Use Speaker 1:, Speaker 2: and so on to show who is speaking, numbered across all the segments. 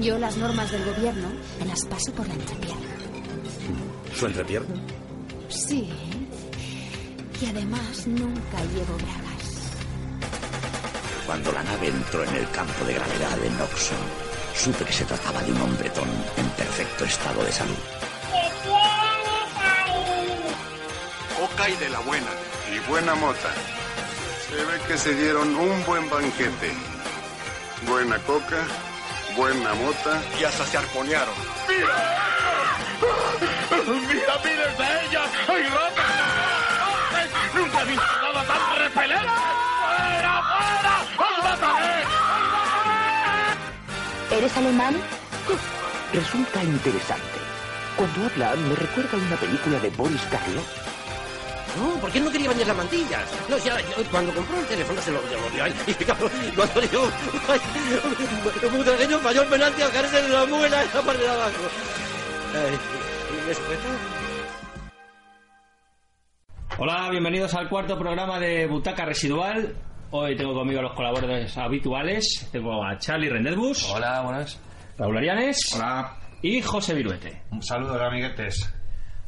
Speaker 1: Yo las normas del gobierno me las paso por la entrepierna.
Speaker 2: ¿Su entrepierna?
Speaker 1: Sí. Y además nunca llevo bragas.
Speaker 3: Cuando la nave entró en el campo de gravedad de Noxon, supe que se trataba de un hombretón en perfecto estado de salud.
Speaker 4: Poca y de la buena.
Speaker 5: Y buena mota. Se ve que se dieron un buen banquete. Buena coca, buena mota.
Speaker 4: Y hasta se arponearon.
Speaker 6: ¡Mira miles de ellas! ¡Ay, ratas! ¡Ratas! ¡Nunca he visto nada tan repelente! ¡Fuera, fuera! ¡Os mataré!
Speaker 7: ¿Eres alemán?
Speaker 3: Resulta interesante. Cuando habla, me recuerda a una película de Boris Karloff.
Speaker 8: No, ¿por qué no quería vender las mantillas? No, ya, yo, cuando compró el teléfono se lo se lo dio a él. Y claro, lo adoró. Ay, Un butragueño mayor penalti a caerse de la muela en la parte de abajo. Ay, y me sujetó.
Speaker 9: Hola, bienvenidos al cuarto programa de Butaca Residual. Hoy tengo conmigo a los colaboradores habituales. Tengo a Charlie Rendezbus. Hola, buenas. Raúl Arianes. Hola. Y José Viruete.
Speaker 10: Un saludo, amiguetes.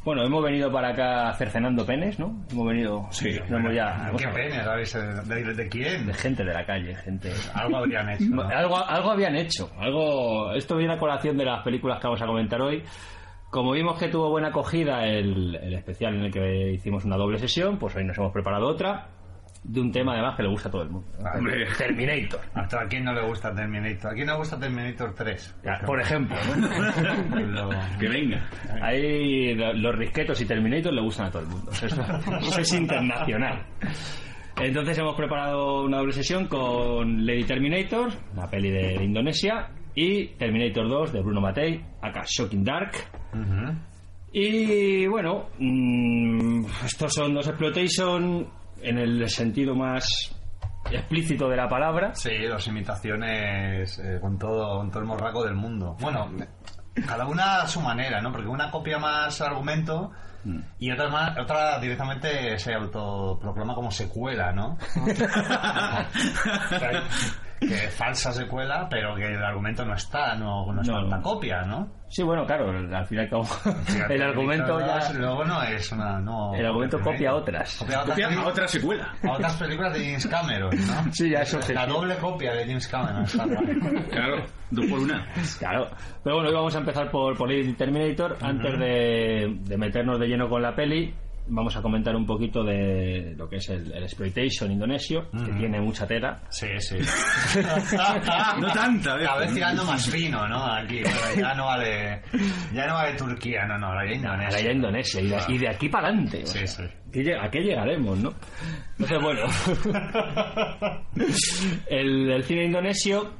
Speaker 9: Bueno, hemos venido para acá cercenando penes, ¿no? Hemos venido.
Speaker 10: Sí,
Speaker 9: no hemos ya.
Speaker 10: ¿Qué pene? ¿sabéis? eh, ¿De, de, de quién?
Speaker 9: De gente de la calle, gente.
Speaker 10: Algo habrían hecho. ¿no?
Speaker 9: Algo, algo habían hecho. Algo. Esto viene a colación de las películas que vamos a comentar hoy. Como vimos que tuvo buena acogida el, el especial en el que hicimos una doble sesión, pues hoy nos hemos preparado otra de un tema además que le gusta a todo el mundo.
Speaker 10: Hombre.
Speaker 9: Terminator.
Speaker 10: Hasta a quién no le gusta Terminator. ¿A quién no gusta Terminator 3?
Speaker 9: Por ejemplo.
Speaker 10: Lo-
Speaker 2: Que venga.
Speaker 9: Ahí lo- los risquetos y Terminator le gustan a todo el mundo. Eso, eso es internacional. Entonces hemos preparado una doble sesión con Lady Terminator, una peli de Indonesia, y Terminator 2 de Bruno Matei, acá Shocking Dark.
Speaker 10: Ujú.
Speaker 9: Y bueno, mm, estos son dos exploitation en el sentido más explícito de la palabra.
Speaker 10: Sí, las imitaciones eh, con, todo, con todo el morraco del mundo. Bueno, cada una a su manera, ¿no? Porque una copia más argumento y otra, más, otra directamente se autoproclama como secuela, ¿no? que es falsa secuela, pero que el argumento no está, no, no es
Speaker 9: No.
Speaker 10: una copia, ¿no?
Speaker 9: Sí, bueno, claro, al final el
Speaker 10: Terminator
Speaker 9: argumento ya...
Speaker 10: 2 Luego no es una. No,
Speaker 9: El argumento copia otras.
Speaker 10: Copia otras
Speaker 2: Copia a
Speaker 10: películas-
Speaker 2: otra secuela.
Speaker 10: a otras películas de James Cameron, ¿no?
Speaker 9: Sí, ya eso
Speaker 10: La doble copia de James Cameron. está guay.
Speaker 2: Claro, dos por una.
Speaker 9: Claro. Pero bueno, hoy vamos a empezar por, por Lady Terminator. Antes de, de meternos de lleno con la peli, vamos a comentar un poquito de lo que es el, el exploitation indonesio, que tiene mucha tela.
Speaker 10: Sí, sí.
Speaker 2: No tanta, ¿eh?
Speaker 10: Cada vez tirando más fino, ¿no? Aquí, pero ya no vale. Ya no vale Turquía, no, no, ahora ya Indonesia.
Speaker 9: Ahora ya Indonesia, y de, y de aquí para adelante. o
Speaker 10: Sí,
Speaker 9: sea,
Speaker 10: sí.
Speaker 9: ¿qué lle- ¿A qué llegaremos, no? Entonces, bueno. el, el cine indonesio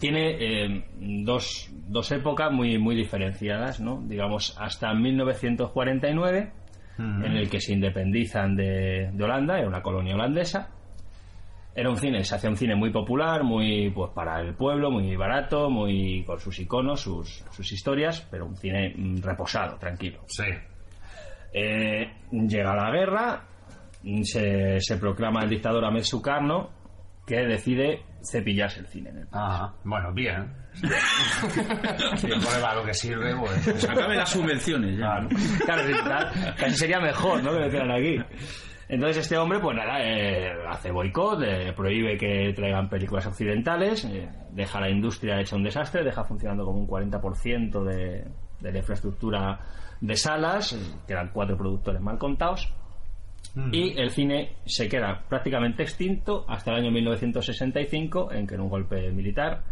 Speaker 9: tiene eh, dos, dos épocas muy, muy diferenciadas, ¿no? Digamos, hasta 1949,
Speaker 10: Mm.
Speaker 9: en el que se independizan de, de Holanda, era una colonia holandesa. Era un cine, se hacía un cine muy popular, muy pues para el pueblo, muy barato, muy con sus iconos, sus, sus historias, pero un cine mm, reposado, tranquilo.
Speaker 10: Sí.
Speaker 9: Eh, llega la guerra, se, se proclama el dictador Ahmed Sukarno, que decide cepillarse el cine. en el-
Speaker 10: Ajá. Bueno, bien. Sí, pues va lo que sirve, pues.
Speaker 2: Acabe las subvenciones ya.
Speaker 10: Claro.
Speaker 9: Claro, sí, tal, casi sería mejor ¿no? que lo hicieran aquí. Entonces este hombre, pues nada, eh, hace boicot, eh, prohíbe que traigan películas occidentales, eh, deja la industria hecha un desastre, deja funcionando como un 40% de, de la infraestructura de salas, eh, quedan cuatro productores mal contados. Y el cine se queda prácticamente extinto hasta el año 1965, en que en un golpe militar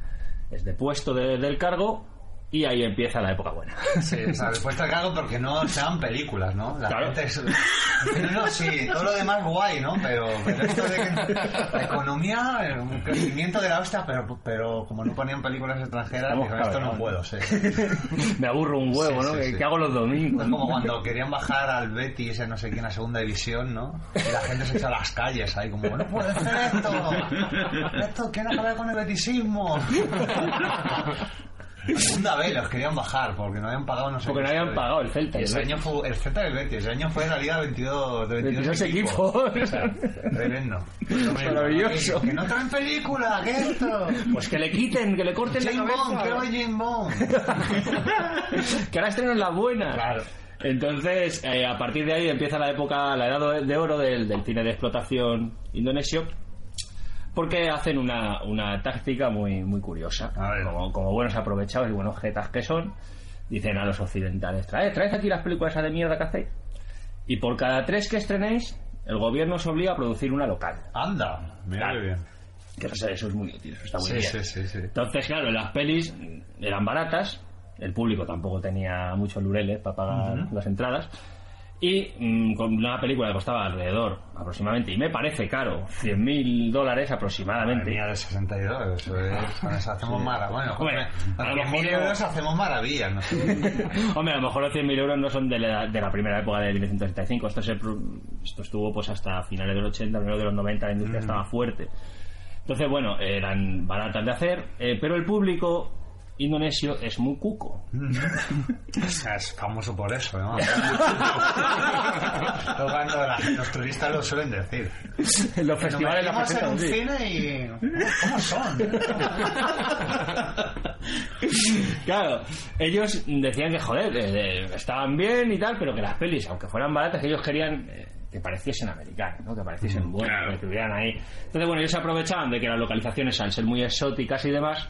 Speaker 9: es depuesto de- del cargo y ahí empieza la época buena.
Speaker 10: Sí, o sea, después te cago porque no sean películas, ¿no? La
Speaker 9: Claro.
Speaker 10: gente es... No, no, sí, todo lo demás guay, ¿no? Pero, pero esto de que la economía, eh, un crecimiento de la hostia, pero, pero como no ponían películas extranjeras,
Speaker 9: Estamos
Speaker 10: dijeron, esto no
Speaker 9: cabreados.
Speaker 10: puedo, sí.
Speaker 9: Me aburro un huevo,
Speaker 10: Sí,
Speaker 9: ¿no?
Speaker 10: sí,
Speaker 9: ¿Qué,
Speaker 10: sí.
Speaker 9: qué hago los domingos?
Speaker 10: Es Pues como cuando querían bajar al Betis en no sé quién a segunda división, ¿no? Y la gente se echa a las calles ahí como, no puede ser esto, esto quieren acabar con el betisismo. Segunda vez los querían bajar porque no habían pagado no sé
Speaker 9: Porque no
Speaker 10: qué
Speaker 9: habían
Speaker 10: historia.
Speaker 9: pagado el Celta.
Speaker 10: Y
Speaker 9: y el
Speaker 10: ese
Speaker 9: Betis.
Speaker 10: año fue el Celta del Betis. Ese año fue la Liga 22, de
Speaker 9: 22
Speaker 10: 22,
Speaker 9: equipos.
Speaker 10: O sea, tremendo.
Speaker 9: Maravilloso.
Speaker 10: Que no traen película, ¿qué es esto?
Speaker 9: Pues que le quiten, que le corten
Speaker 10: James
Speaker 9: la
Speaker 10: Bond,
Speaker 9: cabeza.
Speaker 10: quiero a James Bond.
Speaker 9: que ahora estrenan la buena.
Speaker 10: Claro.
Speaker 9: Entonces, eh, a partir de ahí empieza la época, la edad de oro del, del cine de explotación indonesio, porque hacen una, una táctica muy, muy curiosa.
Speaker 10: A ver.
Speaker 9: Como, como buenos aprovechados y buenos jetas que son, dicen a los occidentales, traed, traed aquí las películas esas de mierda que hacéis. Y por cada tres que estrenéis, el gobierno os obliga a producir una local.
Speaker 10: Anda, mira qué bien.
Speaker 9: Que eso, eso es muy útil, eso está muy
Speaker 10: Sí,
Speaker 9: bien.
Speaker 10: sí, sí, sí.
Speaker 9: Entonces, claro, las pelis mm, eran baratas, el público tampoco tenía muchos lureles para pagar las entradas, y mm, con una película que costaba alrededor, aproximadamente, y me parece caro, 100.000 mil dólares
Speaker 10: Madre
Speaker 9: aproximadamente.
Speaker 10: mía, de 62, eso es, con eso hacemos maravillas. Bueno, con
Speaker 9: Ah, Hombre,
Speaker 10: con
Speaker 9: a lo
Speaker 10: 10.000
Speaker 9: mejor-
Speaker 10: euros hacemos maravillas. ¿no?
Speaker 9: Hombre, a lo mejor los 100.000 euros no son de la, de la primera época de 1935. Esto, se pro- esto estuvo pues hasta finales del 80, primero de los 90, la industria estaba fuerte. Entonces, bueno, eran baratas de hacer, eh, pero el público indonesio es muy cuco.
Speaker 10: O sea, es famoso por eso, ¿no? Tocando la- los turistas lo suelen decir.
Speaker 9: los
Speaker 10: Nos
Speaker 9: festivales la
Speaker 10: metimos en
Speaker 9: presentan,
Speaker 10: un
Speaker 9: sí.
Speaker 10: cine y... ¿Cómo son?
Speaker 9: Claro, ellos decían que, joder, eh, eh, estaban bien y tal, pero que las pelis, aunque fueran baratas, que ellos querían eh, que pareciesen americanas, ¿no? que pareciesen buenas, que estuvieran ahí. Entonces, bueno, ellos se aprovechaban de que las localizaciones, al ser muy exóticas y demás,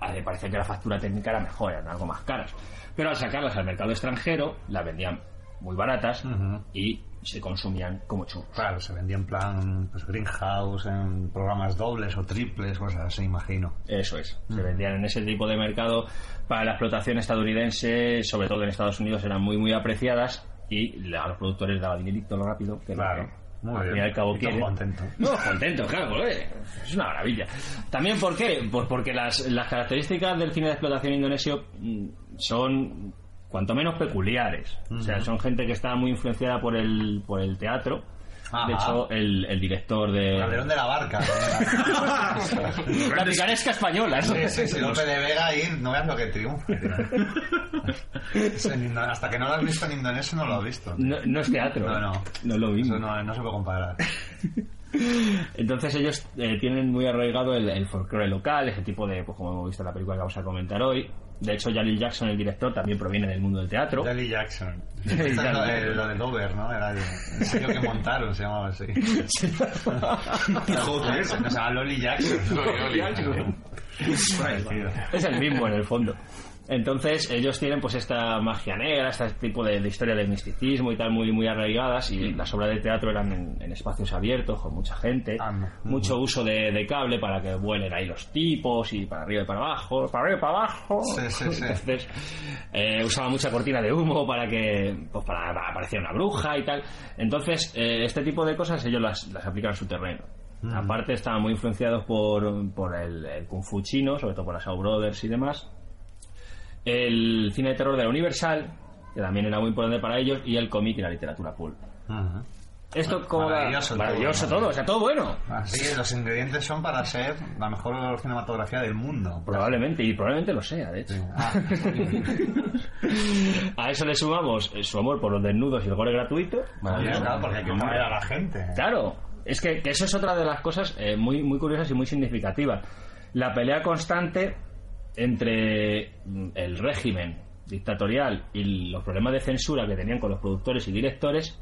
Speaker 9: a mí parecía que la factura técnica era mejor, eran algo más caras. Pero al sacarlas al mercado extranjero, las vendían muy baratas
Speaker 10: Ujú.
Speaker 9: y se consumían como churros.
Speaker 10: Claro, se vendía en plan pues, Greenhouse, en programas dobles o triples, cosas así, imagino.
Speaker 9: Eso es. Se vendían en ese tipo de mercado para la explotación estadounidense, sobre todo en Estados Unidos, eran muy, muy apreciadas y la- a los productores daba dinerito lo rápido. Que lo
Speaker 10: Claro,
Speaker 9: que
Speaker 10: muy
Speaker 9: al
Speaker 10: bien.
Speaker 9: fin y al cabo
Speaker 10: Y todo
Speaker 9: quieren.
Speaker 10: contento.
Speaker 9: No, contento, claro, pues, eh, es una maravilla. También, ¿por qué? Pues porque las, las características del cine de explotación indonesio mm, son cuanto menos peculiares. O sea, son gente que está muy influenciada por el, por el teatro.
Speaker 10: Ajá.
Speaker 9: De hecho, el, el director de...
Speaker 10: Calderón de la Barca. ¿no?
Speaker 9: La picaresca española, ¿no?
Speaker 10: sí, sí, sí, Lope de Vega ahí, no veas lo que triunfa. tío. Eso en Indo- Hasta que no lo has visto en indonesio no lo has visto. tío.
Speaker 9: No, no es teatro.
Speaker 10: No, no.
Speaker 9: No es lo mismo.
Speaker 10: Eso no, no se puede comparar.
Speaker 9: Entonces ellos eh, tienen muy arraigado el, el folclore local, ese tipo de, pues como hemos visto en la película que vamos a comentar hoy. De hecho, Jalil Jackson, el director, también proviene del mundo del teatro.
Speaker 10: Jelly Jackson.
Speaker 9: Jelly
Speaker 10: Esto es lo de-
Speaker 9: Jackson.
Speaker 10: lo de Dover, ¿no? Era el el sello que montaron, se llamaba así.
Speaker 2: Joder.
Speaker 10: No, se llama Lolly Jackson.
Speaker 9: Lolly Jackson.
Speaker 10: Parecido.
Speaker 9: es el mismo en el fondo. Entonces ellos tienen pues esta magia negra, este tipo de, de historia de misticismo y tal muy muy arraigadas y las obras de teatro eran en, en espacios abiertos con mucha gente,
Speaker 10: Anda.
Speaker 9: mucho uso de, de cable para que vuelen ahí los tipos y para arriba y para abajo, para arriba y para abajo.
Speaker 10: Sí, sí, sí.
Speaker 9: Entonces eh, usaba mucha cortina de humo para que pues para para apareciera una bruja y tal. Entonces eh, este tipo de cosas ellos las, las aplican a su terreno. Aparte estaban muy influenciados por, por el, el kung fu chino, sobre todo por las Shaw Brothers y demás. El cine de terror de la Universal, que también era muy importante para ellos, y el cómic y la literatura pulp.
Speaker 10: Ajá.
Speaker 9: Esto como la-
Speaker 10: Maravilloso todo,
Speaker 9: maravilloso
Speaker 10: ¿no?
Speaker 9: todo, o sea, todo bueno.
Speaker 10: Así que los ingredientes son para ser la mejor cinematografía del mundo.
Speaker 9: Probablemente, y probablemente lo sea, de hecho.
Speaker 10: Ah,
Speaker 9: A eso le sumamos eh, su amor por los desnudos y el gore gratuito.
Speaker 10: bien, claro, porque hay que mover a la gente.
Speaker 9: Claro, es que, que eso es otra de las cosas eh, muy, muy curiosas y muy significativas. La pelea constante entre mm, el régimen dictatorial y los problemas de censura que tenían con los productores y directores,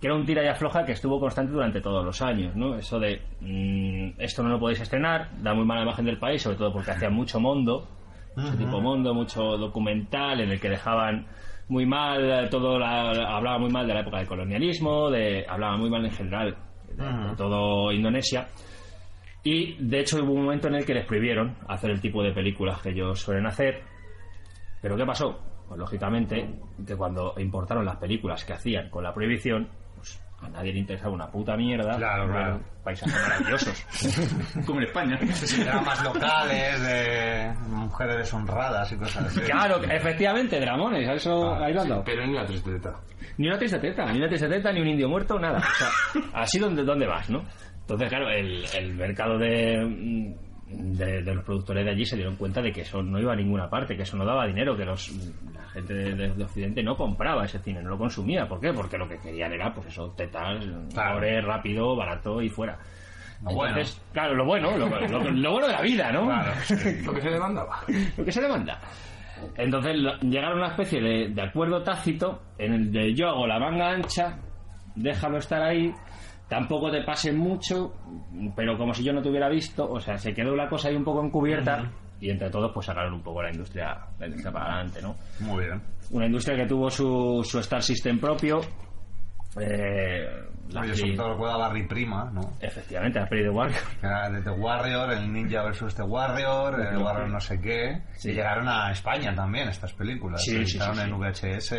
Speaker 9: que era un tira y afloja que estuvo constante durante todos los años, ¿no? Eso de, mm, esto no lo podéis estrenar, da muy mala imagen del país, sobre todo porque hacía mucho mondo, mucho tipo mondo, mucho documental en el que dejaban muy mal eh, todo la- hablaba muy mal de la época del colonialismo, de hablaba muy mal en general de, de todo Indonesia. Y de hecho hubo un momento en el que les prohibieron hacer el tipo de películas que ellos suelen hacer. Pero ¿qué pasó? Pues lógicamente que cuando importaron las películas que hacían con la prohibición, pues a nadie le interesaba una puta mierda.
Speaker 10: Claro, claro.
Speaker 9: Paisajes maravillosos.
Speaker 2: Como en España.
Speaker 10: Dramas locales, de mujeres deshonradas y cosas así.
Speaker 9: Claro, efectivamente, dramones, a eso Ah,
Speaker 7: Ah,
Speaker 9: ahí lo han dado.
Speaker 7: Pero en la tristeza.
Speaker 9: Ni una triste teta, ni una triste teta, ni un indio muerto, nada. O sea, así donde, donde vas, ¿no? Entonces, claro, el, el mercado de, mm, de, de los productores de allí se dieron cuenta de que eso no iba a ninguna parte, que eso no daba dinero, que los, la gente de, de- de Occidente no compraba ese cine, no lo consumía. ¿Por qué? Porque lo que querían era, pues eso, tetas, gore, rápido, barato y fuera.
Speaker 10: Lo bueno.
Speaker 9: Entonces, claro, lo bueno, lo, lo- lo bueno de la vida, ¿no?
Speaker 7: Lo que se demandaba.
Speaker 9: lo que se demanda. Entonces lo- llegaron a una especie de, de acuerdo tácito en el de yo hago la manga ancha, déjalo estar ahí, tampoco te pase mucho, pero como si yo no te hubiera visto, o sea, se quedó la cosa ahí un poco encubierta y entre todos pues sacaron un poco la industria, la industria para adelante, ¿no?
Speaker 10: Muy bien.
Speaker 9: Una industria que tuvo su, su Star System propio. eh, la
Speaker 10: Oye,
Speaker 9: peli-
Speaker 10: sobre todo recuerdo a Barry Prima, ¿no?
Speaker 9: efectivamente, la peli de Warcraft.
Speaker 10: Que era de The Warrior, el Ninja versus The Warrior, el Warrior no sé qué.
Speaker 9: Sí.
Speaker 10: Y llegaron a España también estas películas.
Speaker 9: Sí,
Speaker 10: Se
Speaker 9: sí, sí,
Speaker 10: editaron
Speaker 9: sí.
Speaker 10: en VHS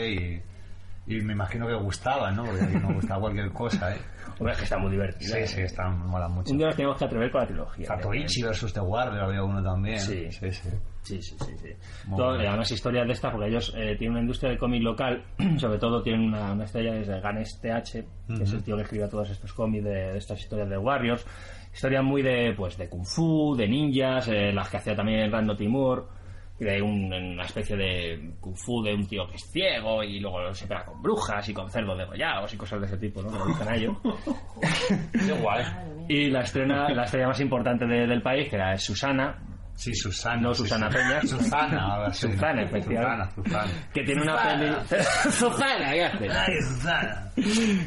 Speaker 10: y, y me imagino que gustaban, ¿no? Porque aquí no gustaba cualquier cosa, ¿eh?
Speaker 9: Hombre, es que está muy divertida.
Speaker 10: Sí,
Speaker 9: ¿eh?
Speaker 10: sí, están, molan mucho.
Speaker 9: Un día nos tenemos que atrever con la trilogía.
Speaker 10: Fatoichi versus The Warrior había uno también.
Speaker 9: Sí.
Speaker 10: sí. sí.
Speaker 9: Sí, sí, sí. sí.
Speaker 10: Muy
Speaker 9: Todo-
Speaker 10: bueno.
Speaker 9: además, historias de estas, porque ellos eh, tienen una industria de cómic local, sobre todo tienen una, una estrella desde Ganes TH, que es el tío que escribe todos estos cómics de, de estas historias de Warriors. Historias muy de, pues, de Kung Fu, de ninjas, eh, las que hacía también Rando Timur. y De un- una especie de kung fu de un tío que es ciego y luego se pega con brujas y con cerdos degollados y cosas de ese tipo, ¿no? Que lo dicen a ellos. Y la estrena, la estrella más importante de- del país, que era Susana,
Speaker 10: Sí, Susana.
Speaker 9: No,
Speaker 10: sí,
Speaker 9: Susana
Speaker 10: sí.
Speaker 9: Peña.
Speaker 10: Susana, ahora sí.
Speaker 9: Susana, efectivamente.
Speaker 10: Susana, Susana.
Speaker 9: que tiene una peli. Susana, ¿qué haces?
Speaker 10: Ay, Susana.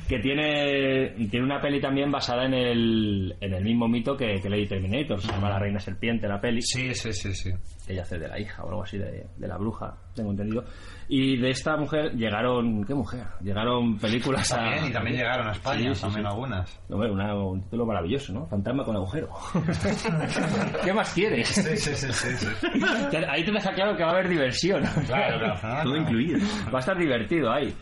Speaker 9: que tiene, tiene una peli también basada en el, en el mismo mito que, que Lady Terminator. Se llama La Reina Serpiente, la peli.
Speaker 10: Sí, sí, sí, sí.
Speaker 9: Ella hace de la hija o algo así, de, de la bruja, tengo entendido. Y de esta mujer llegaron. ¿Qué mujer? Llegaron películas a.
Speaker 10: También, y también llegaron a España,
Speaker 9: Sí, sí,
Speaker 10: también
Speaker 9: sí.
Speaker 10: algunas.
Speaker 9: Hombre, una- un título maravilloso, ¿no? Fantasma con agujero. ¿Qué más quieres?
Speaker 10: Sí, sí, sí, sí. sí.
Speaker 9: Te- Ahí te deja claro que va a haber diversión.
Speaker 10: Claro, claro. Fernando.
Speaker 2: Todo incluido.
Speaker 9: va a estar divertido ahí.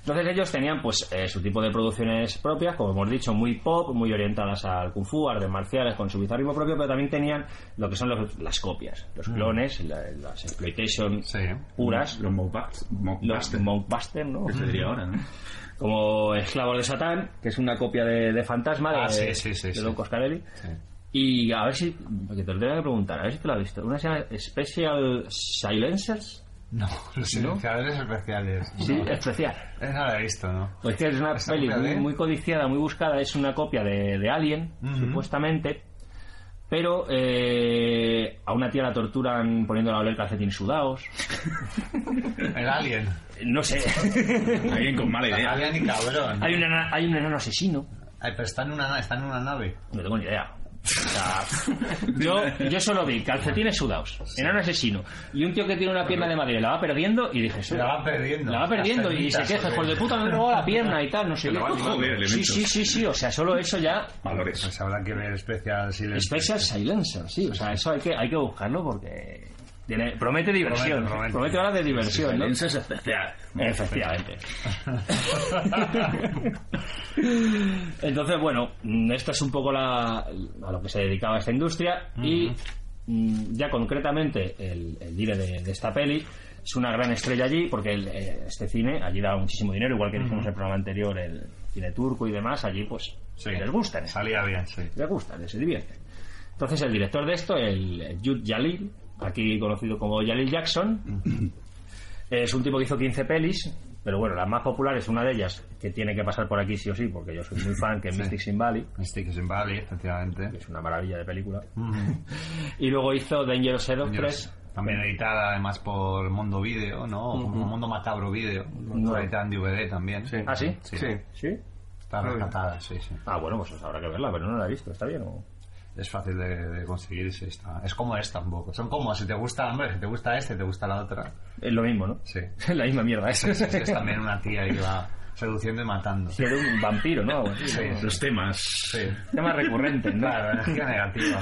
Speaker 9: Entonces ellos tenían pues eh, su tipo de producciones propias, como hemos dicho, muy pop, muy orientadas al kung fu, artes marciales, con su bizarrismo propio, pero también tenían lo que son los- las copias, los clones, la- las exploitation
Speaker 10: Mm. Sí.
Speaker 9: puras,
Speaker 2: Los mockbusters.
Speaker 9: los mockbuster, ¿no?
Speaker 2: Que se diría ahora, ¿no?
Speaker 9: Como Esclavos de Satán, que es una copia de, de Fantasma de,
Speaker 10: Ah, sí, sí, sí,
Speaker 9: de
Speaker 10: sí.
Speaker 9: Don Coscarelli.
Speaker 10: Sí.
Speaker 9: Y a ver si, porque te lo tengo que preguntar, a ver si te lo has visto. Una se llama Special Silencers,
Speaker 10: No, los silenciadores especiales.
Speaker 9: sí,
Speaker 10: No,
Speaker 9: especial.
Speaker 10: Esa la he visto, ¿no?
Speaker 9: Pues que es una
Speaker 10: Esa
Speaker 9: peli
Speaker 10: copia
Speaker 9: muy,
Speaker 10: de-
Speaker 9: muy codiciada, muy buscada, es una copia de, de Alien,
Speaker 10: Ujú.
Speaker 9: supuestamente, pero eh, a una tía la torturan poniéndola a oler calcetines sudados,
Speaker 10: El Alien.
Speaker 9: no sé,
Speaker 2: Alguien con mala idea.
Speaker 10: Alien y cabrón.
Speaker 9: hay, un ena- hay un enano asesino,
Speaker 10: Ay, pero está en una, na- está en una nave.
Speaker 9: no tengo ni idea. O sea, yo, yo solo vi calcetines sudados, enano asesino y un tío que tiene una pierna de madera, la va perdiendo y dije, "Eso-
Speaker 10: La va perdiendo.
Speaker 9: La va perdiendo
Speaker 10: Las
Speaker 9: y se
Speaker 10: cerditas,
Speaker 9: queja,
Speaker 10: ok.
Speaker 9: hijo de puta, me he robado la pierna y tal, no sé
Speaker 2: Pero
Speaker 9: qué".
Speaker 2: va animando, eh,
Speaker 9: Sí, sí, sí, sí, o sea, solo eso ya
Speaker 2: Valores.
Speaker 10: Pues habrá que ver especial silencio.
Speaker 9: Special Silencer, sí, o sea, eso hay que, hay que buscarlo porque tiene, promete diversión,
Speaker 10: Promete, promete.
Speaker 9: promete, horas de diversión, ¿no?
Speaker 2: Lenses especial.
Speaker 9: Efectivamente. Entonces, bueno, mm, esto es un poco la, a lo que se dedicaba esta industria y mm, ya concretamente el, el dire de, de esta peli es una gran estrella allí porque el, eh, este cine allí da muchísimo dinero, igual que dijimos en el programa anterior, el cine turco y demás, allí pues
Speaker 10: Sí.
Speaker 9: les gustan
Speaker 10: Salía bien, sí.
Speaker 9: les gusta, les divierte. Entonces el director de esto, el Jude Jalil, aquí conocido como Jalil Jackson, es un tipo que hizo 15 pelis, pero bueno, las más populares, una de ellas, que tiene que pasar por aquí sí o sí, porque yo soy muy fan, que es Mystic Sin Valley,
Speaker 10: Mystic in Valley,
Speaker 9: que
Speaker 10: efectivamente.
Speaker 9: es una maravilla de película. y luego hizo Dangerous Head 3.
Speaker 10: También editada además por Mundo Video, ¿no? O como Mundo Macabro Video.
Speaker 9: No.
Speaker 10: Editada en DVD también.
Speaker 7: Sí.
Speaker 9: ¿Ah, sí?
Speaker 10: Sí.
Speaker 9: ¿Sí?
Speaker 10: Está rescatada, sí, sí.
Speaker 9: Ah, bueno, pues habrá que verla, pero no la he visto, ¿está bien o...?
Speaker 10: Es fácil de, de conseguir, sí, está. Es como esta un poco. Son como, si te gusta, hombre, si te gusta este, te gusta la otra.
Speaker 9: Es lo mismo, ¿no?
Speaker 10: Sí.
Speaker 9: la misma mierda esa.
Speaker 10: Sí, sí, sí, es también una tía que va seduciendo y matando.
Speaker 9: Sí, era un vampiro, ¿no? Algo así,
Speaker 10: Sí,
Speaker 9: ¿no?
Speaker 2: Los temas.
Speaker 10: Sí.
Speaker 9: Tema recurrente, ¿no?
Speaker 10: Claro, energía negativa.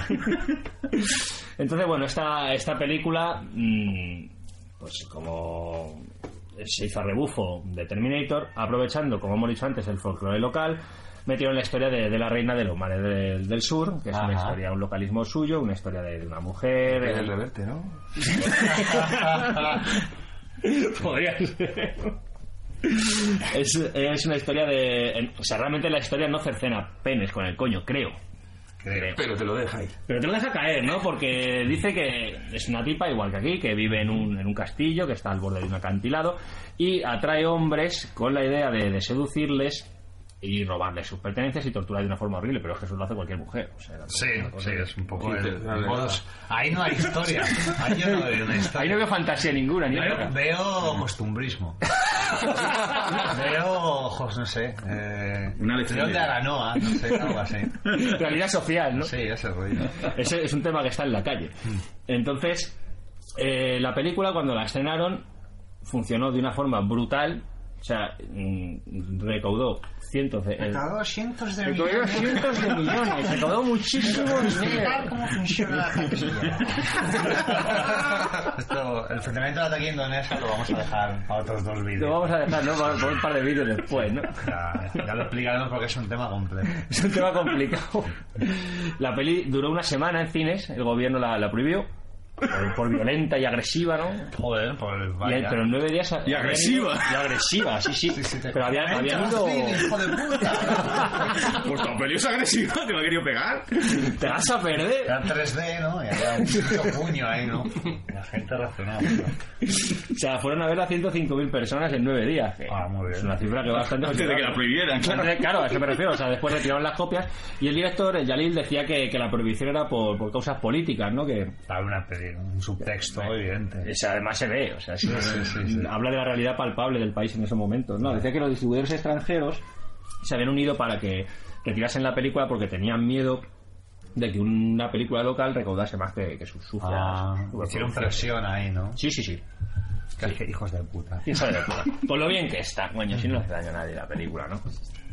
Speaker 9: Entonces, bueno, esta, esta película, mm, pues como se hizo a rebufo de Terminator, aprovechando, como hemos dicho antes, el folclore local, metieron la historia de, de la reina de los mares del, del sur, que es una
Speaker 10: Ajá.
Speaker 9: historia, un localismo suyo, una historia de, de una mujer.
Speaker 7: El
Speaker 9: eh,
Speaker 7: reverte, ¿no?
Speaker 9: Podría ser. Es, es una historia de. en- O sea, realmente la historia no cercena penes con el coño, creo.
Speaker 10: creo.
Speaker 7: Pero te lo deja ir.
Speaker 9: Pero te lo deja caer, ¿no? Porque dice que es una tipa igual que aquí, que vive en un, en un castillo, que está al borde de un acantilado, y atrae hombres con la idea de, de seducirles y robarles sus pertenencias y torturar de una forma horrible, pero es que eso lo hace cualquier mujer. o sea, tampoco
Speaker 10: Sí,
Speaker 9: es una cosa
Speaker 10: sí,
Speaker 9: que-
Speaker 10: es un poco
Speaker 7: Sí,
Speaker 10: el-
Speaker 7: te- vale,
Speaker 10: modos- Ahí no hay historia. Ahí yo no veo una historia.
Speaker 9: Ahí no veo fantasía ninguna, ni
Speaker 10: Veo,
Speaker 9: otra.
Speaker 10: veo costumbrismo. veo ojos, no sé. Eh,
Speaker 2: Una lección
Speaker 10: León
Speaker 2: de
Speaker 10: de
Speaker 2: vida.
Speaker 10: Aranoa, no sé, algo así.
Speaker 9: Realidad social, ¿no?
Speaker 10: Sí, ese rollo.
Speaker 9: Ese es un tema que está en la calle. Entonces, eh, la película cuando la estrenaron funcionó de una forma brutal. O sea, mm, recaudó cientos de... eh,
Speaker 10: Cada cientos de
Speaker 9: recaudó
Speaker 10: millones.
Speaker 9: cientos de millones, recaudó muchísimo
Speaker 10: explicar
Speaker 9: dinero.
Speaker 10: cómo funciona la taquilla. Esto, el funcionamiento de la taquilla indonesia lo vamos a dejar para otros dos
Speaker 9: Lo
Speaker 10: vídeos.
Speaker 9: vamos a dejar, ¿no? Por, por un par de vídeos después, ¿no?
Speaker 10: Ya, ya lo explicaremos porque es un tema complejo.
Speaker 9: Es un tema complicado. La peli duró una semana en cines, el gobierno la, la prohibió, por, por violenta y agresiva, ¿no?
Speaker 10: Joder, pues
Speaker 9: Y
Speaker 10: vaya.
Speaker 9: pero en nueve días.
Speaker 2: Y
Speaker 9: habían
Speaker 2: agresiva.
Speaker 9: ido- y agresiva, sí, sí.
Speaker 10: Sí, sí, te-
Speaker 9: Pero habían,
Speaker 10: ¡Entra
Speaker 9: habían
Speaker 10: al
Speaker 9: ido.
Speaker 10: cine, hijo de puta!
Speaker 2: Pues tu peli es agresiva, te lo ha querido pegar.
Speaker 9: Te vas a perder.
Speaker 10: Era 3D, ¿no? Y había un puto puño ahí, ¿no? La gente razonaba.
Speaker 9: O sea, fueron a verla 105.000 personas en nueve días. que
Speaker 10: Ah, muy bien.
Speaker 9: Es una cifra que bastante.
Speaker 2: Antes de que la prohibieran, claro.
Speaker 9: Antes de- claro, a eso me refiero. O sea, después retiraron las copias. Y el director, el Yalil, decía que, que la prohibición era por, por causas políticas, ¿no? Que
Speaker 10: Para una peli, un subtexto evidente.
Speaker 9: o sea, además se ve. O sea, sí,
Speaker 10: sí, sí, sí.
Speaker 9: habla de la realidad palpable del país en ese momento. No, decía que los distribuidores extranjeros se habían unido para que retirasen la película porque tenían miedo de que una película local recaudase más que, que sus sus-
Speaker 10: Ah,
Speaker 9: sus-
Speaker 10: hicieron presión ahí, ¿no?
Speaker 9: Sí, sí, sí.
Speaker 10: Que hijos de puta.
Speaker 9: Hijo de puta. Por lo bien que está, coño, si no le hace daño a nadie la película, ¿no?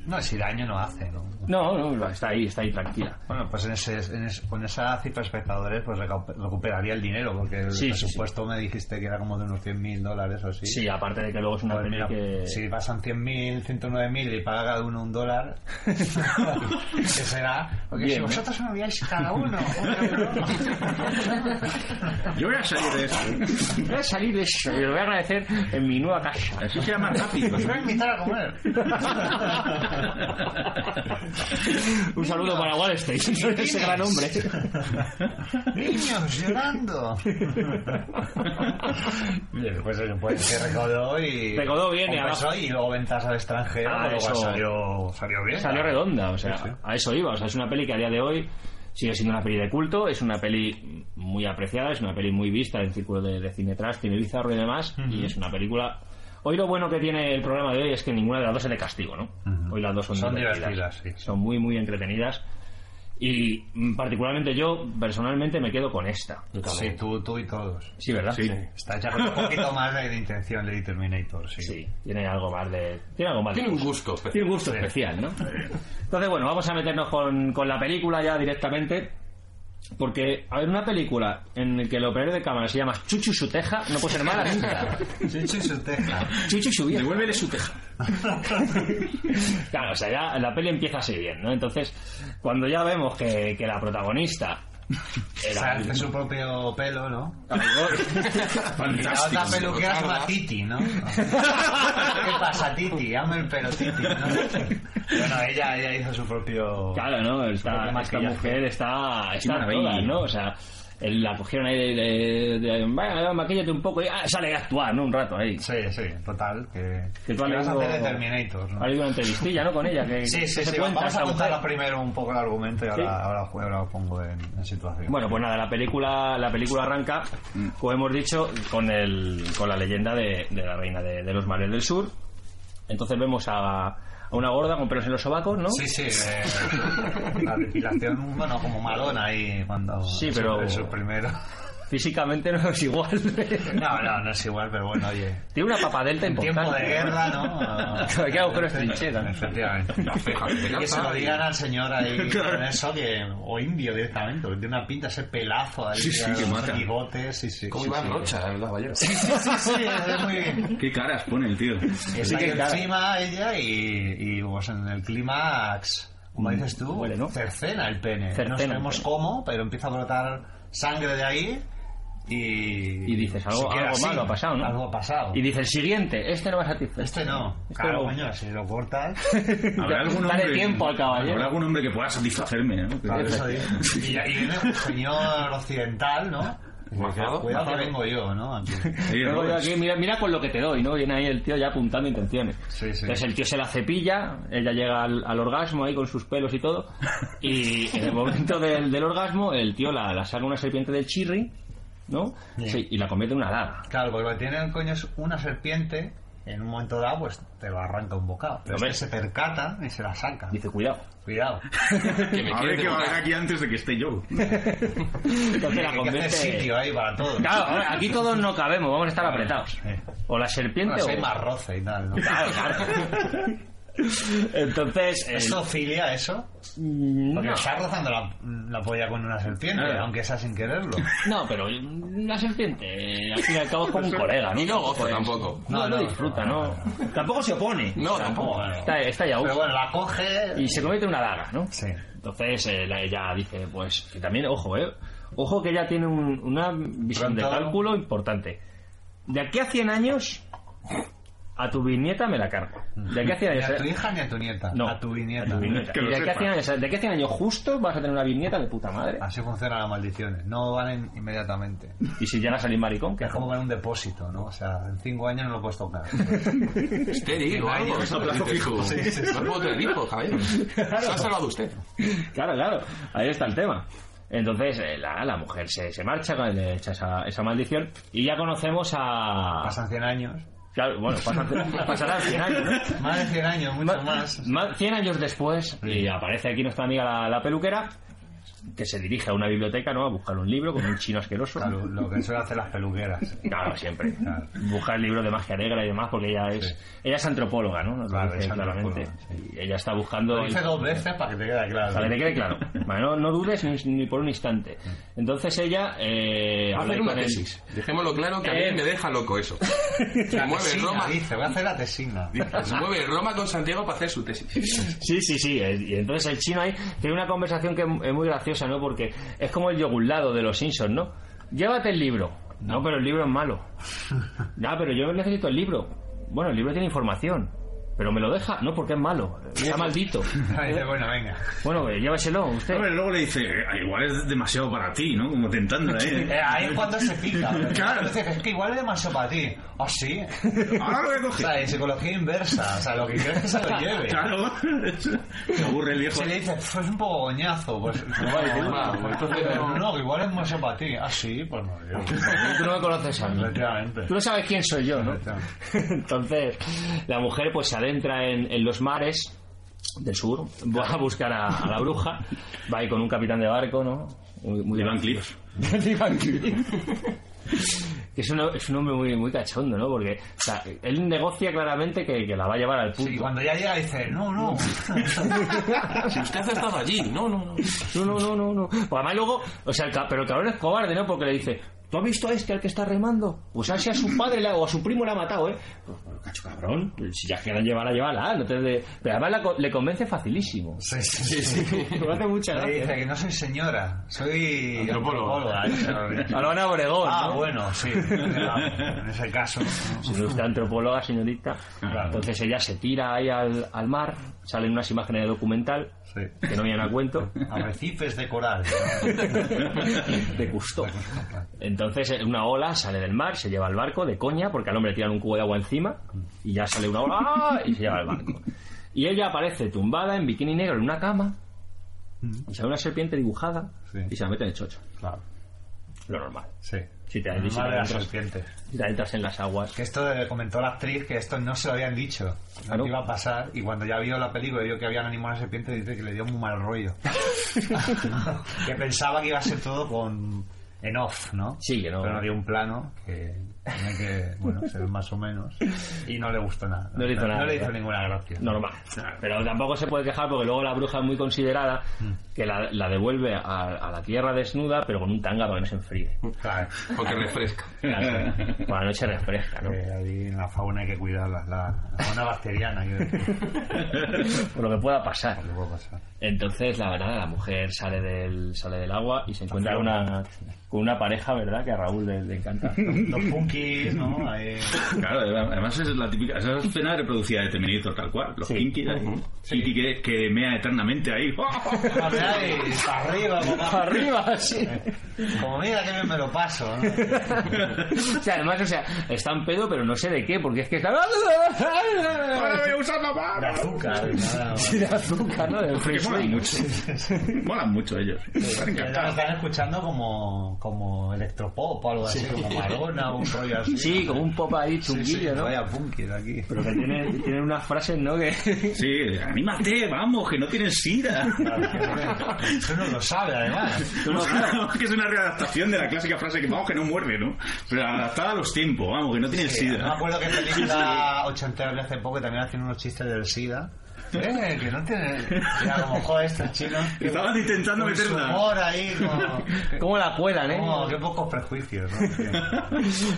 Speaker 10: No, si daño no hace, ¿no?
Speaker 9: No, no, no, está ahí, está ahí tranquila.
Speaker 10: Bueno, pues en ese- en ese- con esa cifra de espectadores pues recu- recuperaría el dinero, porque el
Speaker 9: Sí, sí,
Speaker 10: presupuesto me dijiste que era como de unos 100.000 dólares o así.
Speaker 9: Sí, aparte de que luego es una
Speaker 10: Pues
Speaker 9: peli
Speaker 10: mira,
Speaker 9: que...
Speaker 10: si pasan 100.000, 109.000 y paga cada uno un dólar, ¿qué será? Porque
Speaker 9: Bien,
Speaker 10: si
Speaker 9: ¿eh?
Speaker 10: vosotros me enviáis cada uno un euro,
Speaker 2: Yo voy a salir de esto.
Speaker 9: Voy a salir de eso y lo voy a agradecer en mi nueva casa.
Speaker 2: Eso será más rápido.
Speaker 10: os voy a invitar a comer.
Speaker 9: Un saludo para Wall Street, ese gran hombre.
Speaker 10: Niños llorando. Bien, pues eso, pues que recaudó y.
Speaker 9: Recaudó bien, y
Speaker 10: compensó y luego ventas al extranjero,
Speaker 9: Ah,
Speaker 10: con lo cual
Speaker 9: eso.
Speaker 10: salió, salió bien.
Speaker 9: Salió redonda, o sea,
Speaker 10: Sí, sí.
Speaker 9: a eso iba. O sea, es una peli que a día de hoy sigue siendo una peli de culto, es una peli muy apreciada, es una peli muy vista en círculo de, de cine trash, cine bizarro y demás, y es una película... Hoy lo bueno que tiene el programa de hoy es que ninguna de las dos es de castigo, ¿no?
Speaker 10: Ujú.
Speaker 9: Hoy las dos son,
Speaker 10: Son divertidas, sí.
Speaker 9: Son muy, muy entretenidas. Y mm, particularmente yo, personalmente, me quedo con esta.
Speaker 10: Sí, tú, tú y todos.
Speaker 9: Sí, ¿verdad?
Speaker 2: Sí.
Speaker 10: Está ya con un poquito más de, de intención de Terminator, sí.
Speaker 9: Sí, tiene algo más de... Tiene algo más de
Speaker 7: Tiene un
Speaker 9: cosa.
Speaker 7: gusto.
Speaker 9: Tiene un gusto
Speaker 10: Sí.
Speaker 9: especial, ¿no? Entonces, bueno, vamos a meternos con, con la película ya directamente. Porque, a ver, una película en la que el operario de cámara se llama Chuchu su teja, no puede ser mala nunca.
Speaker 10: Chicho y su teja.
Speaker 9: Chuchu su vieja.
Speaker 2: Devuélvele su teja.
Speaker 9: Claro, o sea, ya la peli empieza así bien, ¿no? Entonces, cuando ya vemos que, que la protagonista
Speaker 10: Se
Speaker 9: era...
Speaker 10: hace su propio pelo, ¿no? Y la
Speaker 2: Fantástico.
Speaker 10: otra peluquera se llama Titi, ¿no? ¿Qué pasa, Titi? Hazme el pelo, Titi, ¿no? Bueno, ella, ella hizo su propio...
Speaker 9: Claro, ¿no? Esta,
Speaker 10: propio
Speaker 9: esta
Speaker 10: maquillaje.
Speaker 9: mujer está, está en
Speaker 2: maravilla.
Speaker 9: todas, ¿no? O sea, él la cogieron ahí de... de, de, "Venga, maquíllate un poco y ah, sale a actuar, ¿no? Un rato ahí.
Speaker 10: Sí, sí, total, que...
Speaker 9: Que tú has
Speaker 10: que vas a
Speaker 9: leído-
Speaker 10: hacer de Terminator, ¿no?
Speaker 9: Ha habido una entrevistilla, ¿no? Con ella. Que,
Speaker 10: Sí,
Speaker 9: que
Speaker 10: sí,
Speaker 9: se
Speaker 10: sí,
Speaker 9: cuenta
Speaker 10: vamos a
Speaker 9: esta mujer.
Speaker 10: contar primero un poco el argumento y ahora,
Speaker 9: Sí.
Speaker 10: ahora, ju- ahora lo pongo en, en situación.
Speaker 9: Bueno, pues nada, la película, la película arranca,
Speaker 10: Mm.
Speaker 9: como hemos dicho, con, el, con la leyenda de, de la reina de, de los mares del sur. Entonces vemos a, a una gorda con pelos en los sobacos, ¿no?
Speaker 10: Sí, sí, eh, la depilación, bueno, como Madonna ahí cuando...
Speaker 9: Sí, pero-
Speaker 10: Eso primero.
Speaker 9: Físicamente no es igual.
Speaker 10: No, no, no es igual, pero bueno, oye...
Speaker 9: Tiene una papadelta
Speaker 10: En
Speaker 9: importante.
Speaker 10: tiempo de guerra, ¿no?
Speaker 9: Hay que agujeros trincheras.
Speaker 10: Efectivamente. Y que se lo digan al señor ahí con eso que, o indio directamente, porque tiene una pinta ese pelazo ahí,
Speaker 2: Sí, sí, que
Speaker 10: los
Speaker 2: mata.
Speaker 10: bigotes, sí, sí.
Speaker 7: Como
Speaker 10: sí,
Speaker 7: Iván
Speaker 10: sí.
Speaker 7: Rocha, la ballena.
Speaker 10: Sí, sí, sí, es muy bien.
Speaker 2: Qué caras pone el tío.
Speaker 10: Está
Speaker 9: que
Speaker 10: ahí
Speaker 9: claro.
Speaker 10: encima ella y, y pues, en el clímax, como dices tú,
Speaker 9: Huele, ¿no?
Speaker 10: cercena el pene.
Speaker 9: Cercena
Speaker 10: no
Speaker 9: el
Speaker 10: sabemos
Speaker 9: pene.
Speaker 10: cómo, pero empieza a brotar sangre de ahí. Y,
Speaker 9: Y dices, algo-
Speaker 10: se queda
Speaker 9: algo malo ha pasado, ¿no?
Speaker 10: Algo ha pasado.
Speaker 9: Y dice, el siguiente, este no va a satisfacer.
Speaker 10: Este no. claro, coño, si lo cortas.
Speaker 2: ¿Habrá algún
Speaker 9: Dale
Speaker 2: hombre-
Speaker 9: tiempo al ¿eh? caballero.
Speaker 2: Habrá algún hombre que pueda satisfacerme, ¿eh? ¿no? Que-
Speaker 10: Claro, eso digo. Y, y viene un señor occidental, ¿no? Y dice,
Speaker 7: Mazado.
Speaker 10: Cuidado que vengo yo, ¿no? Aquí.
Speaker 2: Oye,
Speaker 9: Luego yo
Speaker 2: Robert,
Speaker 9: aquí, mira, mira con lo que te doy, ¿no? Viene ahí el tío ya apuntando intenciones.
Speaker 10: Sí, sí.
Speaker 9: Entonces el tío se la cepilla, ella llega al, al orgasmo ahí con sus pelos y todo, y en el momento del, del orgasmo el tío la, la saca una serpiente del chirri, ¿no?
Speaker 10: Bien.
Speaker 9: Sí, y la convierte en una daga.
Speaker 10: Claro, porque lo que tiene el coño es una serpiente. En un momento dado, pues te lo arranca un bocado. Pero es
Speaker 9: Hombre.
Speaker 10: que se percata y se la saca.
Speaker 9: Dice, cuidado.
Speaker 10: Cuidado.
Speaker 7: Que me
Speaker 2: Habrá
Speaker 7: quieren
Speaker 2: que bajar
Speaker 7: devorar.
Speaker 2: aquí antes de que esté yo.
Speaker 9: Entonces la
Speaker 10: Hay que hacer
Speaker 9: convierte...
Speaker 10: sitio ahí para todo.
Speaker 9: Claro, ahora, aquí todos no cabemos, vamos a estar apretados.
Speaker 10: Sí.
Speaker 9: O la serpiente
Speaker 10: Bueno, soy
Speaker 9: o...
Speaker 10: más roce y tal, ¿no?
Speaker 9: Claro, claro. Entonces... el-
Speaker 10: ¿Es zoofilia eso?
Speaker 9: Mm,
Speaker 10: Porque
Speaker 9: no.
Speaker 10: está rozando la, la polla con una serpiente,
Speaker 2: Claro.
Speaker 10: aunque sea sin quererlo.
Speaker 9: No, pero una serpiente, eh, al fin y al cabo, es como un colega, ¿no?
Speaker 7: Y no gozo
Speaker 9: Pues,
Speaker 7: tampoco.
Speaker 9: No,
Speaker 10: No,
Speaker 9: no,
Speaker 10: no.
Speaker 9: disfruta, ¿no. Tampoco se opone.
Speaker 7: No, tampoco.
Speaker 9: Está, está ya
Speaker 10: Pero
Speaker 9: uso.
Speaker 10: bueno, la coge.
Speaker 9: Y se convierte en una daga, ¿no?
Speaker 10: Sí.
Speaker 9: Entonces eh, la- ella dice, pues, que también, ojo, ¿eh? Ojo que ella tiene un- una visión de
Speaker 10: Pronto.
Speaker 9: cálculo importante. De aquí a 100 años, a tu bisnieta me la cargo. De aquí a 100
Speaker 10: Ni
Speaker 9: años...
Speaker 10: a tu
Speaker 9: eh,
Speaker 10: hija ni a tu nieta.
Speaker 9: No,
Speaker 10: A tu bisnieta.
Speaker 9: a tu bisnieta.
Speaker 2: Que
Speaker 9: Y
Speaker 2: lo
Speaker 9: de aquí a
Speaker 2: sepa.
Speaker 9: 100 años, de aquí a 100 años justo vas a tener una bisnieta de puta madre.
Speaker 2: Ah.
Speaker 10: Así funcionan las maldiciones. No valen inmediatamente.
Speaker 9: Y si ya la salís maricón, que
Speaker 10: Es como con un depósito, ¿no? O sea, en cinco años no lo puedes tocar.
Speaker 7: Estéril o algo. eso
Speaker 2: plazo
Speaker 7: dices tú. No puedo tener hijos, caballero. Se ha salvado usted.
Speaker 9: Claro, claro, ahí está el tema. Entonces eh, la, la mujer se, se marcha, eh, le echa esa, esa maldición y ya conocemos a...
Speaker 10: Pasan 100 años.
Speaker 9: Claro, bueno, pasan, pasarán 100 años, ¿no?
Speaker 10: Más de 100 años, mucho más.
Speaker 9: Ma- 100 años después y aparece aquí nuestra amiga la, la peluquera que se dirige a una biblioteca, ¿no? A buscar un libro con un chino asqueroso.
Speaker 10: Claro, lo que suelen hacer las peluqueras.
Speaker 9: Claro, siempre.
Speaker 10: Claro.
Speaker 9: Buscar libros de magia negra y demás, porque ella es ella es antropóloga, ¿no? Nos lo
Speaker 10: Claro,
Speaker 9: dice
Speaker 10: es antropóloga,
Speaker 9: claramente.
Speaker 10: sí.
Speaker 9: Y ella está buscando...
Speaker 10: Lo
Speaker 9: el-
Speaker 10: hice dos veces para que te quede claro.
Speaker 9: Para que te quede claro. Vale, no, no dudes ni, ni por un instante. Entonces ella. Eh,
Speaker 7: Va a
Speaker 9: habla
Speaker 7: hacer
Speaker 9: con
Speaker 7: una
Speaker 9: él.
Speaker 7: tesis. Dejémoslo claro que a mí
Speaker 9: Eh.
Speaker 7: me deja loco eso. Se mueve
Speaker 10: Tesina,
Speaker 7: Roma.
Speaker 10: dice, voy a hacer la tesina.
Speaker 7: Se mueve Roma con Santiago para hacer su tesis.
Speaker 9: Sí, sí, sí. eh, Y entonces el chino ahí tiene una conversación que es muy graciosa, ¿no? Porque es como el yogurlado de los Simpsons, ¿no? Llévate el libro. No, pero el libro es malo. No, pero yo necesito el libro. Bueno, el libro tiene información. Pero me lo deja, no, porque es malo. Está maldito.
Speaker 10: Y dice, bueno, venga.
Speaker 9: Bueno, eh, lléveselo usted.
Speaker 2: A ver, luego le dice, "Eh, igual es demasiado para ti, ¿no? Como tentándola,
Speaker 10: Eh,
Speaker 2: ¿eh?
Speaker 10: ahí es cuando se pica.
Speaker 2: Claro.
Speaker 10: Entonces, es que igual es demasiado para ti. Ah, sí.
Speaker 2: Ahora Ah, lo voy a
Speaker 10: O
Speaker 2: coger.
Speaker 10: sea, en psicología inversa. O sea, lo que crees que se lo lleve.
Speaker 2: Claro. Se aburre el viejo.
Speaker 10: Si le dices, "Pf, es un poco goñazo, pues.
Speaker 7: pues, va, pues, entonces
Speaker 10: no,
Speaker 7: no.
Speaker 10: que igual es demasiado para ti. Ah, sí, pues no. yo-
Speaker 9: Tú no me conoces a mí.
Speaker 10: Efectivamente.
Speaker 9: Tú no sabes quién soy yo, ¿no?
Speaker 10: Exacto.
Speaker 9: Entonces, la mujer pues se adentra en, en los mares del sur, va a buscar a, a la bruja, va ahí con un capitán de barco, ¿no? Muy, muy-
Speaker 2: De Van Cleef.
Speaker 9: De Van Cleef. Que es, un- es un hombre muy, muy cachondo, ¿no? Porque o sea, él negocia claramente que, que la va a llevar al
Speaker 10: Sí,
Speaker 9: punto.
Speaker 10: cuando ya llega dice, no, no.
Speaker 7: Si usted ha estado allí. No, no, no.
Speaker 9: No, no, no, no, no. Pues además luego, o sea, el ca- pero el cabrón es cobarde, ¿no? Porque le dice, ¿tú has visto a este al que está remando? Pues así a su padre le- o a su primo le ha matado, ¿eh? Pues, bueno, cacho cabrón, si ya quieren llevarla, llevarla. No te de- Pero además la co- le convence facilísimo.
Speaker 10: Sí, sí, sí.
Speaker 9: Me hace mucha
Speaker 10: Le
Speaker 9: gracia.
Speaker 10: dice que no soy señora, soy
Speaker 7: Antropólogo.
Speaker 10: antropóloga. dice.
Speaker 9: Alona Obregón,
Speaker 10: Ah,
Speaker 9: ¿no?
Speaker 10: bueno, sí. En ese caso.
Speaker 9: Si no, usted es antropóloga, señorita.
Speaker 10: Claro.
Speaker 9: Entonces ella se tira ahí al, al mar, salen unas imágenes de documental
Speaker 10: Sí.
Speaker 9: que no vienen a cuento.
Speaker 10: Arrecifes de coral.
Speaker 9: de gusto. Entonces eh, una ola sale del mar, se lleva al barco de coña, porque al hombre le tiran un cubo de agua encima y ya sale una ola ¡ah! y se lleva al barco. Y ella aparece tumbada en bikini negro en una cama y sale una serpiente dibujada
Speaker 10: Sí.
Speaker 9: y se la mete en el chocho.
Speaker 10: Claro.
Speaker 9: Lo normal.
Speaker 10: Sí.
Speaker 9: Si te, si te
Speaker 10: Madre de las
Speaker 9: adentras,
Speaker 10: serpientes.
Speaker 9: si te adentras en las aguas.
Speaker 10: Que esto eh, comentó la actriz que esto no se lo habían dicho. No
Speaker 9: Claro.
Speaker 10: que iba a pasar. Y cuando ya vio la película y vio que habían animado a la serpiente, dice que le dio muy mal rollo. que pensaba que iba a ser todo con. en off, ¿no?
Speaker 9: Sí, que no.
Speaker 10: Pero no dio un plano que. Tiene que, bueno, ser más o menos. Y no le gustó nada.
Speaker 9: No le hizo nada,
Speaker 10: No le hizo
Speaker 9: ¿verdad?
Speaker 10: ninguna gracia.
Speaker 9: normal. Pero tampoco se puede quejar porque luego la bruja es muy considerada que la, la devuelve a, a la tierra desnuda pero con un tanga para que no se enfríe.
Speaker 10: Claro.
Speaker 7: Porque refresca.
Speaker 9: Claro, por la noche refresca, ¿no?
Speaker 10: que ahí en la fauna hay que cuidarla. La, la fauna bacteriana, yo
Speaker 9: Por lo que pueda pasar.
Speaker 10: ¿Qué puede pasar?
Speaker 9: Entonces, la verdad, la mujer sale del, sale del agua y se encuentra una, con una pareja, ¿verdad? Que a Raúl le, le encanta.
Speaker 10: Los punkis, ¿no? Ahí-
Speaker 2: Claro, además es la típica. Esa escena reproducida de Terminator, tal cual. Los kinky, kinky que, que mea eternamente ahí. ¡Oh!
Speaker 10: A ver, ahí, para arriba, para
Speaker 9: Arriba, sí.
Speaker 10: Como mira que bien me lo paso. ¿no?
Speaker 9: O sea, además, o sea, está en pedo, pero no sé de qué, porque es que está.
Speaker 2: Ahora voy a usar la mano.
Speaker 10: De azúcar, nada. más.
Speaker 9: Tiene azúcar, ¿no? Del
Speaker 2: Que
Speaker 9: fresh
Speaker 2: molan
Speaker 9: drink.
Speaker 2: mucho. molan mucho ellos. Están
Speaker 10: Ya lo
Speaker 2: encantados.
Speaker 10: están escuchando como, como electropop o algo así, como Madonna, un rollo así.
Speaker 9: Sí, como un pop ahí chunguillo, ¿no?
Speaker 10: Vaya punky de aquí.
Speaker 9: Pero que tienen, tienen unas frases, ¿no? Que...
Speaker 2: Sí, anímate, vamos, que no tienes sida.
Speaker 10: Eso no lo sabe, además.
Speaker 2: Vamos, que es una readaptación de la clásica frase que vamos que no muerde, ¿no? Pero adaptada a los tiempos, vamos, que no tienes
Speaker 10: No Eh, me
Speaker 2: sida.
Speaker 10: acuerdo que película ochentera de hace poco que también hacían unos chistes del SIDA. Eh, que no tiene. Era como, joder, estos chinos.
Speaker 2: Estaban intentando
Speaker 10: este Con su
Speaker 2: meterla.
Speaker 10: humor ahí, como.
Speaker 9: ¿Cómo la cuelan, eh?
Speaker 10: como, qué pocos prejuicios, ¿no?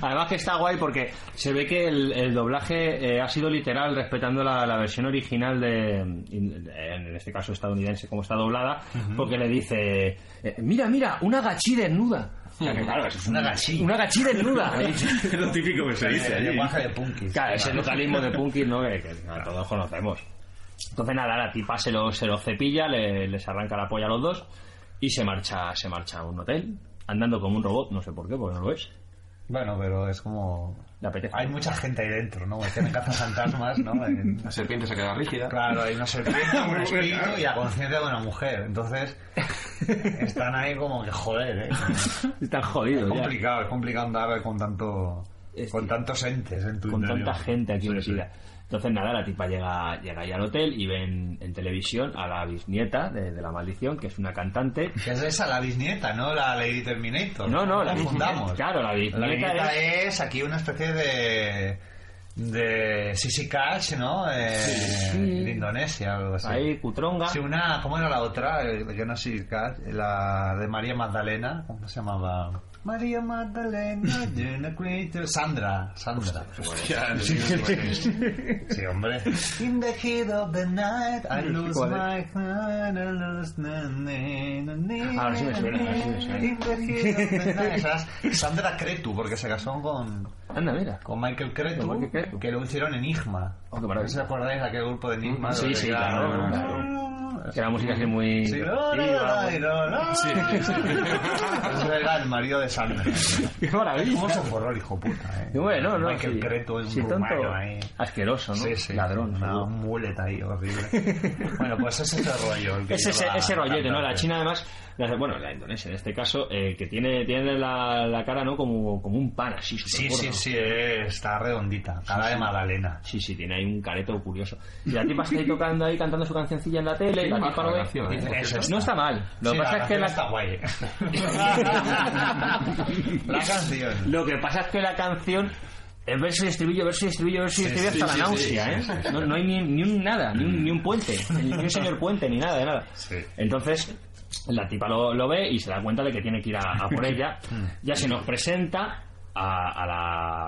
Speaker 9: Además que está guay porque se ve que el, el doblaje eh, ha sido literal respetando la, la versión original de, in- en este caso estadounidense, como está doblada, porque le dice, eh, mira, mira, una gachí desnuda. O sea, que claro, eso es una gachí. Una gachí desnuda. le dice.
Speaker 2: Es lo típico que se dice.
Speaker 10: El
Speaker 2: allí.
Speaker 10: lenguaje de punkis.
Speaker 9: Claro, ese localismo de Punky, ¿no? Que, que a todos conocemos. Entonces nada, la tipa se los, se los cepilla, le- les arranca la polla a los dos y se marcha, se marcha a un hotel, andando como un robot, no sé por qué, porque no lo es.
Speaker 10: Bueno, pero es como.
Speaker 9: Le apetece.
Speaker 10: Hay mucha gente ahí dentro, ¿no? Es que me cazan fantasmas, ¿no? En-
Speaker 7: La serpiente se queda rígida.
Speaker 10: Claro, hay una serpiente, un espíritu y la conciencia de una mujer. Entonces, están ahí como que joder, ¿eh?
Speaker 9: Están
Speaker 10: Es
Speaker 9: jodidos ya.
Speaker 10: complicado, es complicado andar con tanto
Speaker 9: Es
Speaker 10: con
Speaker 9: cierto.
Speaker 10: tantos entes en tu
Speaker 9: con
Speaker 10: interior.
Speaker 9: tanta gente aquí
Speaker 10: Sí, sí.
Speaker 9: metida. Entonces, nada, la tipa llega, llega ahí al hotel y ven en televisión a la bisnieta de, de la maldición, que es una cantante.
Speaker 10: Que es esa, la bisnieta, ¿no? La Lady Terminator.
Speaker 9: No, no, la
Speaker 10: fundamos.
Speaker 9: bisnieta. Claro, la bisnieta,
Speaker 10: La bisnieta
Speaker 9: es.
Speaker 10: es... aquí una especie de de Sisi Cash, ¿no? Eh,
Speaker 9: sí.
Speaker 10: De Indonesia, algo así.
Speaker 9: Ahí, cutronga.
Speaker 10: Sí, una, ¿cómo era la otra? Eh, Yo no sé, Kat, la de María Magdalena, ¿cómo se llamaba? María Magdalena, de una creator- eh, Sandra, Sandra. Sí, hombre. In the heat of the night, I lose
Speaker 9: ¿Cuál es?
Speaker 10: my hand, I lose na, na, na, na,
Speaker 9: Ah, Ahora sí me suena, ahora sí me suena.
Speaker 10: In the heat of the night. Esa es Sandra Cretu, porque se casó con,
Speaker 9: Anda, mira.
Speaker 10: con Michael Cretu,
Speaker 9: Con Michael Cretu.
Speaker 10: que lo hicieron Enigma.
Speaker 9: Oh, qué maravilla.
Speaker 10: ¿Os acordáis de aquel grupo de Enigma?
Speaker 9: Sí,
Speaker 10: Lo
Speaker 9: sí,
Speaker 10: que era-
Speaker 9: claro, Que la música así muy.
Speaker 10: Sí, no, no,
Speaker 9: Sí,
Speaker 10: no,
Speaker 9: vamos.
Speaker 10: no, no. Ese era el marido de Sandra.
Speaker 9: ¡Qué maravilla!
Speaker 10: Somos un horror, hijo puta, eh.
Speaker 9: Y bueno, no, no,
Speaker 10: Michael
Speaker 9: sí.
Speaker 10: Cretu es
Speaker 9: Sí,
Speaker 10: un
Speaker 9: tonto.
Speaker 10: rumano ahí.
Speaker 9: Asqueroso, ¿no?
Speaker 10: Sí, sí.
Speaker 9: Ladrón.
Speaker 10: Una-
Speaker 9: seguro.
Speaker 10: un mullet ahí horrible. bueno, pues es ese rollo. el que
Speaker 9: Es ese,
Speaker 10: lleva
Speaker 9: ese rollete, ¿no? La
Speaker 10: cantante.
Speaker 9: China, además, la- bueno, la Indonesia en este caso, eh, que tiene, tiene la, la cara, ¿no? Como, como un pan así,
Speaker 10: Sí,
Speaker 9: supergordo.
Speaker 10: sí, sí, eh, está redondita. Cara de Magdalena.
Speaker 9: Sí, sí, tiene ahí un careto curioso. Y la tipa está ahí tocando ahí, cantando su cancioncilla en la tele, y la
Speaker 7: baja
Speaker 9: tipa
Speaker 7: la
Speaker 9: lo ve.
Speaker 7: canción, ¿eh?
Speaker 9: Dice,
Speaker 10: Eso
Speaker 9: No está mal. Lo
Speaker 10: Sí,
Speaker 9: que pasa es que
Speaker 10: canción
Speaker 9: la...
Speaker 10: está guay. eh. la canción.
Speaker 9: Lo que pasa es que la canción es verso y estribillo, verso y estribillo, verso y estribillo
Speaker 7: sí,
Speaker 9: hasta la
Speaker 7: sí, sí,
Speaker 9: náusea,
Speaker 7: sí,
Speaker 9: ¿eh? No, no hay ni, ni un nada, ni un, ni un puente, ni un señor puente, ni nada de nada.
Speaker 10: Sí.
Speaker 9: Entonces, la tipa lo, lo ve y se da cuenta de que tiene que ir a, a por ella. Ya se nos presenta a, a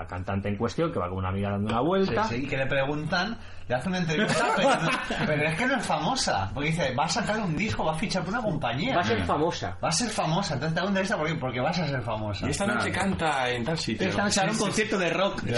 Speaker 9: la cantante en cuestión, que va con una amiga dando una vuelta.
Speaker 10: Sí, sí, que le preguntan, le hacen una entrevista, pero, no- pero es que no es famosa. Porque dice, va a sacar un disco, va a fichar por una compañía.
Speaker 9: Va a ser famosa.
Speaker 10: Va a ser famosa, entonces te hago una entrevista porque, porque vas a ser famosa.
Speaker 7: Y esta noche canta en tal sitio.
Speaker 9: un concierto de rock.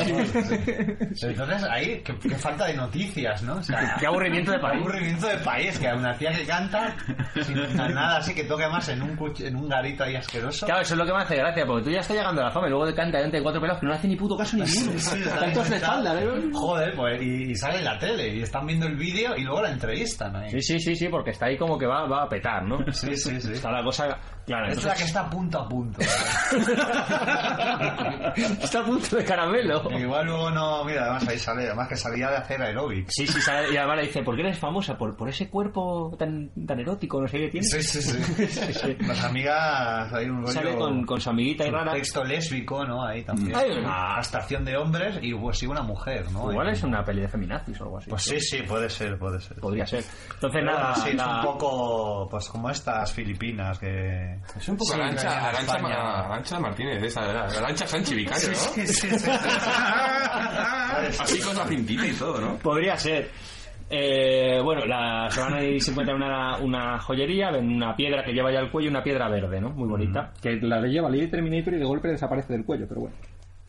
Speaker 10: Entonces ahí, qué, qué falta de noticias, ¿no? O sea,
Speaker 9: Qué aburrimiento de
Speaker 10: Hay
Speaker 9: país.
Speaker 10: un rendimiento de país, que hay una tía que canta sin nada así, que toque más en un, cuch- en un garito ahí asqueroso.
Speaker 9: Claro, eso es lo que me hace gracia, porque tú ya estás llegando a la fama y luego te canta delante de cuatro pelados que no le hace ni puto caso ninguno.
Speaker 10: Sí, está
Speaker 9: Están todos de
Speaker 10: sentado.
Speaker 9: espalda, ¿eh?
Speaker 10: Joder, pues y, y sale en la tele y están viendo el vídeo y luego la entrevistan ahí.
Speaker 9: Sí, sí, sí, sí, porque está ahí como que va, va a petar, ¿no?
Speaker 10: sí, sí. sí.
Speaker 9: Está la cosa Claro,
Speaker 10: es
Speaker 9: entonces-
Speaker 10: la que está punto a punto.
Speaker 9: Está a punto de caramelo.
Speaker 10: E Igual luego no, mira, además ahí sale, además que salía de hacer aeróbic.
Speaker 9: Sí, sí, sale- y además le dice, ¿por qué eres famosa? Por, por ese cuerpo tan, tan erótico, no sé qué tienes.
Speaker 10: Sí, sí, sí.
Speaker 9: sí.
Speaker 10: Las amigas, hay un rollo...
Speaker 9: Sale con, con su amiguita y rara.
Speaker 10: texto lésbico, ¿no? Ahí también.
Speaker 9: Ay,
Speaker 10: una estación de hombres y pues sí una mujer, ¿no?
Speaker 9: Igual
Speaker 10: Ahí.
Speaker 9: es una peli de feminazis o algo así.
Speaker 10: Pues sí, sí, puede ser, puede ser.
Speaker 9: Podría ser. Entonces
Speaker 10: Pero
Speaker 9: nada,
Speaker 10: sí,
Speaker 9: la-
Speaker 10: es un poco pues como estas filipinas que
Speaker 7: Es un poco
Speaker 10: Sí, que hay
Speaker 7: Arancha,
Speaker 10: en
Speaker 7: Arancha,
Speaker 10: España.
Speaker 7: Ma- Arancha Martínez, esa, Arancha Sánchez Vicario, ¿no?
Speaker 10: Sí, sí, sí, sí.
Speaker 7: Así con la cintita y todo, ¿no?
Speaker 9: Podría ser. Eh, bueno, la, se van a ir, se encuentran una, una joyería, ven una piedra que lleva ya el cuello, una piedra verde, ¿no? Muy bonita. Que la lleva Lady Terminator y de golpe desaparece del cuello, pero bueno.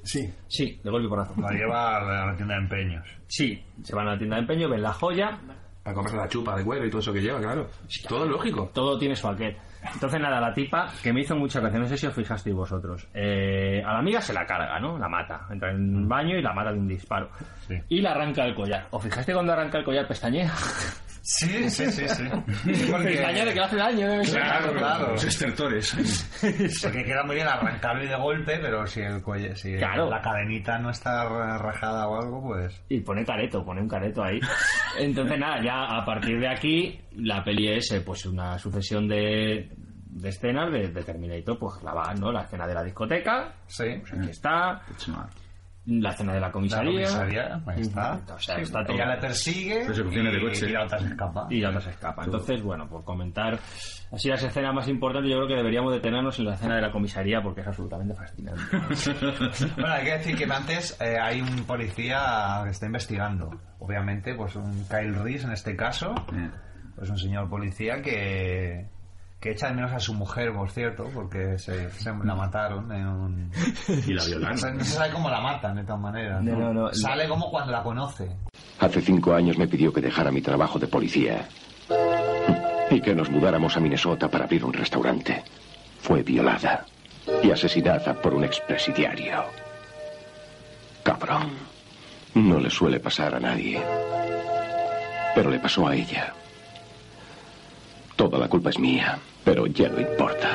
Speaker 11: Sí.
Speaker 9: Sí, de golpe por
Speaker 10: La lleva a la tienda de empeños.
Speaker 9: Sí, se van a la tienda de empeño, ven la joya,
Speaker 7: A comprarse la chupa de cuero y todo eso que lleva, claro. Todo lógico.
Speaker 9: todo tiene su aquel. Entonces, nada, la tipa, que me hizo mucha gracia, no sé si os fijasteis vosotros. eh, a la amiga se la carga, ¿no? La mata. Entra en un baño y la mata de un disparo.
Speaker 10: Sí.
Speaker 9: Y la arranca el collar. ¿Os fijaste cuando arranca el collar pestañea?
Speaker 10: Sí, sí, sí, sí.
Speaker 9: Pestañea de que le hace daño, ¿eh?
Speaker 10: Claro, claro.
Speaker 2: Los estertores.
Speaker 10: Porque queda muy bien arrancarlo y de golpe, pero si el cuello, si
Speaker 9: Claro.
Speaker 10: la cadenita no está ra- rajada o algo, pues.
Speaker 9: Y pone careto, pone un careto ahí. Entonces, nada, ya a partir de aquí, la peli es eh, pues una sucesión de, de escenas de, de Terminator, pues la van, ¿no? La escena de la discoteca,
Speaker 10: Sí.
Speaker 9: pues aquí está, la escena de la
Speaker 10: Mm. La
Speaker 9: comisaría,
Speaker 10: comisaría, ahí está.
Speaker 9: O sea, está todo.
Speaker 10: Ella la persigue
Speaker 2: Persecuciones de
Speaker 10: y,
Speaker 2: coche.
Speaker 10: y la otra se escapa.
Speaker 9: y ya no se escapa. Entonces, bueno, por comentar así las escenas más importantes, yo creo que deberíamos detenernos en la escena de la comisaría porque es absolutamente fascinante.
Speaker 10: Bueno, hay que decir que antes eh, hay un policía que está investigando. Obviamente, pues un Kyle Reese en este caso. Pues un señor policía que, que echa de menos a su mujer, por cierto, porque se, se la mataron en un...
Speaker 2: Y la
Speaker 10: O sea,
Speaker 2: violaron.
Speaker 10: no se sabe cómo la matan, de todas maneras. ¿no?
Speaker 9: No, no, no.
Speaker 10: Sale como cuando la conoce.
Speaker 3: Hace cinco años me pidió que dejara mi trabajo de policía y que nos mudáramos a Minnesota para abrir un restaurante. Fue violada y asesinada por un expresidiario. Cabrón. No le suele pasar a nadie. Pero le pasó a ella. Toda la culpa es mía, pero ya no importa.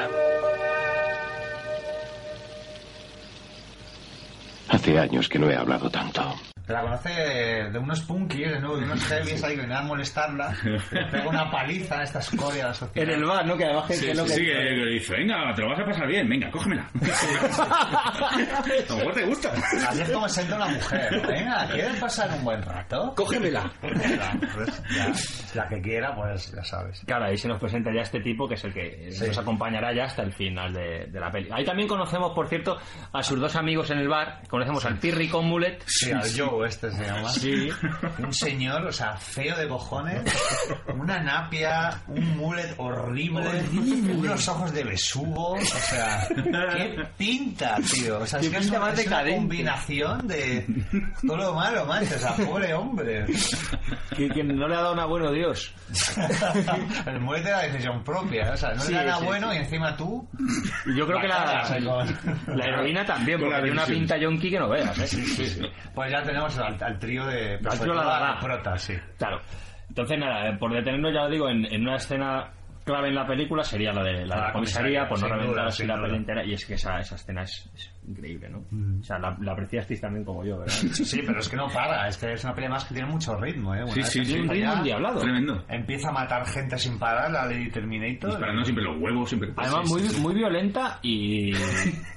Speaker 3: Hace años que no he hablado tanto.
Speaker 10: La conoce de unos punkies, ¿no? de unos heavies ahí que vienen a molestarla. Le pega una paliza a esta escoria de la sociedad.
Speaker 9: en el bar, ¿no? Que además que- que es lo que
Speaker 2: Sí, que que le dice, venga, te lo vas a pasar bien, venga, cógemela. A lo mejor te gusta.
Speaker 10: Así es como se entra una mujer. Venga, ¿quieres pasar un buen rato?
Speaker 8: Cógemela.
Speaker 10: Ya, pues, ya. la que quiera, pues ya sabes.
Speaker 9: Claro, ahí se nos presenta ya este tipo que es el que nos acompañará ya hasta el final de, de la peli. Ahí también conocemos, por cierto, a sus dos amigos en el bar. Conocemos al Pirri con Mulet.
Speaker 10: Sí, al Joe este se llama.
Speaker 9: Sí.
Speaker 10: Un señor, o sea, feo de cojones, una napia, un mullet horrible, unos ojos de besugo, o sea, qué pinta, tío. O sea, es
Speaker 9: Qué
Speaker 10: que es
Speaker 9: pinta
Speaker 10: una,
Speaker 9: más
Speaker 10: es una
Speaker 9: decadente.
Speaker 10: combinación de todo lo malo, macho, o sea, pobre hombre.
Speaker 9: Que, que no le ha dado una bueno Dios.
Speaker 10: El mullet era decisión propia, o sea, no
Speaker 9: Sí,
Speaker 10: era nada
Speaker 9: sí,
Speaker 10: bueno y encima tú
Speaker 9: Y Yo creo que la, la heroína también,
Speaker 2: Con
Speaker 9: porque
Speaker 2: la
Speaker 9: tiene una
Speaker 2: división.
Speaker 9: pinta yonki que no veas, ¿eh?
Speaker 10: Pues ya tenemos al, al trío de... pues,
Speaker 9: Al trío la Dada.
Speaker 10: prota, sí.
Speaker 9: Claro. Entonces, nada, eh, por detenernos, ya lo digo, en, en una escena clave en la película sería la de la, de
Speaker 10: Ah,
Speaker 9: la comisaría,
Speaker 10: comisaría,
Speaker 9: por no
Speaker 10: sin
Speaker 9: reventar
Speaker 10: duda,
Speaker 9: así
Speaker 10: sin
Speaker 9: la
Speaker 10: duda. Mm.
Speaker 9: peli entera. Y es que esa, esa escena es, es increíble, ¿no? O sea, la, la apreciasteis también como yo, ¿verdad?
Speaker 10: Sí, pero es que no para, es que es una pelea más que tiene mucho ritmo, ¿eh? Una
Speaker 2: Sí,
Speaker 10: vez
Speaker 2: sí,
Speaker 10: que
Speaker 2: sí.
Speaker 10: empieza
Speaker 9: Ritmo
Speaker 10: ya,
Speaker 9: endiablado.
Speaker 2: Tremendo.
Speaker 10: Empieza a matar gente sin parar, la Lady Terminator.
Speaker 2: Disparando siempre los huevos, siempre.
Speaker 9: Además, muy, muy violenta y,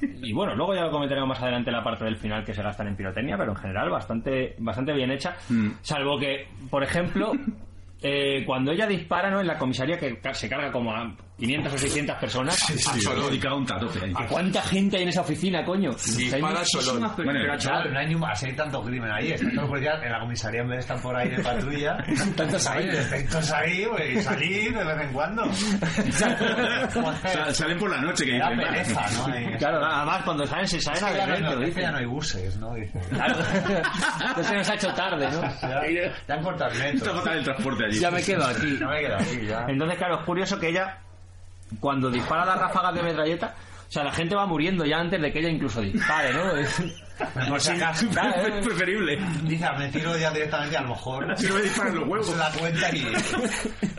Speaker 9: y bueno, luego ya lo comentaremos más adelante la parte del final que se gastan en pirotecnia, pero en general bastante, bastante bien hecha.
Speaker 2: Mm.
Speaker 9: Salvo que, por ejemplo, eh, cuando ella dispara ¿no? en la comisaría que ca- se carga como a 500 o 600 personas,
Speaker 2: Sí, Solo un tatote.
Speaker 9: ¿a cuánta gente hay en esa oficina, coño?
Speaker 7: Dispara solo.
Speaker 2: Bueno,
Speaker 10: Pero chaval, no hay, ni, así hay tanto crimen ahí. Están todos los policías en la comisaría en vez de estar por ahí de patrulla.
Speaker 9: Tantos ahí.
Speaker 10: Tantos ahí, güey, y salir de vez en cuando.
Speaker 2: Sa-
Speaker 10: Joder,
Speaker 2: Salen por la noche que
Speaker 10: da
Speaker 2: dicen,
Speaker 10: pereza,
Speaker 2: "Venga".
Speaker 10: ¿no? Ahí.
Speaker 9: Claro, nada más cuando salen se salen
Speaker 10: Es que
Speaker 9: a
Speaker 10: ya no,
Speaker 9: beber, te
Speaker 10: no,
Speaker 9: lo
Speaker 10: dice, ya
Speaker 9: dicen.
Speaker 10: no hay buses, ¿no? Dice.
Speaker 9: Claro. No se nos ha hecho tarde, ¿no?
Speaker 10: Ya, ya han cortado el
Speaker 2: Está
Speaker 10: metro.
Speaker 2: fatal el transporte allí.
Speaker 9: Ya me quedo aquí.
Speaker 10: No me queda aquí ya.
Speaker 9: Entonces, claro, es curioso que ella, cuando dispara las ráfagas de metralleta, o sea, la gente va muriendo ya antes de que ella incluso dispare, ¿no?
Speaker 10: Por si acaso,
Speaker 9: eh.
Speaker 2: Es preferible.
Speaker 10: Dice, "Ah, me tiro ya directamente, a lo mejor.
Speaker 2: Si no me disparan los huevos.
Speaker 10: Se da cuenta y.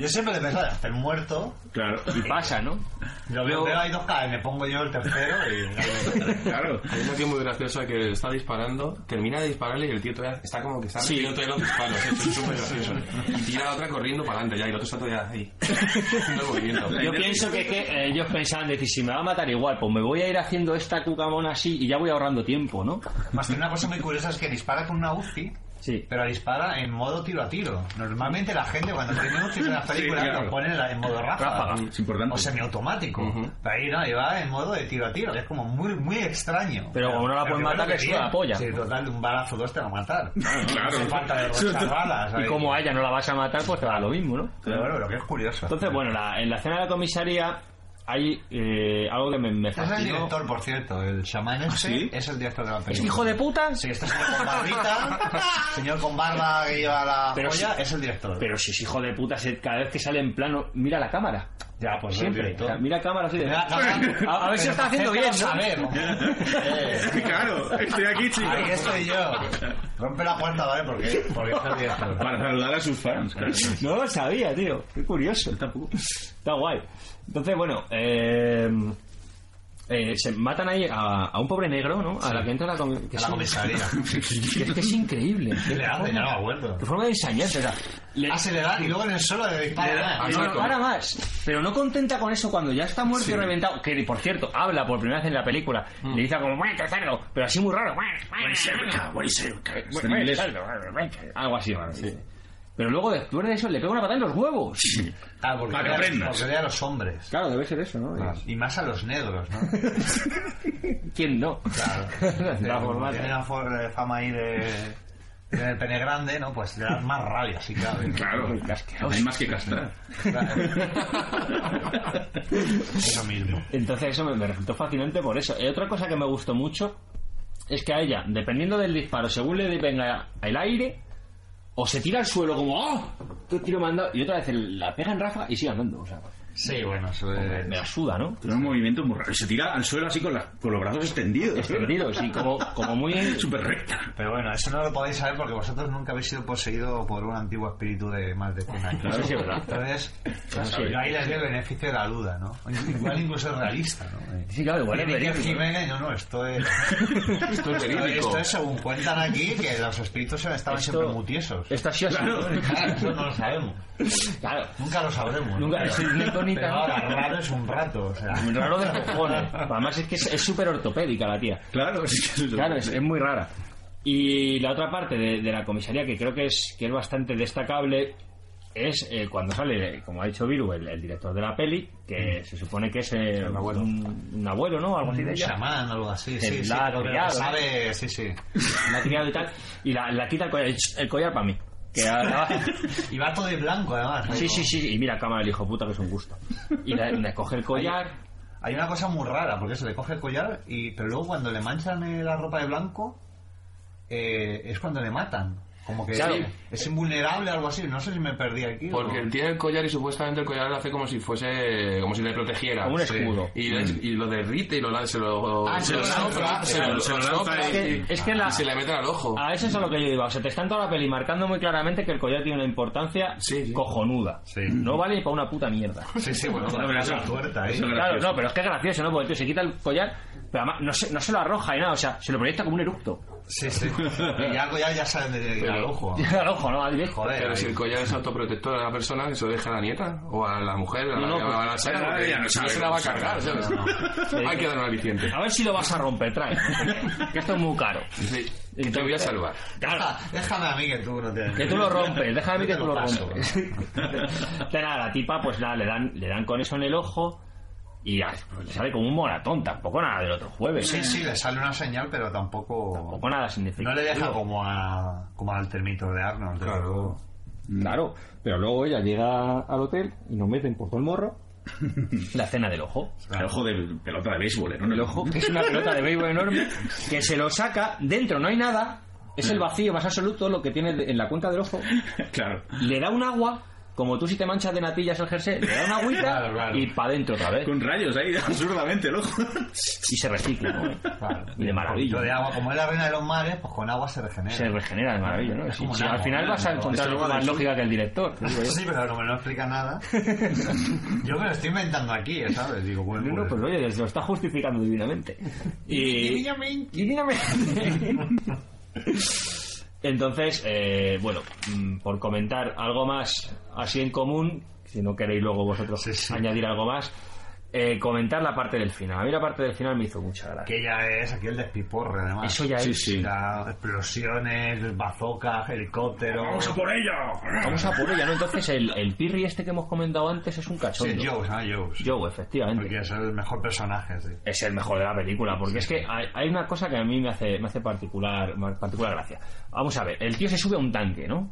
Speaker 10: Yo siempre le pensaba, hasta el muerto.
Speaker 2: Claro.
Speaker 9: Y pasa, ¿no?
Speaker 10: Lo veo, veo, hay dos caras, me pongo yo el tercero y.
Speaker 2: Claro.
Speaker 7: Hay una que es muy graciosa que está disparando, termina de dispararle y el tío todavía está como que está
Speaker 9: Sí.
Speaker 7: recibiendo todavía los disparos. Eso es súper gracioso. Y tira la otra corriendo para adelante ya y el otro está todavía ahí. Haciendo el movimiento.
Speaker 9: Yo pienso que, es que eh, ellos pensaban, decir, si me va a matar igual, pues me voy a ir haciendo esta cucamona así y ya voy ahorrando tiempo, ¿no?
Speaker 10: Más que una cosa muy curiosa es que dispara con una UCI.
Speaker 9: Sí.
Speaker 10: Pero dispara en modo tiro a tiro. Normalmente la gente cuando tiene un tiro en las películas
Speaker 2: Sí, claro.
Speaker 10: lo pone en la- en modo ráfaga.
Speaker 2: Ráfaga, Ah, es importante.
Speaker 10: O semiautomático. Pero ahí no, ahí va en modo de tiro a tiro, que es como muy, muy extraño.
Speaker 9: Pero como no la pueden
Speaker 10: que
Speaker 9: matar,
Speaker 10: bueno
Speaker 9: que suda
Speaker 10: bien.
Speaker 9: la polla.
Speaker 10: Sí, total, de un balazo dos te va a matar.
Speaker 2: Ah, claro.
Speaker 10: No hace falta derrochar balas.
Speaker 9: Y
Speaker 10: ahí.
Speaker 9: como a ella no la vas a matar, pues te da lo mismo, ¿no?
Speaker 10: Pero bueno, lo que es curioso.
Speaker 9: Entonces, bueno, la- en la escena de la comisaría hay eh, algo que me, me
Speaker 10: Este es el
Speaker 9: fascinó.
Speaker 10: director, por cierto. El chamán ese
Speaker 2: ¿Ah, ¿Sí?
Speaker 10: es el director de la película.
Speaker 9: ¿Es hijo de puta?
Speaker 10: Sí, este señor con barbita, señor con barba que lleva la
Speaker 9: Pero
Speaker 10: polla,
Speaker 9: sí.
Speaker 10: es el director.
Speaker 9: Pero si es hijo de puta, si cada vez que sale en plano, mira la cámara.
Speaker 10: ya, pues el
Speaker 9: Siempre.
Speaker 10: director.
Speaker 9: O sea, mira cámara así de...
Speaker 10: Mira, cámara.
Speaker 9: A, a ver si lo está haciendo bien,
Speaker 10: Pero
Speaker 9: ¿sabes?
Speaker 10: acércalo a saber, hombre. Eh,
Speaker 2: Claro, estoy aquí, chico.
Speaker 10: Ahí estoy yo. Rompe la puerta, ¿vale? Porque, porque es el director.
Speaker 2: Para saludar a sus fans, claro.
Speaker 9: No lo sabía, tío. Qué curioso. Tampoco. Está guay. Entonces, bueno, eh, eh, se matan ahí a, a un pobre negro, ¿no? A la que entra a la, comi- que
Speaker 10: A
Speaker 9: es
Speaker 10: la
Speaker 9: un-
Speaker 10: comisaría.
Speaker 9: que es que es increíble.
Speaker 10: ¿Qué le hace? Ya no me acuerdo.
Speaker 9: Qué forma de ensañarse. O sea, le-
Speaker 10: Ah, se le da y luego en el suelo le
Speaker 9: le da-
Speaker 10: dispara. Ah,
Speaker 9: Ah, no, no, ahora más. Pero no contenta con eso cuando ya está muerto y reventado. Que, por cierto, habla por primera vez en la película. Le dice como, muerto cerdo, pero así muy raro. Muy cerca, muy cerca.
Speaker 2: Está en inglés.
Speaker 9: Algo así, bueno, sí. Pero luego, después de eso, le pega una patada en los huevos.
Speaker 10: Ah, porque,
Speaker 2: Para que
Speaker 10: le-
Speaker 2: aprendas.
Speaker 10: porque le da a los hombres.
Speaker 9: Claro, debe ser eso, ¿no?
Speaker 10: Y más a los negros, ¿no?
Speaker 9: ¿Quién no?
Speaker 10: Claro.
Speaker 9: La formata.
Speaker 10: Tiene una for- eh, fama ahí de... Tiene el pene grande, ¿no? Pues le da más rabia, sí, claro.
Speaker 2: Claro. No hay más que castrar.
Speaker 10: Eso mismo.
Speaker 9: Entonces eso me, me resultó fascinante por eso. Y otra cosa que me gustó mucho es que a ella, dependiendo del disparo, según le venga el aire, o se tira al suelo como ¡ah! ¡Qué tiro me han dado! Y otra vez la pega en rafa y sigue andando. O sea,
Speaker 10: Sí, bueno, eso es...
Speaker 9: me la suda, ¿no?
Speaker 2: Tiene un movimiento muy raro. Se tira al suelo así con, la- con los brazos extendidos.
Speaker 9: Extendido, sí, como, como muy...
Speaker 2: Súper recta.
Speaker 10: Pero bueno, eso no lo podéis saber porque vosotros nunca habéis sido poseído por un antiguo espíritu de más de 100 años.
Speaker 9: Eso sí es verdad.
Speaker 10: Entonces,
Speaker 9: sí.
Speaker 10: yo ahí les doy el beneficio de la duda, ¿no? Igual incluso es realista, ¿no? Eh,
Speaker 9: Sí, claro, igual es
Speaker 10: Iker
Speaker 9: verídico.
Speaker 10: Jiménez, no, no, esto es...
Speaker 7: Esto es
Speaker 10: Esto,
Speaker 7: verídico.
Speaker 10: esto es según cuentan aquí, que los espíritus estaban
Speaker 9: Esto-
Speaker 10: siempre mutiesos.
Speaker 9: Esto ha sido así.
Speaker 10: Claro, eso no lo sabemos.
Speaker 9: Claro.
Speaker 10: Nunca lo sabremos.
Speaker 9: Nunca,
Speaker 10: Pero-
Speaker 9: es una incógnita.
Speaker 10: Pero ahora, raro es un rato, o sea...
Speaker 9: Raro de cojones. Además es que es es súper ortopédica la tía.
Speaker 2: Claro, sí que eso-
Speaker 9: Claro, es, es muy rara. Y la otra parte de, de la comisaría que creo que es, que es bastante destacable es eh, cuando sale, eh, como ha dicho Viru, el, el director de la peli, que se supone que es eh, un,
Speaker 7: Mm. abuelo.
Speaker 9: un abuelo, ¿no? Algo así de
Speaker 10: Un
Speaker 9: ella.
Speaker 10: chamán o algo así,
Speaker 9: El
Speaker 10: sí, sí,
Speaker 9: lado
Speaker 10: pero que
Speaker 9: criado, ¿no?
Speaker 10: sabe, sí, sí.
Speaker 9: La ha criado y tal. Y la, la quita el collar. "Ch, El collar para mí. Que ahora va-
Speaker 10: Y va todo de blanco, además. ¿no?
Speaker 9: Sí, sí, sí. Y mira, cámara, el hijo puta, que es un gusto. Y la- le coge el collar.
Speaker 10: Hay una cosa muy rara, porque se le coge el collar, y, pero luego cuando le manchan eh, la ropa de blanco, eh, es cuando le matan. Como que
Speaker 9: Claro.
Speaker 10: es invulnerable o algo así. No sé si me perdí aquí.
Speaker 7: Porque
Speaker 10: o-
Speaker 7: tiene el collar y supuestamente el collar lo hace como si fuese, como si le protegiera.
Speaker 9: Como un
Speaker 7: Sí.
Speaker 9: escudo.
Speaker 7: Y, le- y lo derrite y lo lanza, se lo,
Speaker 10: Ah, se lo lanza,
Speaker 7: se
Speaker 2: se
Speaker 7: lo- se
Speaker 2: lo
Speaker 7: lo
Speaker 2: lanza
Speaker 7: sopla
Speaker 9: y-
Speaker 7: y,
Speaker 9: Es que la-
Speaker 7: y se le mete al ojo.
Speaker 9: A eso es a lo que yo iba. O sea, te están toda la peli marcando muy claramente que el collar tiene una importancia
Speaker 7: Sí, sí.
Speaker 9: cojonuda. No vale ni para una puta mierda.
Speaker 10: Sí, sí, bueno,
Speaker 2: No, pero eso-
Speaker 10: la tuerta, ¿eh?
Speaker 2: eso es
Speaker 9: Claro,
Speaker 2: gracioso.
Speaker 9: no, pero es que es gracioso, ¿no? Porque el tío se quita el collar, pero además no se, no se lo arroja y nada, o sea, se lo proyecta como un eructo.
Speaker 10: Sí, sí. Y ya, ya, ya salen de- de- al ojo.
Speaker 9: Al ojo, ¿no? Al directo.
Speaker 10: Joder.
Speaker 7: Pero
Speaker 10: ahí.
Speaker 7: si el collar es autoprotector a la persona, que se lo deja a la nieta o a la mujer, a la,
Speaker 9: No, no,
Speaker 7: a la- a la señora,
Speaker 2: pues,
Speaker 7: porque
Speaker 2: ya no sabe,
Speaker 7: se la va a
Speaker 2: no sabe,
Speaker 7: cargar, ¿sabes? Hay que dar un aliciente.
Speaker 9: A ver si lo vas a romper, trae. Que esto es muy caro.
Speaker 7: Sí,
Speaker 9: Entonces-
Speaker 7: te voy a salvar.
Speaker 9: Claro.
Speaker 10: Ah, Déjame a mí que tú no te...
Speaker 9: Que tú lo rompes, déjame a mí
Speaker 10: Yo
Speaker 9: que
Speaker 10: te
Speaker 9: tú lo
Speaker 10: paso.
Speaker 9: rompes. Entonces, nada, la tipa, pues nada, le dan, le dan con eso en el ojo y ah, pues, le sale como un moratón, tampoco nada del otro jueves. ¿eh?
Speaker 10: Sí, sí, le sale una señal, pero tampoco...
Speaker 9: Tampoco nada significa.
Speaker 10: No le deja como, a, como al termito de Arnold. desde luego.
Speaker 9: Claro, pero luego ella llega al hotel y nos meten por todo el morro la cena del ojo.
Speaker 2: El ojo de pelota de béisbol, ¿eh? ¿no?
Speaker 9: el ojo, que es una pelota de béisbol enorme, que se lo saca, dentro no hay nada, es el vacío más absoluto lo que tiene de- en la cuenca del ojo,
Speaker 2: Claro.
Speaker 9: le da un agua como tú si te manchas de natillas el jersey, le da una agüita y para adentro otra vez.
Speaker 2: Con rayos ahí, absurdamente, el ojo.
Speaker 9: Y se recicla, ¿no? Y de maravilla.
Speaker 10: Yo de agua, como es la reina de los mares, pues con agua se regenera.
Speaker 9: Se regenera de maravilla, ¿no?
Speaker 10: Es
Speaker 9: Si,
Speaker 10: como
Speaker 9: si
Speaker 10: un
Speaker 9: al
Speaker 10: agua,
Speaker 9: final
Speaker 10: ¿no?
Speaker 9: vas a
Speaker 10: Es
Speaker 9: encontrar
Speaker 10: agua
Speaker 9: más
Speaker 10: del sur.
Speaker 9: lógica que el director. te digo yo.
Speaker 10: Sí, pero no me lo explica nada. Yo me lo estoy inventando aquí, ¿sabes? Digo, bueno,
Speaker 9: No, no,
Speaker 10: pues-
Speaker 9: pero oye, se lo está justificando divinamente. Y... Divinamente. Entonces, eh, bueno, mm, por comentar algo más así en común, si no queréis luego vosotros añadir algo más, eh, comentar la parte del final. A mí la parte del final me hizo mucha gracia.
Speaker 10: Que ya es aquí el despiporre, además.
Speaker 9: Eso ya es.
Speaker 10: La- explosiones, bazocas, helicópteros.
Speaker 9: ¡Vamos a por
Speaker 10: ella!
Speaker 9: Vamos a por ella, ¿no? Entonces, el, el pirri este que hemos comentado antes es un
Speaker 10: Sí,
Speaker 9: cachondo.
Speaker 10: es Joe, ah, Joe.
Speaker 9: Joe, efectivamente.
Speaker 10: Porque es el mejor personaje, sí.
Speaker 9: es el mejor de la película, porque es que hay, hay una cosa que a mí me hace, me hace particular, particular gracia. Vamos a ver, el tío se sube a un tanque, ¿no?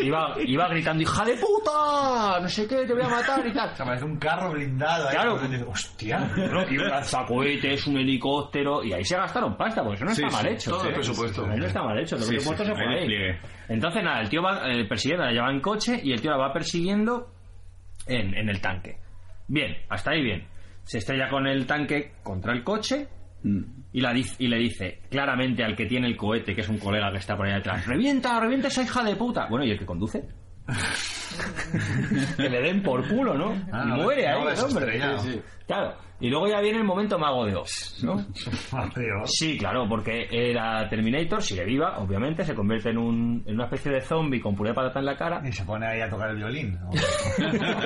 Speaker 9: Y va, y va gritando, hija de puta, no sé qué, te voy a matar y tal.
Speaker 10: O sea, parece un carro blindado. ahí,
Speaker 9: Claro.
Speaker 10: como que dices, Hostia.
Speaker 9: ¿no? Y un lanzacohetes, un helicóptero, y ahí se gastaron pasta, porque eso no
Speaker 2: Sí,
Speaker 9: está
Speaker 2: sí,
Speaker 9: mal hecho.
Speaker 7: todo
Speaker 9: ¿sí?
Speaker 7: el presupuesto.
Speaker 9: Ahí No está mal hecho, lo
Speaker 2: Sí,
Speaker 9: que
Speaker 2: sí,
Speaker 9: puesto se
Speaker 2: ahí
Speaker 9: fue ahí.
Speaker 2: despliegue.
Speaker 9: Entonces, nada, el tío va eh, persiguiendo, la lleva en coche y el tío la va persiguiendo en, en el tanque. Bien, hasta ahí bien. Se estrella con el tanque contra el coche y, la, diz- y le dice claramente al que tiene el cohete, que es un colega que está por ahí detrás, revienta, revienta esa hija de puta. Bueno, ¿y el que conduce? que le den por culo, ¿no?
Speaker 10: Ah,
Speaker 9: y
Speaker 10: no,
Speaker 9: muere
Speaker 10: no
Speaker 9: ahí,
Speaker 10: lo has
Speaker 9: el hombre.
Speaker 10: estrellado.
Speaker 9: Claro. Y luego ya viene el momento mago de Oz, ¿no?
Speaker 10: Ah, tío.
Speaker 9: Sí, claro, porque era Terminator, sigue viva, obviamente, se convierte en, un- en una especie de zombie con puré de patata en la cara.
Speaker 10: Y se pone ahí a tocar el violín. ¿no?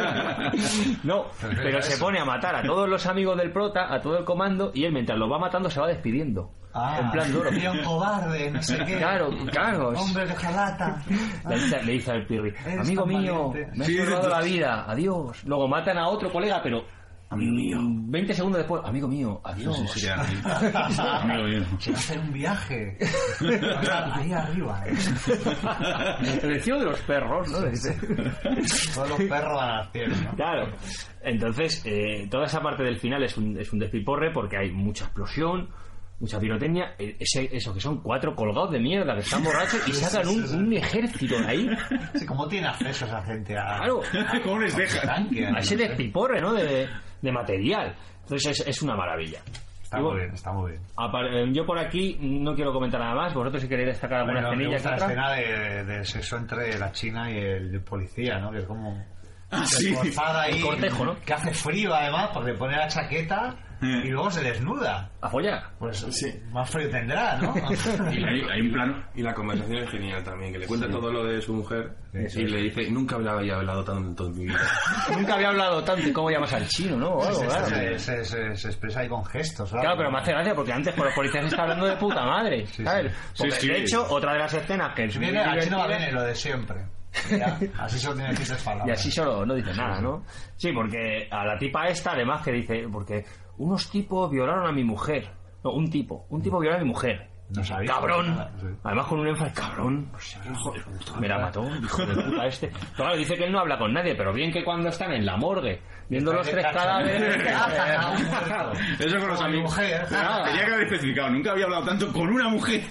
Speaker 9: No, pero se pone a matar a todos los amigos del prota, a todo el comando, y él mientras los va matando se va despidiendo.
Speaker 10: Ah,
Speaker 9: en plan duro.
Speaker 10: tío cobarde, no sé qué.
Speaker 9: Claro, claro. es-
Speaker 10: Hombre de jalata.
Speaker 9: Le dice, le dice al Pirri,
Speaker 10: Eres
Speaker 9: amigo
Speaker 10: tan
Speaker 9: mío,
Speaker 10: valiente".
Speaker 9: me has salvado la vida, adiós. Luego matan a otro colega, pero... Amigo mío. 20 segundos después, amigo mío, adiós.
Speaker 2: Sí, sí, así. Amigo mío.
Speaker 10: Se va a hacer un viaje. O sea, ahí arriba. ¿eh?
Speaker 9: El vecino de los perros, ¿no? Le dice.
Speaker 10: Todos los perros van al cielo, ¿no?
Speaker 9: Claro. Entonces, eh, toda esa parte del final es un, es un despiporre porque hay mucha explosión, mucha pirotecnia. eh, ese- eso que son cuatro colgados de mierda que están borrachos y sacan un, un ejército de ahí.
Speaker 10: Sí, ¿Cómo tiene acceso esa gente a,
Speaker 9: Claro.
Speaker 2: ¿Cómo les deja?
Speaker 10: tanque?
Speaker 9: A ese despiporre, ¿no? De, de material. Entonces, es, es una maravilla.
Speaker 10: Está
Speaker 9: Y
Speaker 10: muy
Speaker 9: bueno,
Speaker 10: bien, está muy bien.
Speaker 9: apar- eh, Yo por aquí no quiero comentar nada más. Vosotros si queréis destacar alguna
Speaker 10: Bueno,
Speaker 9: escenilla
Speaker 10: me
Speaker 9: que
Speaker 10: gusta la
Speaker 9: otra.
Speaker 10: escena de, de sexo entre la china y el policía, ¿no? Que es como...
Speaker 2: sí.
Speaker 10: forzada ahí,
Speaker 9: Ah, El cortejo, ¿no? Eh.
Speaker 10: Que hace frío además porque pone la chaqueta y luego se desnuda.
Speaker 9: A follar.
Speaker 10: Pues más frío tendrá, ¿no?
Speaker 2: Y hay, hay un plano.
Speaker 7: Y la conversación es genial también, que le cuenta todo lo de su mujer
Speaker 10: Eso
Speaker 7: y le dice, nunca había hablado tanto en mi vida.
Speaker 9: Nunca había hablado tanto y cómo llamas al chino, ¿no? O algo,
Speaker 10: se,
Speaker 9: claro.
Speaker 10: se- se- se- se expresa ahí con gestos. ¿sabes?
Speaker 9: Claro, pero me hace gracia porque antes con los policías está hablando de puta madre,
Speaker 10: Sí,
Speaker 9: ¿sabes? Porque,
Speaker 2: Sí, sí.
Speaker 9: De hecho, otra de las escenas que es muy
Speaker 10: Viene, al chino va
Speaker 9: divertida-
Speaker 10: bien lo de siempre. Ya, así solo tiene chistes palabras.
Speaker 9: y así solo no dice nada, ¿no? Sí, porque a la tipa esta, además, que dice, porque unos tipos violaron a mi mujer. No, un tipo, un tipo violó a mi mujer.
Speaker 10: No sabía.
Speaker 9: Cabrón.
Speaker 10: Nada, sí. Pues
Speaker 9: Además con un énfasis, cabrón. O sea, hijo de puta, me la mató, hijo de puta este. Claro, dice que él no habla con nadie, pero bien que cuando están en la morgue, viendo los tres cadáveres...
Speaker 10: Ah,
Speaker 2: Eso con
Speaker 10: Como
Speaker 2: los
Speaker 10: mi
Speaker 2: amigos.
Speaker 10: mujer.
Speaker 2: Ah, Tenía que haber especificado. Nunca había hablado tanto con una mujer.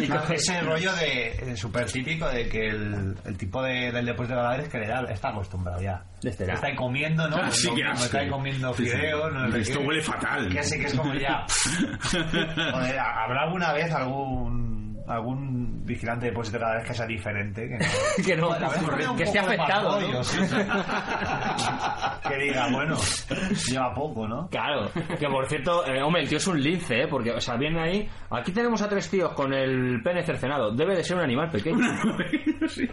Speaker 10: Y coge Ah, ese rollo de súper típico de que el, el tipo de, del depósito de cadáveres que le da está acostumbrado ya.
Speaker 9: De este lado.
Speaker 10: está ahí comiendo, ¿no?
Speaker 2: Ah, sí,
Speaker 10: Lo
Speaker 2: qué
Speaker 10: mismo,
Speaker 2: asco.
Speaker 10: está ahí comiendo
Speaker 2: Sí, sí.
Speaker 10: fideos. no sé
Speaker 2: Esto
Speaker 10: qué.
Speaker 2: huele fatal.
Speaker 10: Que así que es como ya. Joder, ¿habrá alguna vez algún algún vigilante de depósito de cadáveres que sea diferente? Que no-
Speaker 9: que no,
Speaker 10: Bueno, a ver, ponle un
Speaker 9: que esté
Speaker 10: poco de
Speaker 9: afectado. ¿no?
Speaker 10: Margolio, sí. que diga, bueno, lleva poco, ¿no?
Speaker 9: Claro, que por cierto, eh, hombre, el tío es un lince, ¿eh? Porque, o sea, viene ahí. Aquí tenemos a tres tíos con el pene cercenado. Debe de ser un animal pequeño.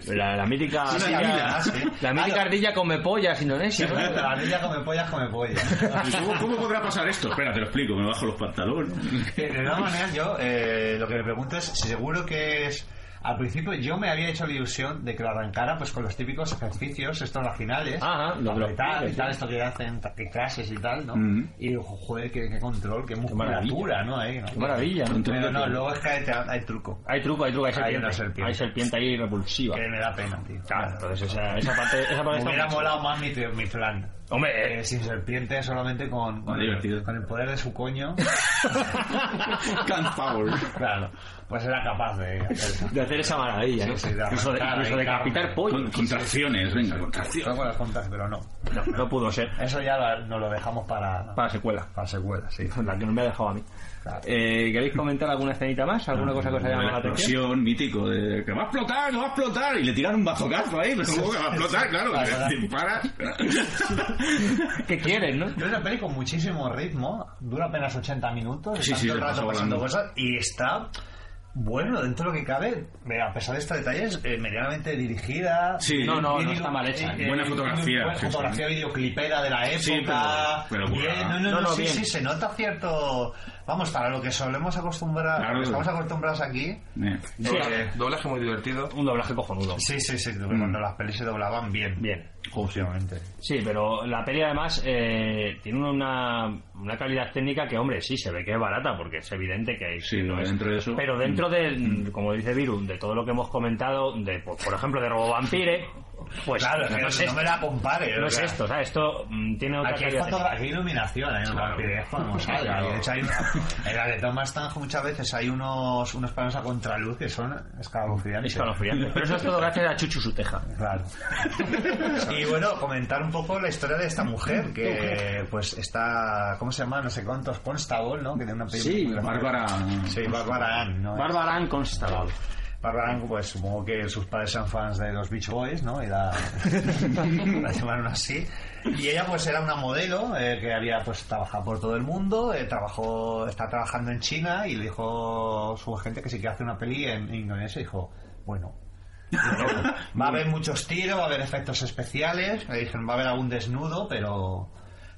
Speaker 9: La, la mítica.
Speaker 10: Sí, sí,
Speaker 9: ardilla-
Speaker 10: ardilla, sí.
Speaker 9: La mítica
Speaker 10: Ah,
Speaker 9: ardilla come pollas indonesia. ¿no?
Speaker 10: La ardilla come pollas, come pollas.
Speaker 2: ¿Cómo, cómo podrá pasar esto? Espera, te lo explico. Me bajo los pantalones.
Speaker 10: Eh, De todas maneras, yo eh, lo que me pregunto es si seguro que es... Al principio yo me había hecho la ilusión de que lo arrancara pues con los típicos ejercicios estos vaginales.
Speaker 9: Ajá, lo de Ah, los
Speaker 10: y tal,
Speaker 9: pies,
Speaker 10: y tal, esto que hacen ta- que clases y tal, ¿no? Y digo, joder, qué, qué control, qué musculatura, ¿no? Ahí, ¿no?
Speaker 9: Qué maravilla. ¿no?
Speaker 10: Pero no, luego es que hay, hay truco.
Speaker 9: Hay truco, hay truco, hay serpiente.
Speaker 10: una serpiente.
Speaker 9: Hay serpiente ahí repulsiva.
Speaker 10: Que me da pena, tío.
Speaker 9: Claro, entonces, o sea, esa parte, esa parte
Speaker 10: Me
Speaker 9: está
Speaker 10: hubiera
Speaker 9: muy
Speaker 10: molado más mi, mi plan.
Speaker 9: chula. Hombre,
Speaker 10: Eh,
Speaker 9: eh,
Speaker 10: sin serpiente, solamente con, con,
Speaker 2: Muy divertido.
Speaker 10: con el poder de su coño.
Speaker 2: Can't power.
Speaker 10: claro, pues era capaz de hacer eso.
Speaker 9: de hacer esa maravilla. ¿no?
Speaker 10: sí, de
Speaker 9: incluso de,
Speaker 10: arrancar
Speaker 9: incluso
Speaker 10: ahí
Speaker 9: decapitar
Speaker 10: carne.
Speaker 9: pollos.
Speaker 2: Contracciones, venga, contracciones.
Speaker 10: Son con las juntas, pero no.
Speaker 9: No, no pudo ser.
Speaker 10: Eso ya la- nos lo dejamos para,
Speaker 9: Para secuela.
Speaker 10: para secuelas, sí.
Speaker 9: La que no me ha dejado a mí.
Speaker 10: Claro.
Speaker 9: Eh, ¿Queréis comentar alguna escenita más? ¿Alguna cosa que os haya
Speaker 2: Lo de
Speaker 9: llamado
Speaker 2: la
Speaker 9: la atención?
Speaker 2: explosión mítico de que va a explotar, que va a explotar y le tiran un bazocazo ahí, pero luego que va a explotar, claro, que te disparas.
Speaker 9: ¿Qué quieres, no?
Speaker 10: Es una peli con muchísimo ritmo, dura apenas 80 minutos,
Speaker 2: Sí,
Speaker 10: están
Speaker 2: sí,
Speaker 10: todo el
Speaker 2: se pasa
Speaker 10: rato pasando
Speaker 2: volando.
Speaker 10: cosas y está, bueno, dentro de lo que cabe, eh, a pesar de estos detalles, eh, medianamente dirigida.
Speaker 2: Sí.
Speaker 9: No, no,
Speaker 10: bien
Speaker 9: no
Speaker 10: ilu-
Speaker 9: está mal hecha. ¿eh?
Speaker 2: Buena fotografía,
Speaker 10: buena
Speaker 2: sí,
Speaker 10: fotografía videoclipera de la época.
Speaker 2: Sí, pero- pero
Speaker 10: bien,
Speaker 2: currada.
Speaker 10: no, no,
Speaker 9: No,
Speaker 10: no,
Speaker 9: no,
Speaker 10: sí,
Speaker 9: bien.
Speaker 10: sí, se nota cierto... Vamos, para lo que solemos acostumbrar,
Speaker 2: Claro.
Speaker 10: lo que estamos acostumbrados aquí...
Speaker 2: Eh,
Speaker 10: eh,
Speaker 7: Doblaje muy divertido.
Speaker 9: Un doblaje cojonudo.
Speaker 10: Sí, sí, sí,
Speaker 2: Mm.
Speaker 10: cuando las pelis se doblaban bien.
Speaker 9: Bien.
Speaker 10: Obviamente.
Speaker 9: Sí, pero la peli además eh, tiene una, una calidad técnica que, hombre, sí, se ve que es barata, porque es evidente que
Speaker 2: Sí,
Speaker 9: que
Speaker 2: lo de
Speaker 9: es.
Speaker 2: dentro de eso.
Speaker 9: Pero dentro Mm. de, como dice Virun, de todo lo que hemos comentado, de pues, por, por ejemplo, de Robo Vampire, pues
Speaker 10: Claro, es que
Speaker 9: no, es,
Speaker 10: no me la compare.
Speaker 9: no es
Speaker 10: o sea.
Speaker 9: esto, ¿sabes? Esto mm, tiene otra
Speaker 10: Aquí hay
Speaker 9: calidad técnica.
Speaker 10: fotografía, aquí hay iluminación, ¿eh? hay una rapidez como salga.
Speaker 9: Claro.
Speaker 10: Y de hecho, hay una- en la de Thomas Tange muchas veces hay unos, unos planos a contraluz que son escalofriantes.
Speaker 9: Escalofriante. Pero eso es todo gracias a Chuchu Suteja.
Speaker 10: Claro. Y bueno, comentar un poco la historia de esta mujer que, pues, está, ¿cómo se llama? No sé cuántos, Constable, ¿no? Que tiene una
Speaker 9: Sí,
Speaker 2: Bárbara.
Speaker 10: Sí, Bárbara Ann, ¿no?
Speaker 9: Bárbara Ann Constable.
Speaker 10: Barbara Ann, pues supongo que sus padres eran fans de los Beach Boys, ¿no? Y la, la llamaron así. Y ella pues era una modelo eh, que había pues trabajado por todo el mundo, eh, trabajó, está trabajando en China y le dijo su agente que si quiere hacer una peli en, en Indonesia, dijo, bueno. Va a haber muchos tiros, va a haber efectos especiales, le dijeron va a haber algún desnudo, pero...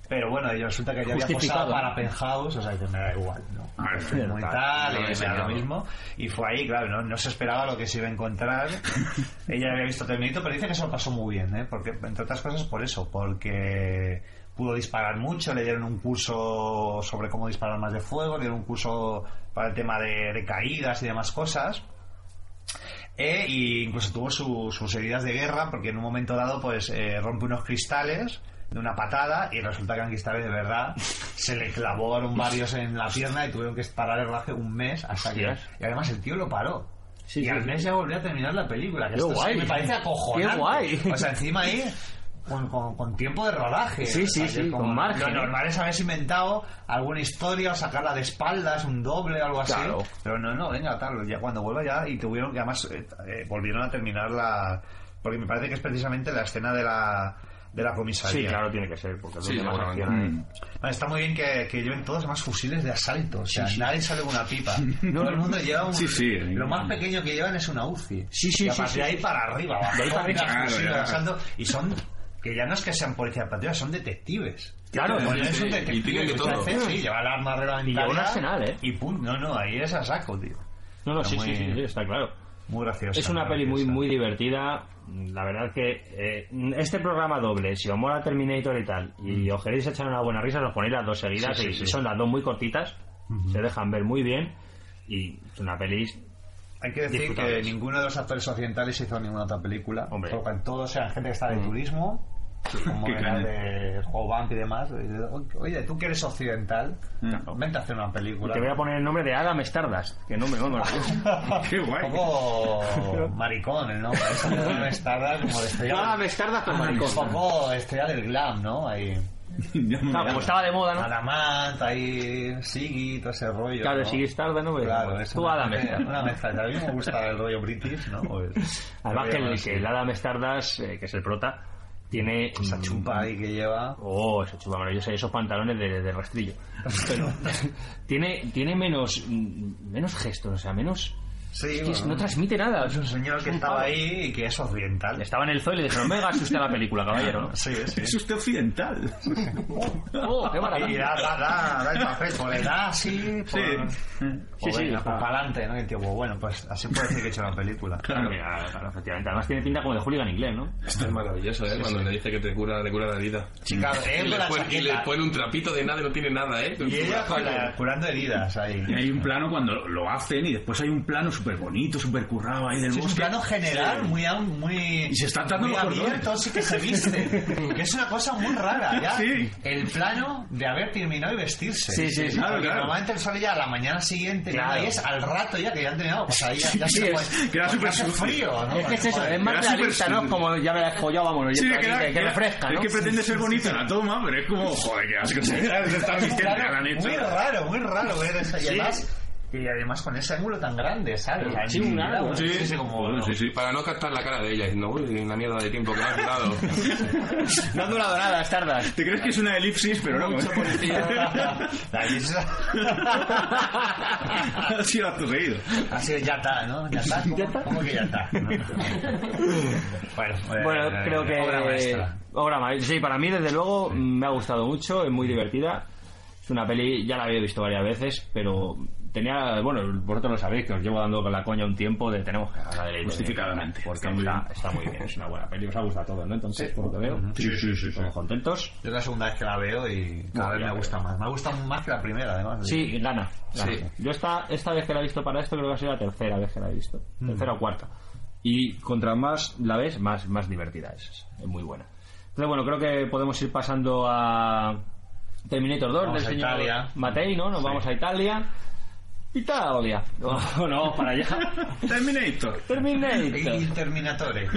Speaker 10: Pero bueno, y resulta que ya había
Speaker 9: Justificado.
Speaker 10: posado para Penthouse, o sea que me da igual, ¿no?
Speaker 2: Ah,
Speaker 10: Muy tal, y era lo mismo. Y fue ahí, claro, no, no se esperaba lo que se iba a encontrar. Ella había visto Terminator, pero dice que se lo pasó muy bien, ¿eh? Porque, entre otras cosas, por eso, porque pudo disparar mucho, le dieron un curso sobre cómo disparar más de fuego, le dieron un curso para el tema de, de caídas y demás cosas. Eh, y incluso tuvo su- sus heridas de guerra porque en un momento dado pues eh, rompe unos cristales de una patada y resulta que eran cristales de verdad se le clavaron varios en la pierna y tuvieron que parar el rodaje un mes hasta que
Speaker 9: Hostias.
Speaker 10: y además el tío lo paró
Speaker 9: Sí,
Speaker 10: y
Speaker 9: sí.
Speaker 10: al mes ya volvió a terminar la película que
Speaker 9: Qué
Speaker 10: esto sí
Speaker 9: guay.
Speaker 10: me parece acojonante
Speaker 9: Qué guay.
Speaker 10: o sea encima ahí con, con- con tiempo de rodaje
Speaker 9: Sí,
Speaker 10: O sea,
Speaker 9: sí,
Speaker 10: que
Speaker 9: sí,
Speaker 10: como
Speaker 9: con margen. ¿eh?
Speaker 10: lo normal es haberse inventado alguna historia o sacarla de espaldas un doble o algo así
Speaker 9: Claro.
Speaker 10: pero no, no, venga, tal, ya cuando vuelva ya y tuvieron que además eh, eh, volvieron a terminar la porque me parece que es precisamente la escena de la de la comisaría.
Speaker 9: Sí, claro, tiene que ser, porque es
Speaker 7: Sí,
Speaker 9: donde
Speaker 7: lo
Speaker 9: más
Speaker 7: van a
Speaker 9: acción hay.
Speaker 2: Mm.
Speaker 10: Ah, Está muy bien que, que lleven todos más fusiles de asalto, o sea, nadie sale con una pipa. Todo el mundo lleva un
Speaker 2: Sí, sí.
Speaker 10: lo más pequeño que llevan es una UCI.
Speaker 9: eh. Sí, sí,
Speaker 10: y a
Speaker 9: sí,
Speaker 10: partir de
Speaker 9: sí.
Speaker 10: ahí para arriba, va,
Speaker 9: De ahí para
Speaker 10: compras
Speaker 2: arriba.
Speaker 10: fusiles
Speaker 2: Claro,
Speaker 10: de
Speaker 2: ya.
Speaker 10: asalto y son que ya no es que sean policía de patrulla, son detectives.
Speaker 9: Claro,
Speaker 10: Bueno,
Speaker 9: sí,
Speaker 10: es un
Speaker 7: sí,
Speaker 10: detective.
Speaker 7: y tienen de
Speaker 10: o sea,
Speaker 7: todo.
Speaker 10: sí, sí, lleva el arma reglamentaria.
Speaker 9: Y lleva un arsenal, ¿eh?
Speaker 10: Y pum, no, no, ahí es a saco, tío.
Speaker 9: No, no,
Speaker 10: Está
Speaker 9: sí, sí,
Speaker 10: muy-
Speaker 9: sí, sí, está claro.
Speaker 10: Muy graciosa.
Speaker 9: Es una peli muy,
Speaker 10: graciosa.
Speaker 9: muy divertida. La verdad que eh, este programa doble, si os mola Terminator y tal, y os queréis echar una buena risa, os ponéis las dos seguidas
Speaker 10: Mm. Sí, sí,
Speaker 9: y
Speaker 10: sí.
Speaker 9: son las dos muy cortitas, se dejan ver muy bien y es una peli...
Speaker 10: Hay que decir que
Speaker 9: disfrutables.
Speaker 10: ninguno de los actores occidentales hizo ninguna otra película.
Speaker 9: Hombre. Mm.
Speaker 10: Porque todos eran gente que está de turismo, como
Speaker 2: Qué
Speaker 10: era
Speaker 2: caña.
Speaker 10: de Obamp y demás. Oye, tú que eres occidental,
Speaker 2: Mm.
Speaker 10: vente a hacer una película.
Speaker 9: Te voy a poner el nombre de Adam Stardust, que no me no me lo sé.
Speaker 2: Qué guay.
Speaker 10: Un poco maricón, ¿no? Eso de una estarda como de estrella.
Speaker 9: Adam Stardust con Ah, maricón.
Speaker 10: Un poco estrella del glam, ¿no? Ahí.
Speaker 2: Ya me
Speaker 9: Claro, como estaba de moda, ¿no?
Speaker 10: Adamant, ahí Siggy, todo ese rollo.
Speaker 9: Ah. Claro,
Speaker 10: ¿no?
Speaker 9: sigue Stardust, ¿no? Pero
Speaker 10: Claro, es
Speaker 9: Tú
Speaker 10: una-
Speaker 9: Adam Stardust.
Speaker 10: Una mezcla. A mí me gusta el rollo british, ¿no? Pues,
Speaker 9: Además que el,
Speaker 10: así.
Speaker 9: que el Adam Stardust, eh, que es el prota, tiene...
Speaker 10: esa chupa ahí que lleva.
Speaker 9: Oh, esa chupa maravillosa y esos pantalones de, de rastrillo. Pero tiene, tiene menos, mm, menos gestos, o sea, menos...
Speaker 10: Sí,
Speaker 9: es que
Speaker 10: bueno.
Speaker 9: no transmite nada.
Speaker 10: Es un señor que
Speaker 9: un
Speaker 10: estaba
Speaker 9: pavo.
Speaker 10: ahí y que es occidental. Ah,
Speaker 9: Estaba en el zoo y le dijeron, venga, asusta la película, caballero. ¿no?
Speaker 10: Sí, sí.
Speaker 2: Es usted occidental.
Speaker 9: Oh, qué
Speaker 10: Y
Speaker 9: maravilla.
Speaker 10: da, da, da, da el papel, por le da así, por...
Speaker 2: Sí.
Speaker 10: o
Speaker 9: Sí, sí,
Speaker 10: venga,
Speaker 9: está.
Speaker 10: por pa'lante, ¿no? Y el tío, pues bueno, pues así puede decir que he hecho una película.
Speaker 9: Claro, mira, claro, efectivamente. Además tiene pinta como de hooligan inglés, ¿no?
Speaker 7: Esto es maravilloso, ¿eh? Cuando le dice que te cura, le cura la herida.
Speaker 10: Chica,
Speaker 7: Y
Speaker 10: él
Speaker 7: le,
Speaker 10: con la
Speaker 7: pone, y le
Speaker 10: chaqueta.
Speaker 7: pone un trapito de nada y no tiene nada, ¿eh?
Speaker 10: Y ella con la- curando heridas ahí.
Speaker 2: Y hay un plano cuando lo hacen y después hay un plano súper bonito, súper currado ahí del
Speaker 10: Sí, es un
Speaker 2: bosque.
Speaker 10: plano general
Speaker 2: Sí.
Speaker 10: muy, am- muy,
Speaker 2: Y se están dando
Speaker 10: muy
Speaker 2: los cordones.
Speaker 10: abierto, sí que se visten. que es una cosa muy rara, ya.
Speaker 2: Sí.
Speaker 10: El plano de haber terminado y vestirse.
Speaker 9: Sí, sí, sí,
Speaker 2: claro,
Speaker 10: Porque
Speaker 2: claro.
Speaker 10: Normalmente el sol ya a la mañana siguiente,
Speaker 9: Claro.
Speaker 10: nada, y es al rato ya que ya han terminado. Pues ahí ya, ya
Speaker 2: Sí,
Speaker 10: se
Speaker 2: es-
Speaker 10: puede-
Speaker 2: queda
Speaker 10: porque
Speaker 2: súper
Speaker 10: hace
Speaker 2: sucio.
Speaker 10: frío, ¿no?
Speaker 9: Es que es eso, es
Speaker 2: Era
Speaker 9: más
Speaker 2: súper
Speaker 9: realista, ¿no?
Speaker 2: simple.
Speaker 9: Como ya me la he follado, vámonos.
Speaker 2: Sí,
Speaker 9: yo
Speaker 2: que,
Speaker 9: aquí,
Speaker 2: era-
Speaker 9: que, que
Speaker 2: era-
Speaker 9: refresca, ¿no?
Speaker 2: Es que pretende ser bonita la toma, pero es como, joder, que asco, se está vistiendo,
Speaker 10: Claro,
Speaker 2: ya la han hecho.
Speaker 10: muy raro, muy raro ver eso. Y
Speaker 2: Sí.
Speaker 10: además, y además con ese ángulo tan grande, ¿sabes? O sea,
Speaker 9: Sí, un árbol.
Speaker 10: Sí, sí, como...
Speaker 2: Joder, sí, sí.
Speaker 7: Para no captar la cara de ella diciendo, uy, la mierda de tiempo que me has dado.
Speaker 9: No han durado nada, tardas.
Speaker 2: ¿Te crees que es una elipsis? Pero no.
Speaker 7: Mucho policía.
Speaker 10: La isla.
Speaker 2: ha sido acto seguido.
Speaker 10: Así de ya está, ¿no? Ya está. ¿Cómo, cómo que ya está? ¿no? bueno, eh,
Speaker 9: Bueno,
Speaker 10: eh,
Speaker 9: creo que.
Speaker 10: obra maestra.
Speaker 9: Obra maestra. Sí, para mí, desde luego, me ha gustado mucho, es muy divertida. Es una peli, ya la había visto varias veces, pero tenía. Bueno, vosotros lo sabéis, que os llevo dando la coña un tiempo de tenemos que hablar de Lady
Speaker 2: Justificadamente.
Speaker 9: Di, Porque
Speaker 2: Está
Speaker 9: está,
Speaker 2: muy bien.
Speaker 9: está muy bien, es una buena peli, os ha gustado todo, ¿no? Entonces, por lo que veo,
Speaker 2: Sí, sí, sí, sí.
Speaker 9: estamos contentos.
Speaker 10: Yo es la segunda vez que la veo y cada
Speaker 9: No,
Speaker 10: vez
Speaker 9: ya
Speaker 10: me
Speaker 9: veo.
Speaker 10: gusta más. Me gusta más que la primera, además.
Speaker 9: Sí, gana. gana.
Speaker 7: Sí.
Speaker 9: Yo esta, esta vez que la he visto para esto creo que ha sido la tercera vez que la he visto. Tercera o cuarta. Y contra más la ves, más, más divertida es. Es muy buena. Entonces, bueno, creo que podemos ir pasando a Terminator 2
Speaker 10: Vamos
Speaker 9: del
Speaker 10: a
Speaker 9: señor
Speaker 10: Italia.
Speaker 9: Matei, ¿no? Nos vamos a Italia. Italia. No, no, vamos para allá.
Speaker 2: Terminator.
Speaker 10: Y
Speaker 9: Terminator.
Speaker 10: Terminatore.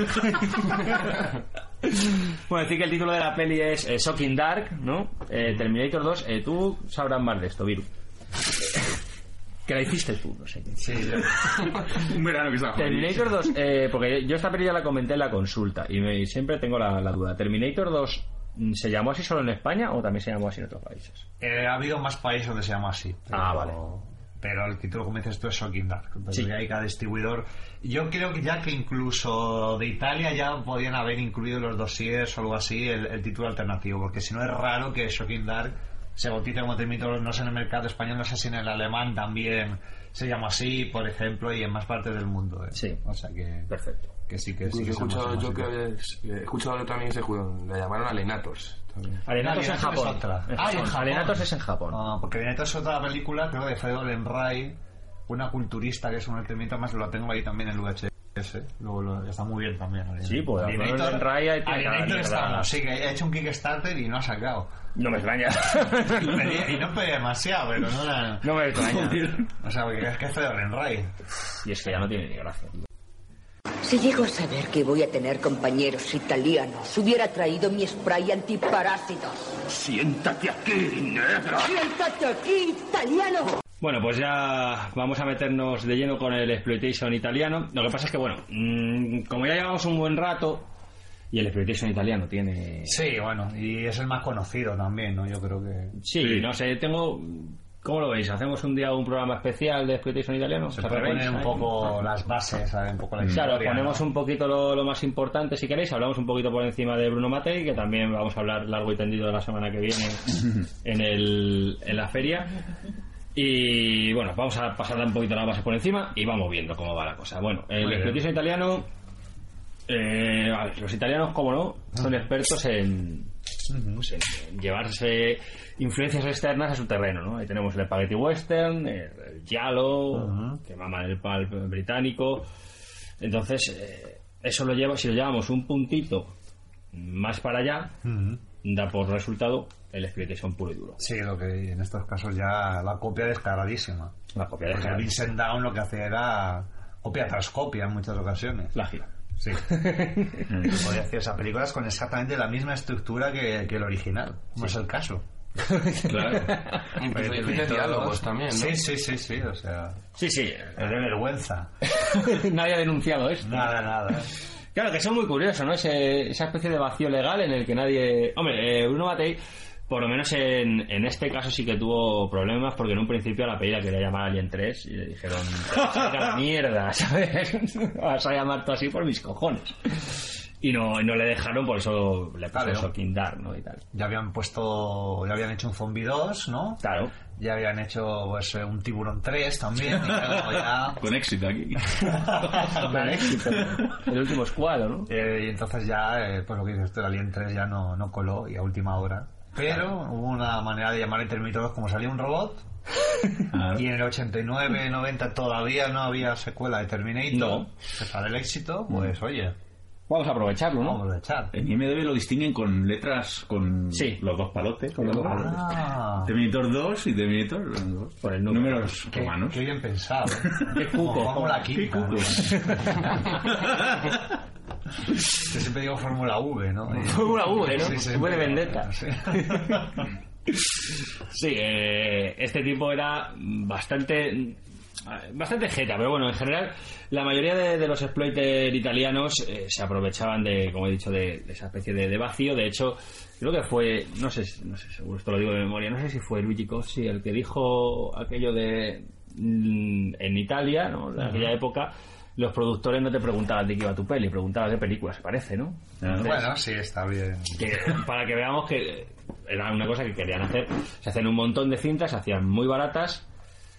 Speaker 9: Bueno, decir que el título de la peli es eh, Shocking Dark, ¿no? Eh, Terminator 2. eh, tú sabrás más de esto, Viru. Que la hiciste tú, no sé.
Speaker 10: Sí, yo-
Speaker 2: Un verano que estaba jodido.
Speaker 9: Terminator 2, eh, porque yo esta peli ya la comenté en la consulta y me- siempre tengo la, la duda. ¿Terminator 2 mm, se llamó así solo en España o también se llamó así en otros países?
Speaker 10: Eh, ha habido más países donde se llama así.
Speaker 9: Ah, vale.
Speaker 10: Pero el título, como dices tú, es Shocking Dark. Entonces
Speaker 9: Sí.
Speaker 10: ya hay cada distribuidor. Yo creo que ya que incluso de Italia ya podían haber incluido en los dossiers o algo así el, el título alternativo, porque si no es raro que Shocking Dark se bautice como Terminator, no sé en el mercado español, no sé si en el alemán también se llama así, por ejemplo, y en más partes del mundo. ¿eh?
Speaker 9: Sí.
Speaker 10: O sea que,
Speaker 9: Perfecto.
Speaker 10: que sí que sí.
Speaker 7: Yo
Speaker 10: que se
Speaker 7: he
Speaker 10: llama
Speaker 7: escuchado,
Speaker 10: así.
Speaker 7: yo creo que es- he escuchado también ese juego, la llamaron Alenators. también.
Speaker 9: Arenatos en
Speaker 10: Alienatos es
Speaker 9: Japón.
Speaker 10: otra.
Speaker 9: En
Speaker 10: Ah, en
Speaker 9: Japón.
Speaker 10: Japón.
Speaker 9: Arenatos es en Japón.
Speaker 10: Ah, porque viene es otra película, creo, de Fredo Ray una culturista que es un alternita más, lo tengo ahí también en el VHS. Luego lo- está muy bien también. Alienator.
Speaker 9: Sí, pues, Alfredo
Speaker 10: Alienator-
Speaker 9: Lemray ahí tiene
Speaker 10: Alienator
Speaker 9: cada
Speaker 10: está,
Speaker 9: mierda.
Speaker 10: no, sí, que ha hecho un Kickstarter y no ha sacado.
Speaker 9: No me extraña.
Speaker 10: Y no pedía- y no pedía demasiado, pero no era...
Speaker 9: no me extraña.
Speaker 10: O sea, porque es que es Fredo Ray
Speaker 9: Y es que ya no tiene ni gracia.
Speaker 11: Si llego a saber que voy a tener compañeros italianos, hubiera traído mi spray antiparásitos.
Speaker 4: Siéntate aquí, negra.
Speaker 11: ¡Siéntate aquí, italiano!
Speaker 9: Bueno, pues ya vamos a meternos de lleno con el exploitation italiano. Lo que pasa es que, bueno, mm, como ya llevamos un buen rato y el exploitation italiano tiene...
Speaker 10: Sí, bueno, y es el más conocido también, ¿no? Yo creo que...
Speaker 9: Sí, no sé, tengo... ¿Cómo lo veis? ¿Hacemos un día un programa especial de exploitation italiano?
Speaker 10: Se
Speaker 9: ¿Os
Speaker 10: puede
Speaker 9: atrevéis?
Speaker 10: poner un
Speaker 9: ¿Eh?
Speaker 10: poco las bases, ¿sabes? Un poco la historia.
Speaker 9: Claro, ponemos
Speaker 10: ¿no?
Speaker 9: un poquito lo, lo más importante si queréis. Hablamos un poquito por encima de Bruno Matei, que también vamos a hablar largo y tendido la semana que viene en, el, en la feria. Y bueno, vamos a pasar un poquito las bases por encima y vamos viendo cómo va la cosa. Bueno, el
Speaker 10: bien.
Speaker 9: explotismo italiano. eh, a ver, los italianos, como no, son expertos en, pues, en- en llevarse influencias externas a su terreno, ¿no? Ahí tenemos el spaghetti western, el, el giallo, que mama el pal británico. Entonces, eh, eso lo lleva, si lo llevamos un puntito más para allá,
Speaker 10: Ujú.
Speaker 9: da por resultado el exploitation puro y duro.
Speaker 10: Sí, lo que en estos casos ya la copia descaradísima.
Speaker 9: La copia de
Speaker 10: Porque
Speaker 9: Harry,
Speaker 10: Vincent Down lo que hacía era copia tras copia en muchas ocasiones.
Speaker 9: la gira.
Speaker 10: Sí. Podía hacer esas películas con exactamente la misma estructura que, que el original. No es el caso.
Speaker 2: Claro.
Speaker 7: Incluso
Speaker 10: Pero
Speaker 7: dice
Speaker 10: todos-
Speaker 7: diálogos también, ¿no?
Speaker 10: Sí, sí, sí, sí. O sea,
Speaker 9: Sí, sí.
Speaker 10: es de vergüenza.
Speaker 9: Nadie ha denunciado esto.
Speaker 10: Nada, nada.
Speaker 9: Claro, que eso es muy curioso, ¿no? Ese- esa especie de vacío legal en el que nadie... Hombre, eh, Bruno Matei, por lo menos en, en este caso sí que tuvo problemas porque en un principio la pedida quería llamar Alien 3 y le dijeron, "Te vas a la mierda, ¿sabes? Vas a llamar tú así por mis cojones. Y no, y no le dejaron, por eso le puso
Speaker 10: Claro.
Speaker 9: Shocking Dark, ¿no? Y tal.
Speaker 10: Ya habían puesto, ya habían hecho un zombie 2, ¿no?
Speaker 9: Claro.
Speaker 10: Ya habían hecho pues, eh, un tiburón 3 también. Y claro, ya...
Speaker 2: Con éxito aquí.
Speaker 10: Con éxito.
Speaker 9: El último escuadro, ¿no?
Speaker 10: Eh, y entonces ya, eh, pues lo que dices tú, el Alien 3 ya no, no coló y a última hora. Pero hubo una manera de llamar Terminator 2 como salía un robot. Y en el 89, 90 todavía no había secuela de Terminator. No. Se sale el éxito,
Speaker 9: Mm.
Speaker 10: pues oye.
Speaker 9: Vamos a aprovecharlo, ¿no?
Speaker 10: Vamos a aprovechar.
Speaker 2: En IMDB lo distinguen con letras con los dos palotes. Con los dos palotes.
Speaker 10: Ah,
Speaker 2: Terminator 2 y Terminator 2. Por el número. Números
Speaker 10: qué,
Speaker 2: romanos.
Speaker 10: qué bien pensado.
Speaker 9: Qué
Speaker 10: Como Fórmula
Speaker 2: Qué
Speaker 10: quinta,
Speaker 2: cuco.
Speaker 10: Yo siempre digo Fórmula V, ¿no?
Speaker 9: Fórmula V, ¿no?
Speaker 10: Sí, sí,
Speaker 9: V de
Speaker 10: sí.
Speaker 9: vendetta.
Speaker 10: Sí.
Speaker 9: Sí, eh, este tipo era bastante bastante jeta, pero bueno, en general la mayoría de, de los exploiter italianos eh, se aprovechaban de, como he dicho, de, de esa especie de, de vacío. De hecho, creo que fue, no sé, si- no sé, seguro esto lo digo de memoria, no sé si fue Luigi Cozzi el que dijo aquello de mm, en Italia, ¿no? En aquella época. Los productores no te preguntaban de qué iba tu peli, preguntaban qué película se parece, ¿no? Entonces,
Speaker 10: Bueno, sí, está bien.
Speaker 9: que- para que veamos que era una cosa que querían hacer. Se hacían un montón de cintas, se hacían muy baratas,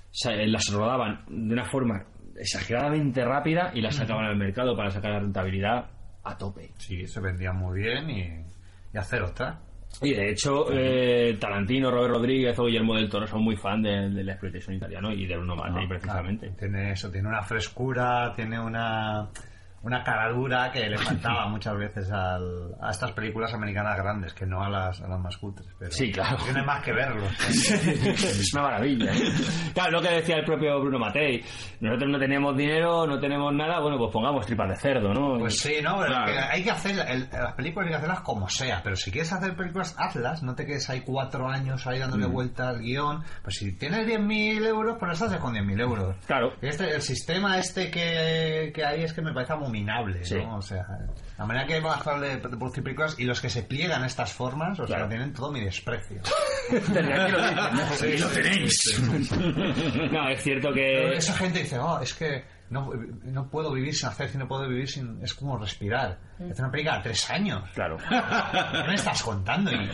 Speaker 9: se- eh, las rodaban de una forma exageradamente rápida y las sacaban al mercado para sacar la rentabilidad a tope.
Speaker 10: Sí, se vendía muy bien y, y hacer otra.
Speaker 9: Y de hecho, eh, Tarantino, Robert Rodríguez o Guillermo del Toro son muy fan del de la explotación italiano y de Bruno Mattei,
Speaker 10: Ah,
Speaker 9: precisamente.
Speaker 10: claro. Tiene eso, tiene una frescura, tiene una una cara dura que le faltaba muchas veces al- a estas películas americanas grandes, que no a las, a las más cutres. Pero
Speaker 9: Sí, claro.
Speaker 10: Tiene más que verlo.
Speaker 9: es una maravilla. ¿eh? Claro, lo que decía el propio Bruno Matei. Nosotros no tenemos dinero, no tenemos nada, bueno, pues pongamos tripas de cerdo, ¿no?
Speaker 10: Pues sí, ¿no? Pero
Speaker 9: Claro.
Speaker 10: que hay que hacer el- las películas hay que hacerlas como sea, pero si quieres hacer películas, hazlas, no te quedes ahí cuatro años ahí
Speaker 9: Mm.
Speaker 10: dándole vuelta al guión. Pues si tienes 10.000 euros, pues las haces con 10.000 euros.
Speaker 9: Claro.
Speaker 10: Este, el sistema este que, que hay es que me parece abominable,
Speaker 9: Sí.
Speaker 10: ¿no? O sea, la manera que hay para hacer de de producir películas y los que se pliegan a estas formas, o
Speaker 9: Claro.
Speaker 10: sea, tienen todo mi desprecio.
Speaker 9: Desde aquí lo digo.
Speaker 10: Sí, sí.
Speaker 9: No, es cierto
Speaker 10: Pero
Speaker 9: que.
Speaker 10: esa gente dice, oh, es que no, no puedo vivir sin hacer cine, no puedo vivir sin... Es como respirar. Hacer una película a tres años.
Speaker 9: Claro.
Speaker 10: ¿Qué me estás contando? Y,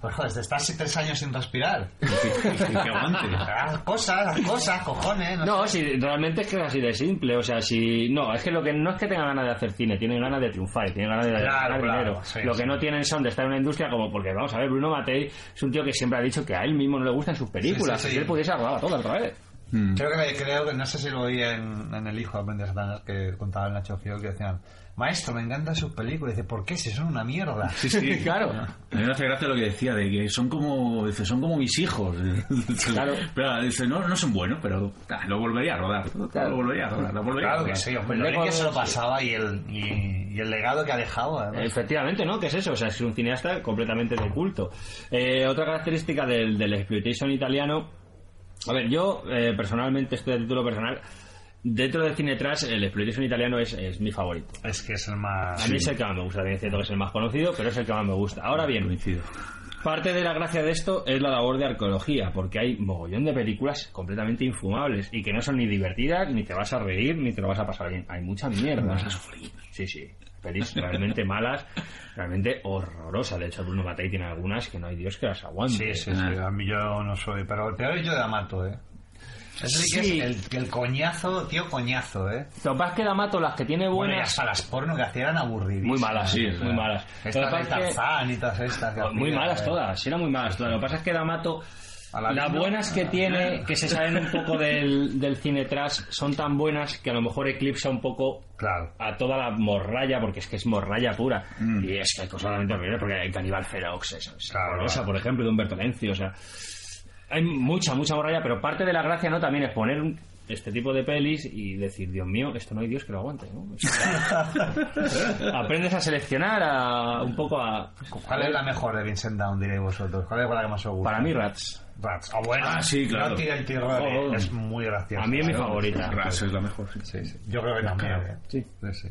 Speaker 10: pues joder, estás tres años sin respirar.
Speaker 2: Que aguante.
Speaker 10: Haz cosas, haz cosas, cojones. No,
Speaker 9: No, si realmente es que es así de simple. O sea, si. No, es que lo que no es que tengan ganas de hacer cine, tienen ganas de triunfar, y tienen ganas de
Speaker 10: Claro,
Speaker 9: ganar
Speaker 10: claro,
Speaker 9: dinero.
Speaker 10: sí,
Speaker 9: lo que
Speaker 10: sí.
Speaker 9: no tienen son de estar en una industria como. Porque vamos a ver, Bruno Matei es un tío que siempre ha dicho que a él mismo no le gustan sus películas.
Speaker 10: Sí, sí,
Speaker 9: Si
Speaker 10: sí.
Speaker 9: él pudiese rodar todas otra vez.
Speaker 10: Creo que, creo que, no sé si lo oí en, en El Hijo Aprende Satanás, que contaba el Nacho Fiel, que decían, maestro, me encantan sus películas. Y dice, ¿por qué? Si son una mierda.
Speaker 2: Sí, sí,
Speaker 9: Claro.
Speaker 2: A mí me hace gracia lo que decía, de que son como, dice, son como mis hijos.
Speaker 9: Claro.
Speaker 2: Pero dice, no, no son buenos, pero ah, lo volvería a rodar. Lo volvería a rodar, lo volvería a
Speaker 10: Claro
Speaker 2: rodar.
Speaker 10: que sí, hombre. Lo bien que se lo pasaba y el, y, y el legado que ha dejado. ¿eh?
Speaker 9: Eh,
Speaker 10: además.
Speaker 9: Efectivamente, ¿no? ¿Qué es eso? O sea, es un cineasta completamente de culto. Eh, otra característica del, del exploitation italiano. A ver, yo eh, personalmente, esto de título personal, dentro del cine trash, el exploitation italiano es, es mi favorito.
Speaker 10: Es que es el más...
Speaker 9: A mí es el que más me gusta, bien es cierto que es el más conocido, pero es el que más me gusta. Ahora bien, parte de la gracia de esto es la labor de arqueología, porque hay mogollón de películas completamente infumables y que no son ni divertidas, ni te vas a reír, ni te lo vas a pasar bien. Hay mucha mierda. Sí, sí. Pelis realmente malas, realmente horrorosas. De hecho, Bruno Matei tiene algunas que no hay Dios que las aguante.
Speaker 10: Sí, sí, sí.
Speaker 9: Ah.
Speaker 10: A mí yo no soy... Pero el peor es yo de Amato, ¿eh? Es, el que
Speaker 9: Sí.
Speaker 10: es el, el coñazo, tío coñazo, ¿eh?
Speaker 9: Lo que pasa es que D'Amato, las que tiene
Speaker 10: Bueno, y
Speaker 9: buenas,
Speaker 10: hasta las porno que hacían eran aburridísimas. ¿eh?
Speaker 9: muy malas,
Speaker 2: Sí, es
Speaker 9: muy
Speaker 2: verdad.
Speaker 9: malas. Lo que
Speaker 10: Estas de
Speaker 9: pasa es que-
Speaker 10: Tarzán y todas estas. que
Speaker 9: Pues Muy
Speaker 10: hacían,
Speaker 9: malas
Speaker 10: eh.
Speaker 9: todas, eran muy malas todas. Lo que pasa es que D'Amato,
Speaker 10: A la
Speaker 9: las
Speaker 10: misma.
Speaker 9: buenas que tiene, que se salen un poco del, del cine trash, son tan buenas que a lo mejor eclipsa un poco
Speaker 10: Claro.
Speaker 9: a toda la morralla, porque es que es morralla pura. Y es que hay cosas realmente horribles, porque hay Caníbal Ferox, es, es
Speaker 10: Mm. Claro,
Speaker 9: horrorosa,
Speaker 10: claro.
Speaker 9: por ejemplo, de Humberto Lencio, o sea... Hay mucha, mucha morralla, pero parte de la gracia, ¿no? También es poner un- este tipo de pelis y decir, Dios mío, esto no hay Dios que lo aguante, ¿no? O sea, aprendes a seleccionar, a, un poco a...
Speaker 10: ¿Cuál es la mejor de Vincent Down, diréis vosotros? ¿Cuál es la que más os gusta?
Speaker 9: Para mí, Rats.
Speaker 10: Rats. Ah, bueno.
Speaker 2: Ah, sí, claro.
Speaker 10: No tira el tierra.
Speaker 9: Oh.
Speaker 10: Es muy gracioso.
Speaker 9: A mí es mi favorita.
Speaker 2: Ras es la mejor. sí.
Speaker 10: Sí, sí. Yo creo que también.
Speaker 2: Claro.
Speaker 10: ¿eh? Sí. sí.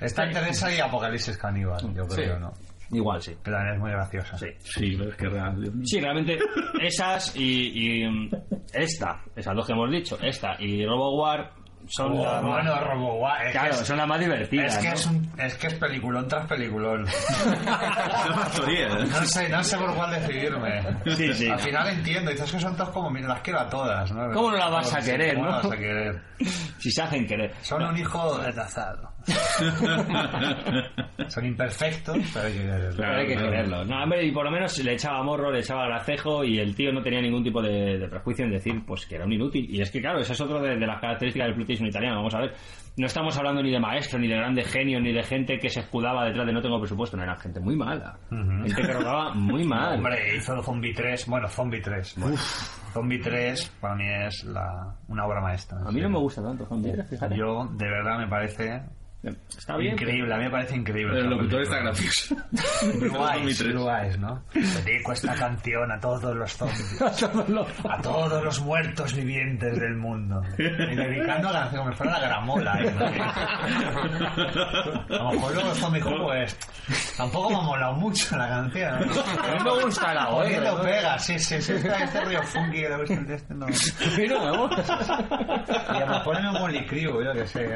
Speaker 10: Está entre esa y Apocalipsis Caníbal, yo creo, ¿no?
Speaker 9: Igual, sí.
Speaker 10: Pero también es muy graciosa.
Speaker 9: Sí.
Speaker 2: Sí, pero es que Ras, Dios mío.
Speaker 9: Sí, realmente esas y, y, mm, esta, esas dos que hemos dicho, esta y RoboWar son
Speaker 10: Oh,
Speaker 9: la más-
Speaker 10: bueno, RoboWa- es que
Speaker 9: claro,
Speaker 10: es-
Speaker 9: son las más divertidas.
Speaker 10: Es que
Speaker 9: ¿no?
Speaker 10: es, un- es que es peliculón tras peliculón.
Speaker 2: ¿eh?
Speaker 10: No sé, no sé por cuál decidirme.
Speaker 9: Sí, sí.
Speaker 10: Al final entiendo, dices que son todas como, mira, las quiero a todas, ¿no?
Speaker 9: ¿Cómo no las vas a
Speaker 10: Sí,
Speaker 9: querer,
Speaker 10: ¿cómo
Speaker 9: no?
Speaker 10: las vas a querer?
Speaker 9: Si se hacen querer.
Speaker 10: Son un hijo retrasado. son imperfectos, pero hay que quererlos.
Speaker 9: Pero hay que quererlo. No, hombre, y por lo menos le echaba morro, le echaba gracejo y el tío no tenía ningún tipo de, de prejuicio en decir pues que era un inútil. Y es que, claro, esa es otra de, de las características del plutismo italiano. Vamos a ver, no estamos hablando ni de maestro, ni de grande genio, ni de gente que se escudaba detrás de no tengo presupuesto. No, era gente muy mala.
Speaker 10: Ujú.
Speaker 9: Gente que robaba muy mal.
Speaker 10: Hombre, hizo el Zombie 3. Bueno, Zombie 3. bueno. Zombie 3 para mí es la, una obra maestra.
Speaker 9: A mí no me gusta tanto, zombie, fíjate.
Speaker 10: Yo, de verdad, me parece
Speaker 9: Está bien.
Speaker 10: increíble. A mí me parece increíble.
Speaker 2: El
Speaker 10: esa
Speaker 2: locutor está
Speaker 10: película.
Speaker 2: gracioso.
Speaker 10: Blue
Speaker 2: Zombie
Speaker 10: Eyes,
Speaker 2: 3.
Speaker 10: Blue Eyes, ¿no? Dedico esta canción a todos los zombies. A todos los muertos vivientes del mundo. Y dedicando a la como si fuera la gramola. ¿eh? A lo mejor luego zombies como es. Tampoco me ha molado mucho la canción.
Speaker 9: A mí me gusta la
Speaker 10: ¿Por qué
Speaker 9: otra,
Speaker 10: lo
Speaker 9: ¿no?
Speaker 10: pega? Sí, sí, sí. Está este río funky que lo ves el de este no. Y a lo mejor en un Molly Crew, yo que sé.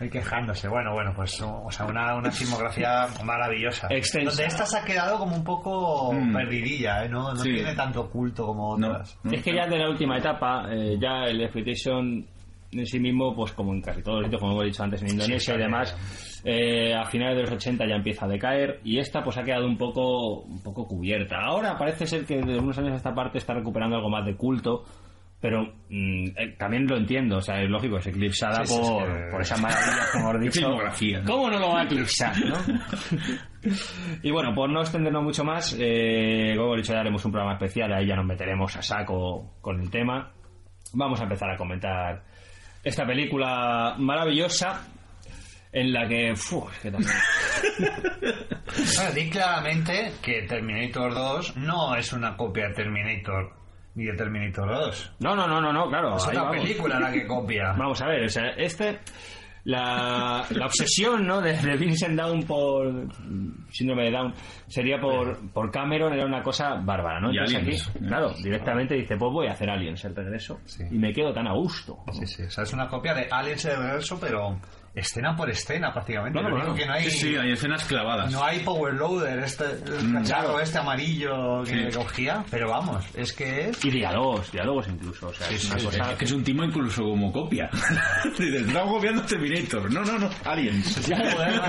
Speaker 10: Ahí quejándose. Bueno, bueno, pues o sea, una, una filmografía maravillosa.
Speaker 9: Extensa.
Speaker 10: Donde esta se ha quedado como un poco
Speaker 9: Mm.
Speaker 10: perdidilla, ¿eh? No, no
Speaker 9: Sí.
Speaker 10: tiene tanto culto como otras.
Speaker 9: Es que ya de la última etapa, eh, ya el exploitation en sí mismo, pues como en casi todos los sitios, como hemos dicho antes, en Indonesia y demás, eh, a finales de los 80 ya empieza a decaer y esta pues ha quedado un poco, un poco cubierta. Ahora parece ser que de unos años a esta parte está recuperando algo más de culto. Pero mm, eh, también lo entiendo, o sea, es lógico, es eclipsada
Speaker 2: Sí, sí, es
Speaker 9: por,
Speaker 2: que-
Speaker 9: por esas maravillas, como hemos
Speaker 2: Qué
Speaker 9: dicho.
Speaker 2: filmografía, ¿no?
Speaker 9: ¿Cómo no lo va a eclipsar, no? Y bueno, por no extendernos mucho más, eh, como he dicho, ya haremos un programa especial, ahí ya nos meteremos a saco con el tema. Vamos a empezar a comentar esta película maravillosa en la que... fu, es que también-
Speaker 10: Bueno, di claramente que Terminator 2 no es una copia de Terminator ni de Terminator 2.
Speaker 9: No, no, no, no, no claro.
Speaker 10: Es
Speaker 9: ahí
Speaker 10: otra
Speaker 9: vamos.
Speaker 10: película la que copia.
Speaker 9: Vamos a ver, o sea, este... La, la obsesión ¿no? de, de Vincent Down por mm, síndrome de Down sería por, por Cameron era una cosa bárbara, ¿no?
Speaker 2: Y
Speaker 9: Entonces
Speaker 2: aliens.
Speaker 10: ¿eh?
Speaker 9: aquí, claro, directamente dice, pues voy a hacer Aliens el regreso y me quedo tan a gusto.
Speaker 10: Sí, sí. O sea, es una copia de Aliens el regreso, pero escena por escena prácticamente.
Speaker 2: No, no,
Speaker 10: Lo único
Speaker 2: no.
Speaker 10: que no hay...
Speaker 2: Sí, sí, hay escenas clavadas.
Speaker 10: No hay power loader, este el
Speaker 2: Mm,
Speaker 10: cacharro
Speaker 2: claro.
Speaker 10: este amarillo que
Speaker 2: Sí.
Speaker 10: cogía, pero vamos, es que es
Speaker 9: Y diálogos, diálogos incluso. O sea,
Speaker 2: Sí,
Speaker 9: es
Speaker 2: sí,
Speaker 9: una
Speaker 2: sí,
Speaker 9: cosa.
Speaker 2: es que es un timo incluso como copia. Dices, estamos copiando Terminator. No, no, no, Aliens.
Speaker 9: Ya,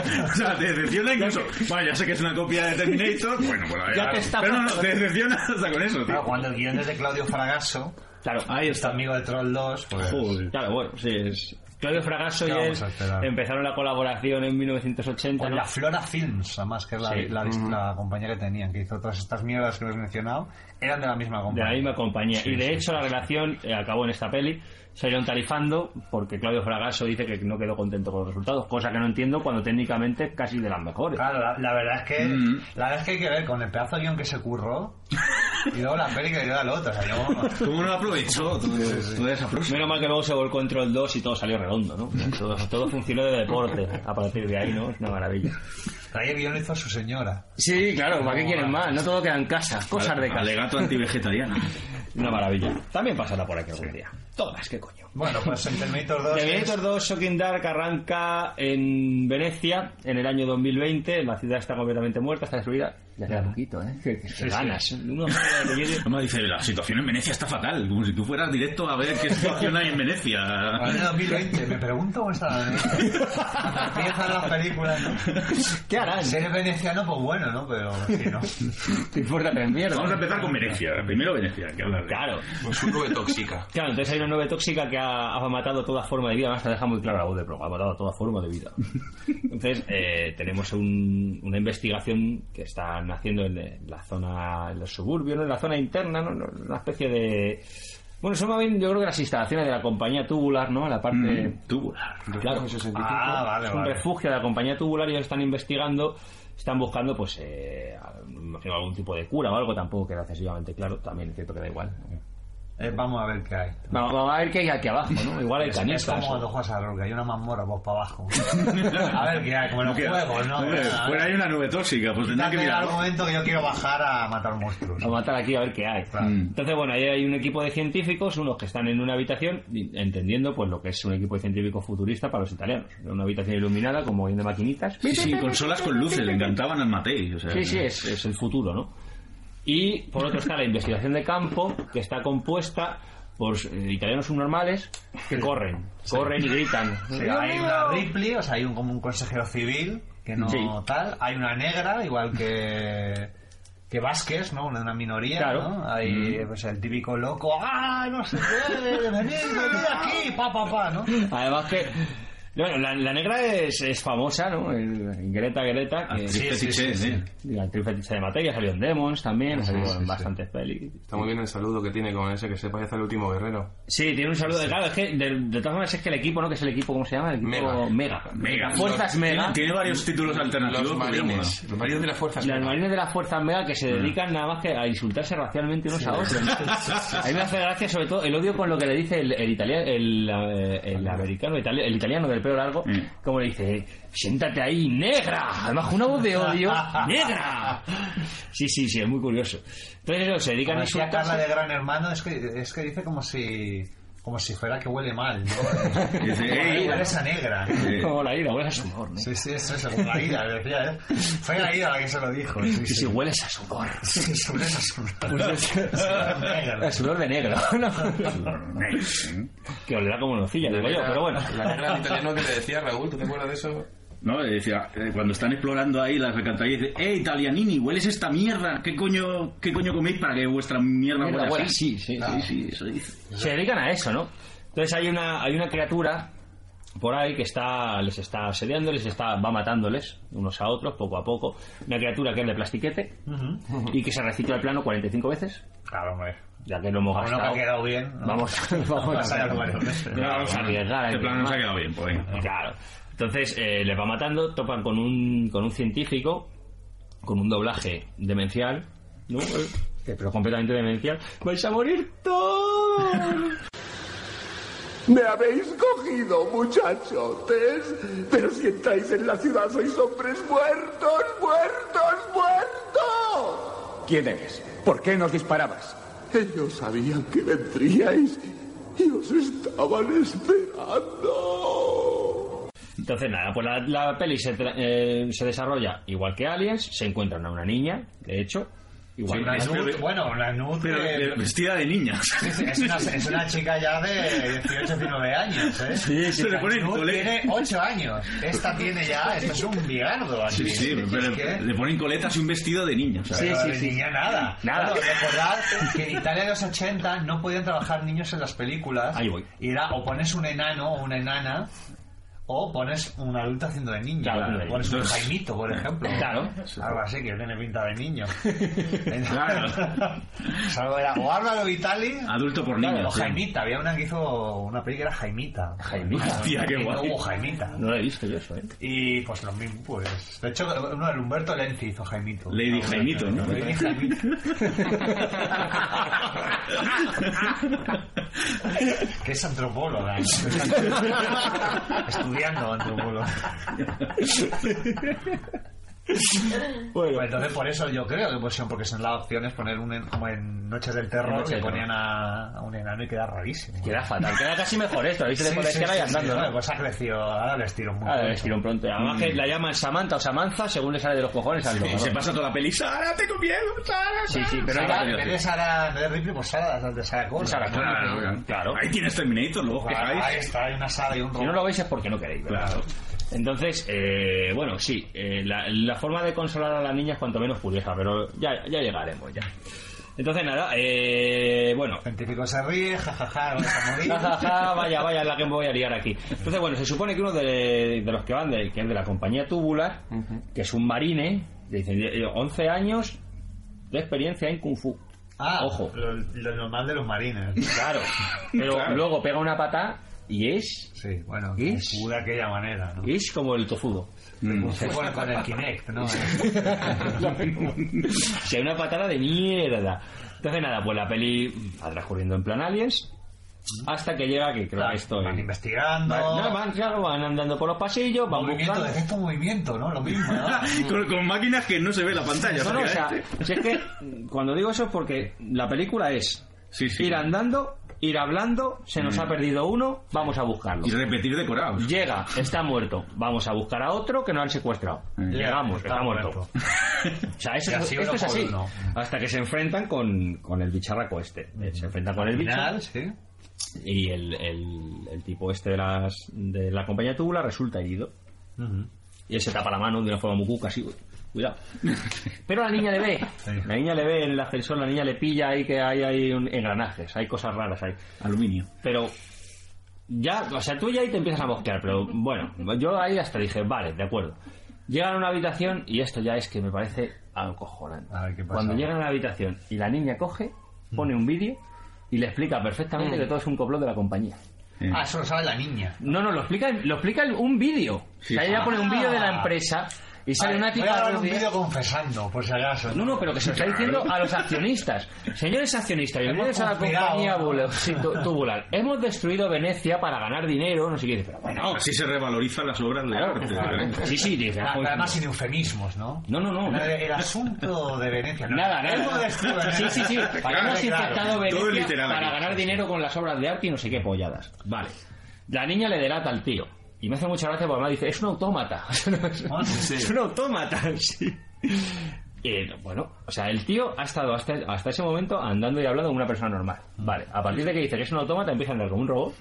Speaker 2: o sea, te decepciona incluso. Bueno, ya sé que es una copia de Terminator. Bueno, pues la
Speaker 10: Ya te está Ah,
Speaker 2: Pero no, no, te decepciona hasta con eso,
Speaker 10: Claro,
Speaker 2: tío.
Speaker 10: cuando el guion es de Claudio Fragasso,
Speaker 9: Claro,
Speaker 10: ahí está amigo de Troll 2, pues
Speaker 2: Joder.
Speaker 9: Claro, bueno, sí, es. Claudio Fragasso y
Speaker 10: ¿Qué
Speaker 9: él
Speaker 10: vamos a esperar?
Speaker 9: empezaron la colaboración en 1980.
Speaker 10: con
Speaker 9: ¿no?
Speaker 10: pues la Flora Films, además que es la,
Speaker 9: Sí.
Speaker 10: la-
Speaker 2: Mm.
Speaker 10: la compañía que tenían, que hizo todas estas mierdas que os he mencionado, eran de la misma
Speaker 9: de
Speaker 10: compañía.
Speaker 9: la misma compañía.
Speaker 10: Sí,
Speaker 9: y de
Speaker 10: sí,
Speaker 9: hecho, la relación eh, acabó en esta peli. Salieron tarifando porque Claudio Fragasso dice que no quedó contento con los resultados, cosa que no entiendo cuando técnicamente casi de las mejores.
Speaker 10: Claro, la, la verdad es que
Speaker 2: Mm.
Speaker 10: la verdad es que hay que ver con el pedazo de guión que se curró y luego la peli que dio al otro, o sea, yo-
Speaker 2: ¿Cómo no lo aprovechó? Tú, tú eres aprox-
Speaker 9: Menos mal que luego se volcó en Troll 2 y todo salió redondo, ¿no? Todo, todo funcionó de deporte a partir de ahí, ¿no? Es una maravilla.
Speaker 10: Ahí el guión lo hizo su señora.
Speaker 9: Sí, claro, ¿para qué quieren más? No todo queda en casa, cosas de casa.
Speaker 2: Alegato antivegetariano.
Speaker 9: Una maravilla. También pasará por aquí algún día. Todas, qué coño.
Speaker 10: Bueno, pues en Terminator 2
Speaker 9: Terminator 2 Shocking Dark arranca en Venecia en el año 2020. La ciudad está completamente muerta, está destruida. Ya queda poquito, ¿eh? Que, que- que ganas. Uno sabe lo que quiere.
Speaker 2: Además dice, la situación en Venecia está fatal. Como si tú fueras directo a ver qué situación hay en Venecia.
Speaker 10: Año 2020, me pregunto cómo está la Cuando empiezan las películas, ¿no?
Speaker 9: ¿Qué harán?
Speaker 10: Si eres veneciano, pues bueno, ¿no? Pero si no.
Speaker 9: Te importa tres mierdas.
Speaker 2: Vamos a empezar con Venecia. Primero Venecia, hay que hablar de-
Speaker 9: Claro.
Speaker 7: Pues un nube tóxica.
Speaker 9: Claro, entonces hay una nube tóxica que ha, ha matado toda forma de vida, además te deja muy claro la voz del programa, ha matado toda forma de vida. Entonces, eh, tenemos un- una investigación que están haciendo en, eh, la zona, en los suburbios, ¿no? en la zona interna, ¿no? No, una especie de... Bueno, son más bien, yo creo que las instalaciones de la compañía tubular, ¿no? La parte...
Speaker 2: Tubular.
Speaker 9: Claro,
Speaker 10: Ah, vale,
Speaker 9: es un
Speaker 10: vale.
Speaker 9: refugio de la compañía tubular y ellos están investigando, están buscando, pues, eh, a- me imagino algún tipo de cura o algo, tampoco queda excesivamente claro, también es cierto que da igual.
Speaker 10: Eh, vamos a ver qué hay.
Speaker 9: Vamos, vamos a ver qué hay aquí abajo, ¿no? Igual hay
Speaker 10: Es-
Speaker 9: cañitas.
Speaker 10: Es como
Speaker 9: ¿no?
Speaker 10: cuando juegas a la que hay una mazmorra, vos para abajo. a ver qué hay, como en los
Speaker 2: No queda-
Speaker 10: juegos, ¿no?
Speaker 2: Hombre,
Speaker 10: Venga, a ver.
Speaker 2: fuera hay una nube tóxica, pues tendrá que
Speaker 10: Date
Speaker 2: mirar.
Speaker 10: al momento que yo quiero bajar a matar monstruos.
Speaker 9: Vamos a matar aquí a ver qué hay. Mm. Entonces, bueno, ahí hay un equipo de científicos, unos que están en una habitación, y- entendiendo pues lo que es un equipo de científicos futurista para los italianos. Una habitación iluminada con mogollón de maquinitas.
Speaker 2: Y sin consolas con luces, le encantaban al Matei. O sea,
Speaker 9: Sí, sí, es, es el futuro, ¿no? Y por otro está la investigación de campo, que está compuesta por eh, italianos subnormales que corren, corren y gritan.
Speaker 10: O sea, hay una Ripley, o sea, hay un, como un consejero civil que no
Speaker 9: Sí.
Speaker 10: tal. Hay una negra, igual que que Vázquez, ¿no? Una, una minoría,
Speaker 9: Claro.
Speaker 10: ¿no? Hay
Speaker 9: Mm.
Speaker 10: pues, el típico loco, ¡ah, no se puede! ¡Venid, venid aquí! ¡Pa, pa, pa! ¿no?
Speaker 9: Además que... Bueno, la, la negra es, es famosa, ¿no? El- Greta Greta. Que,
Speaker 2: Actriz Ah, Sí, sí, fetiche, sí, sí.
Speaker 9: La actriz fetiche de materia, salió en Demons también, ha
Speaker 7: Sí,
Speaker 9: salido
Speaker 7: sí,
Speaker 9: en
Speaker 7: sí.
Speaker 9: bastantes pelis.
Speaker 7: Está muy bien el saludo que tiene con ese que se parece al último guerrero.
Speaker 9: Sí, tiene un saludo de claro, es que de, de todas formas es que el equipo, ¿no? Que es el equipo, ¿cómo se llama? El equipo
Speaker 7: Mega.
Speaker 9: Mega.
Speaker 7: Mega.
Speaker 9: Fuerzas
Speaker 7: Tiene-
Speaker 9: Mega.
Speaker 7: tiene varios títulos alternativos,
Speaker 9: Los
Speaker 7: podríamos,
Speaker 9: marines.
Speaker 7: ¿no? Los marines de las fuerzas
Speaker 9: Los
Speaker 7: Mega.
Speaker 9: marines de las fuerzas Mega que se dedican nada más que a insultarse racialmente unos a otros. ¿no? A mí me hace gracia sobre todo el odio con lo que le dice el, el italiano, el, eh, el americano, itali- el italiano del pelo largo, como le dice, siéntate ahí, negra. Además, con una voz de odio, negra. Sí, sí, sí, es muy curioso. Entonces, eso, se dedican
Speaker 10: Como
Speaker 9: a
Speaker 10: decía Carla de
Speaker 9: insultarse.
Speaker 10: Gran Hermano, es que, es que dice como si como si fuera que huele mal, ¿no?
Speaker 2: Dice,
Speaker 10: Como
Speaker 2: "Ey,
Speaker 10: la ira esa negra.
Speaker 9: Como la ira, huele a sudor, ¿no?
Speaker 10: Sí, sí, eso es como la ira, decía, ¿eh? Fue la ira la que se lo dijo. Sí,
Speaker 9: Sí, sí, hueles a sudor.
Speaker 10: Sí, sí, huele a sudor.
Speaker 9: El sudor de negro, ¿no? que olerá como nocilla, digo yo, pero bueno.
Speaker 7: La negra del italiano que le decía Raúl, ¿tú te acuerdas de eso?
Speaker 2: ¿No? Y decía, eh, cuando están explorando ahí las alcantarillas, dice, ¡eh, italianini, hueles esta mierda! ¿Qué coño, qué coño coméis para que vuestra mierda
Speaker 9: Mierda
Speaker 2: huela
Speaker 9: huela
Speaker 2: así?
Speaker 9: así, sí,
Speaker 2: sí,
Speaker 9: sí.
Speaker 2: sí, eso dice.
Speaker 9: se dedican a eso, ¿no? Entonces hay una, hay una criatura por ahí que está, les está asediando, les está, va matándoles unos a otros poco a poco. Una criatura que es de plastiquete y que se recicla el plano 45 veces,
Speaker 10: Claro, hombre.
Speaker 9: ya que lo hemos
Speaker 10: Bueno, que
Speaker 9: gastado.
Speaker 10: ha quedado bien. ¿no?
Speaker 9: Vamos, vamos
Speaker 10: Vamos a
Speaker 9: a
Speaker 10: sacarlo varias veces.
Speaker 9: Claro, vamos a arriesgar, hay
Speaker 2: Este
Speaker 9: que
Speaker 2: plano nos ha
Speaker 9: más.
Speaker 2: quedado bien, pues venga.
Speaker 9: Claro. Entonces eh, les va matando, topan con un, con un científico, con un doblaje demencial, ¿no? Eh, que- pero completamente demencial. ¡Vais a morir todos!
Speaker 12: Me habéis cogido, muchachotes, pero si entráis en la ciudad sois hombres muertos, muertos, muertos.
Speaker 13: ¿Quién eres? ¿Por qué nos disparabas?
Speaker 12: Ellos sabían que vendríais y os estaban esperando.
Speaker 9: Entonces, nada, pues la, la peli se, tra- eh, se desarrolla igual que Aliens, se encuentran a una niña, de hecho, igual que
Speaker 10: Sí, una
Speaker 9: Aliens.
Speaker 10: nude, bueno, una nude.
Speaker 2: Pero, pero Eh, vestida de niña.
Speaker 10: Sí, sí, Es una, es una chica ya de 18, 19 años, ¿eh?
Speaker 2: Sí, sí,
Speaker 10: O sea,
Speaker 2: le pone
Speaker 10: Nude
Speaker 2: cole-
Speaker 10: Tiene 8 años. Esta tiene ya... Esto es un bigardo aquí.
Speaker 2: Sí, sí,
Speaker 10: Es
Speaker 2: pero
Speaker 10: que-
Speaker 2: le ponen coletas y un vestido de niña. o sea,
Speaker 10: Pero de niña nada. Claro,
Speaker 2: Nada.
Speaker 10: recordad que en Italia de los 80 no podían trabajar niños en las películas.
Speaker 9: Ahí voy.
Speaker 10: Y era o pones un enano o una enana o pones un adulto haciendo de niño.
Speaker 9: Claro,
Speaker 10: O pones un
Speaker 9: entonces-
Speaker 10: Jaimito, por ejemplo.
Speaker 9: Claro.
Speaker 10: Algo así, que tiene pinta de niño.
Speaker 2: Claro.
Speaker 10: O sea, algo era o Álvaro Vitali
Speaker 2: Adulto por
Speaker 10: Claro,
Speaker 2: niño.
Speaker 10: o Jaimita. Había una que hizo una película que era Jaimita.
Speaker 9: Jaimita.
Speaker 2: Hostia, qué
Speaker 10: Y
Speaker 2: guay.
Speaker 10: No hubo Jaimita.
Speaker 9: No la he visto yo eso, ¿eh?
Speaker 10: Y pues lo mismo, pues. De hecho, uno era Humberto Lenzi hizo Jaimito.
Speaker 2: Lady
Speaker 10: Ah,
Speaker 2: Jaimito, ¿no?
Speaker 10: Lady Jaimito. que es antropóloga. ¿no? Estudiando antropóloga. Bueno, Pues, entonces por eso yo creo que pusieron, porque son la opción es poner un en- como en Noches del Terror,
Speaker 9: Noche
Speaker 10: que
Speaker 9: del
Speaker 10: ponían a, a un enano y queda rarísimo.
Speaker 9: Queda fatal, queda casi mejor esto, ahí se le
Speaker 10: Sí,
Speaker 9: pone
Speaker 10: sí,
Speaker 9: esquina y
Speaker 10: sí, sí.
Speaker 9: andando,
Speaker 10: Bueno,
Speaker 9: ¿no?
Speaker 10: pues ha crecido, ahora les tiro muy
Speaker 9: Ahora
Speaker 10: pronto.
Speaker 9: les tiro un Ah, pronto. Además que la llaman Samantha o Samanza según le sale de los cojones al
Speaker 2: Y
Speaker 9: domador.
Speaker 2: Mm. se pasa toda la peli. ¡Sara, tengo miedo! ¡Sara!
Speaker 9: Sí, sí, pero
Speaker 10: Sara,
Speaker 9: ella-
Speaker 10: en vez de Sara, en vez de Ripley, pues Sara, de Sara Connor.
Speaker 9: Sara
Speaker 10: ¿no?
Speaker 2: Claro, claro. Ahí tienes Terminator, luego que
Speaker 10: Ahí,
Speaker 2: hay.
Speaker 10: está, hay una Sara y un
Speaker 9: Si no
Speaker 10: robot.
Speaker 9: lo veis es porque no queréis, ¿verdad?
Speaker 2: Claro.
Speaker 9: Entonces, eh, bueno, sí, eh, la, la forma de consolar a la niña es cuanto menos curiosa, pero ya, ya llegaremos, ya. Entonces, nada, eh, bueno,
Speaker 10: El científico se ríe, jajaja, vamos a morir.
Speaker 9: Ja, ja, ja, vaya, vaya, la que me voy a liar aquí. Entonces, bueno, se supone que uno de, de los que van, de, que es de la compañía Tubular, que es un marine, dicen, eh, 11 años de experiencia en Kung Fu.
Speaker 10: Ah,
Speaker 9: Ojo.
Speaker 10: Lo, lo normal de los marines.
Speaker 9: Claro. Pero luego pega una pata y es,
Speaker 10: Sí, bueno,
Speaker 9: ¿Y?
Speaker 10: Fu de aquella manera, ¿no?
Speaker 9: es como el tofudo. Mm.
Speaker 10: Bueno, con el Kinect, ¿no?
Speaker 9: O sea, una patada de mierda. Entonces, nada, pues la peli va transcurriendo en plan aliens. Hasta que llega que creo que esto
Speaker 10: van investigando.
Speaker 9: Van, no, van, claro, van andando por los pasillos, van
Speaker 10: Movimiento,
Speaker 9: buscando.
Speaker 10: detecto movimiento, ¿no? Lo mismo, ¿no?
Speaker 2: con, con máquinas que no se ve la pantalla.
Speaker 9: No, no, o sea,
Speaker 2: prácticamente.
Speaker 9: si es que cuando digo eso es porque la película es ir andando, ir hablando, se nos
Speaker 2: Mm.
Speaker 9: ha perdido uno, vamos a buscarlo.
Speaker 2: Y repetir decorados.
Speaker 9: Llega, está muerto, vamos a buscar a otro que nos han secuestrado.
Speaker 2: Mm.
Speaker 9: Llegamos,
Speaker 2: Está
Speaker 9: está, muerto. o sea, eso es-
Speaker 10: Y así
Speaker 9: esto
Speaker 10: uno
Speaker 9: es
Speaker 10: por
Speaker 9: así.
Speaker 10: uno.
Speaker 9: Hasta que se enfrentan con, con el bicharraco este.
Speaker 2: Mm.
Speaker 9: Eh, Se enfrentan con el bicharraco.
Speaker 10: Final, sí.
Speaker 9: Y el, el- el tipo este de, las, de la compañía tubular resulta herido. Y él se tapa la mano de una forma muy cuca, así, uy, cuidado. Pero la niña le ve. La niña le ve en el ascensor, la niña le pilla ahí que hay, hay un- engranajes, hay cosas raras ahí.
Speaker 2: Aluminio.
Speaker 9: Pero ya, o sea, tú ya ahí te empiezas a mosquear, pero bueno, yo ahí hasta dije, vale, de acuerdo. Llegan a una habitación y esto ya es que me parece acojonante.
Speaker 10: pasa.
Speaker 9: Cuando llegan a la habitación y la niña coge, pone un vídeo y le explica perfectamente
Speaker 10: Mm.
Speaker 9: que todo es un complot de la compañía.
Speaker 10: Ah, eso lo sabe la niña.
Speaker 9: No, no, lo explica, lo explica un vídeo.
Speaker 10: Sí.
Speaker 9: o sea, ella pone un vídeo de la empresa y sale
Speaker 10: Ah. Vale,
Speaker 9: una
Speaker 10: voy a
Speaker 9: tipa
Speaker 10: grabar
Speaker 9: de
Speaker 10: un vídeo confesando, por si acaso.
Speaker 9: No, no, pero que se lo está diciendo a los accionistas. Señores accionistas, bienvenidos a la
Speaker 10: conspirado.
Speaker 9: compañía bula- sí, tu- tubular. Hemos destruido Venecia para ganar dinero, no sé qué. Pero bueno,
Speaker 2: Así se revalorizan las obras de
Speaker 9: Claro,
Speaker 2: arte.
Speaker 9: claro. Sí, sí, dice,
Speaker 10: Ah,
Speaker 9: pues,
Speaker 10: Además sin eufemismos, ¿no?
Speaker 9: No, no, no.
Speaker 10: El, el asunto de Venecia. ¿no?
Speaker 9: Nada, nada.
Speaker 10: Hemos
Speaker 9: nada.
Speaker 10: destruido
Speaker 9: Sí,
Speaker 10: Venecia.
Speaker 9: sí, sí.
Speaker 10: ¿eh? Claro,
Speaker 9: Hemos
Speaker 10: claro.
Speaker 9: infectado
Speaker 10: Todo
Speaker 9: Venecia
Speaker 10: literal
Speaker 9: para
Speaker 10: aquí.
Speaker 9: ganar dinero con las obras de arte y no sé qué polladas. Vale. La niña le delata al tío. Y me hace mucha gracia porque me dice, es un autómata.
Speaker 10: Ah,
Speaker 9: es un autómata, sí. Y, bueno, o sea, el tío ha estado hasta, hasta ese momento andando y hablando como una persona normal. Vale, a partir de que dice que es un autómata, empieza a andar como un robot.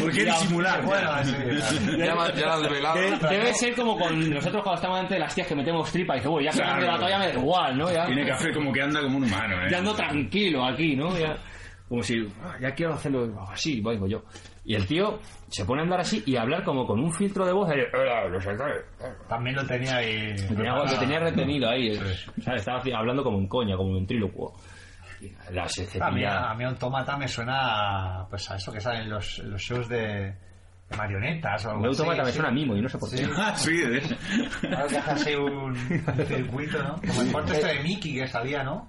Speaker 2: ¿Por qué
Speaker 9: Ya,
Speaker 2: disimular?
Speaker 9: bueno, sí,
Speaker 7: Ya, me- ya lo has velado.
Speaker 9: De- debe ser como con nosotros cuando estamos ante las tías que metemos tripa y dice, bueno, ya que me han
Speaker 2: Claro.
Speaker 9: delatado ya me da igual, ¿no? Ya-
Speaker 2: Tiene que hacer como que anda como un humano, ¿eh?
Speaker 9: ya ando tranquilo aquí, ¿no? Ya, como si, "Ah, ya quiero hacerlo así, vengo yo. Y el tío se pone a andar así y a hablar como con un filtro de voz. ahí, "Eh, no sé qué, eh".
Speaker 10: También lo tenía ahí.
Speaker 9: Lo tenía, lo tenía retenido ahí. o sea, Estaba haci- hablando como un coña, como un ventrílocuo. Y Las
Speaker 10: A mí, a
Speaker 9: cepilla-
Speaker 10: mí Automata me suena a, pues a eso que salen en los, en los shows de de marionetas o algo
Speaker 9: Un autómata
Speaker 10: así,
Speaker 9: me
Speaker 10: sí.
Speaker 9: suena a mimo y no sé por qué.
Speaker 10: Sí.
Speaker 2: Ah, sí, de eso.
Speaker 10: Claro que hace así un, un circuito, ¿no? Como el corte este de Mickey que salía, ¿no?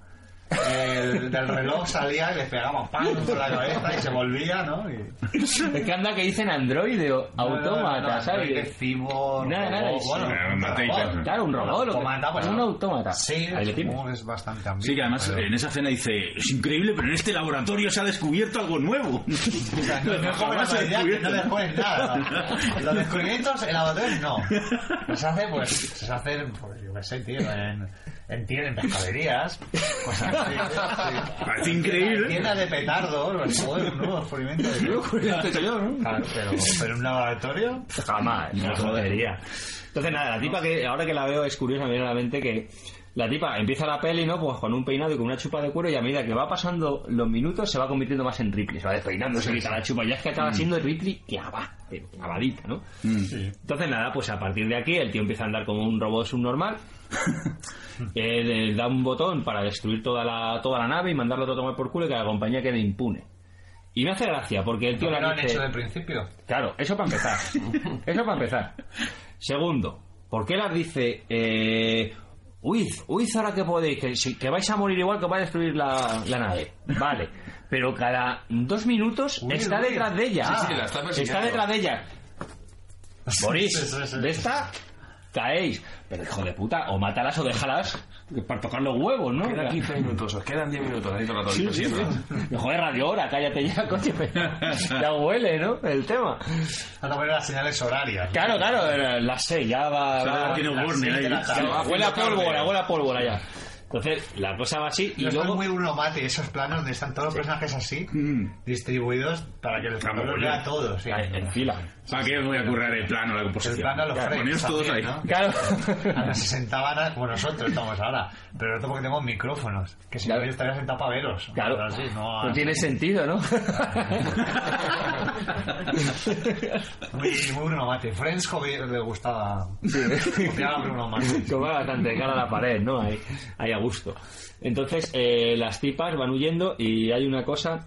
Speaker 10: El, del reloj salía y le pegaba un pan por la cabeza y se volvía, ¿no? Y...
Speaker 9: Es que anda que dicen androide o autómata, ¿sabes?
Speaker 10: De cyborg,
Speaker 9: Nada, nada,
Speaker 10: robot,
Speaker 9: sí.
Speaker 10: bueno, un
Speaker 2: Matrix,
Speaker 10: robot.
Speaker 9: Claro, un robot, lo que-
Speaker 10: Automata, pues,
Speaker 9: un autómata.
Speaker 10: Sí,
Speaker 9: Ahí le tienes.
Speaker 10: supongo que es bastante ambiguo.
Speaker 2: Sí, que además
Speaker 10: pero-
Speaker 2: en esa cena dice, es increíble, pero en este laboratorio se ha descubierto algo nuevo.
Speaker 10: No, no,
Speaker 2: Jamás
Speaker 10: no,
Speaker 2: se ha
Speaker 10: ya que no
Speaker 2: descubierto.
Speaker 10: descubres nada. Los descubrimientos en laboratorio no. Se hace, pues, se hace, pues, yo qué sé, tío, en, en tier- en pescaderías. Cosas así. sí.
Speaker 2: Parece increíble.
Speaker 10: En tiendas de petardo, los joder, un nuevo experimento de Claro, pero, pero en un laboratorio.
Speaker 9: Jamás, no jodería. Entonces, nada, la tipa que ahora que la veo es curiosa, me viene a la mente que la tipa empieza la peli, ¿no? Pues con un peinado y con una chupa de cuero y a medida que va pasando los minutos se va convirtiendo más en Ripley, se va despeinando, se quita la chupa y ya es que acaba siendo Ripley que abad, pero abadita, ¿no? Entonces, nada, pues a partir de aquí el tío empieza a andar como un robot subnormal. Eh, le da un botón para destruir toda la, toda la nave y mandarlo todo a tomar por culo y que la compañía quede impune. Y me hace gracia porque el tío
Speaker 10: ¿Por qué
Speaker 9: la
Speaker 10: lo han
Speaker 9: dice-
Speaker 10: hecho de principio?
Speaker 9: Claro, eso para empezar. eso para empezar. Segundo, ¿por qué las dice... Eh, Huid, huid ahora que podéis, que, si- que vais a morir igual que va a destruir la, la nave. Vale. Pero cada dos minutos
Speaker 7: Huid,
Speaker 9: está
Speaker 7: huid.
Speaker 9: detrás de ella.
Speaker 7: Sí, sí, la está persiguiendo.
Speaker 9: está detrás de ella.
Speaker 10: Sí, sí,
Speaker 9: Morís.
Speaker 10: sí.
Speaker 9: De esta caéis. Pero hijo de puta, o mátalas o déjalas para tocar los huevos, ¿no?
Speaker 7: Quedan 15 minutos, os quedan 10 minutos. Necesito ratón.
Speaker 9: Sí, sí, sí. Joder, radio hora, cállate ya, coño. Ya huele, ¿no? El tema.
Speaker 10: Van a poner las señales horarias.
Speaker 9: Claro, claro, era las seis, ya va.
Speaker 10: O sea,
Speaker 9: va-
Speaker 10: tiene
Speaker 9: las
Speaker 10: warning
Speaker 9: seis
Speaker 10: ahí.
Speaker 9: de la tarde.
Speaker 10: Ya va
Speaker 9: Huele a
Speaker 10: haciendo
Speaker 9: pólvora,
Speaker 10: tarde.
Speaker 9: huele a pólvora ya. Entonces, la cosa va así y
Speaker 10: Yo estoy
Speaker 9: luego.
Speaker 10: muy uno mate, esos planos donde están todos los personajes así,
Speaker 9: Mm.
Speaker 10: distribuidos para que el
Speaker 9: Ah,
Speaker 2: Claro,
Speaker 10: espectador los
Speaker 2: coño.
Speaker 10: vea a todos. sí.
Speaker 9: En fila.
Speaker 2: ¿Para qué os voy a currar el plano, la composición?
Speaker 10: El plano a los
Speaker 2: Claro,
Speaker 10: frames
Speaker 2: poneros todos ahí.
Speaker 10: también, ¿no?
Speaker 9: Claro.
Speaker 10: Ahora se sentaban a- como nosotros estamos ahora, pero nosotros porque tenemos micrófonos, que si no yo estaría sentado para veros.
Speaker 9: Claro.
Speaker 10: Pero así, no,
Speaker 9: No tiene sentido, ¿no?
Speaker 10: Muy,
Speaker 9: Pues
Speaker 10: muy Bruno Mate. Friends joder, le gustaba. Copiaba a Bruno Mate.
Speaker 9: Como era bastante cara a la pared, ¿no? Ahí, ahí a gusto. Entonces, eh, las tipas van huyendo y hay una cosa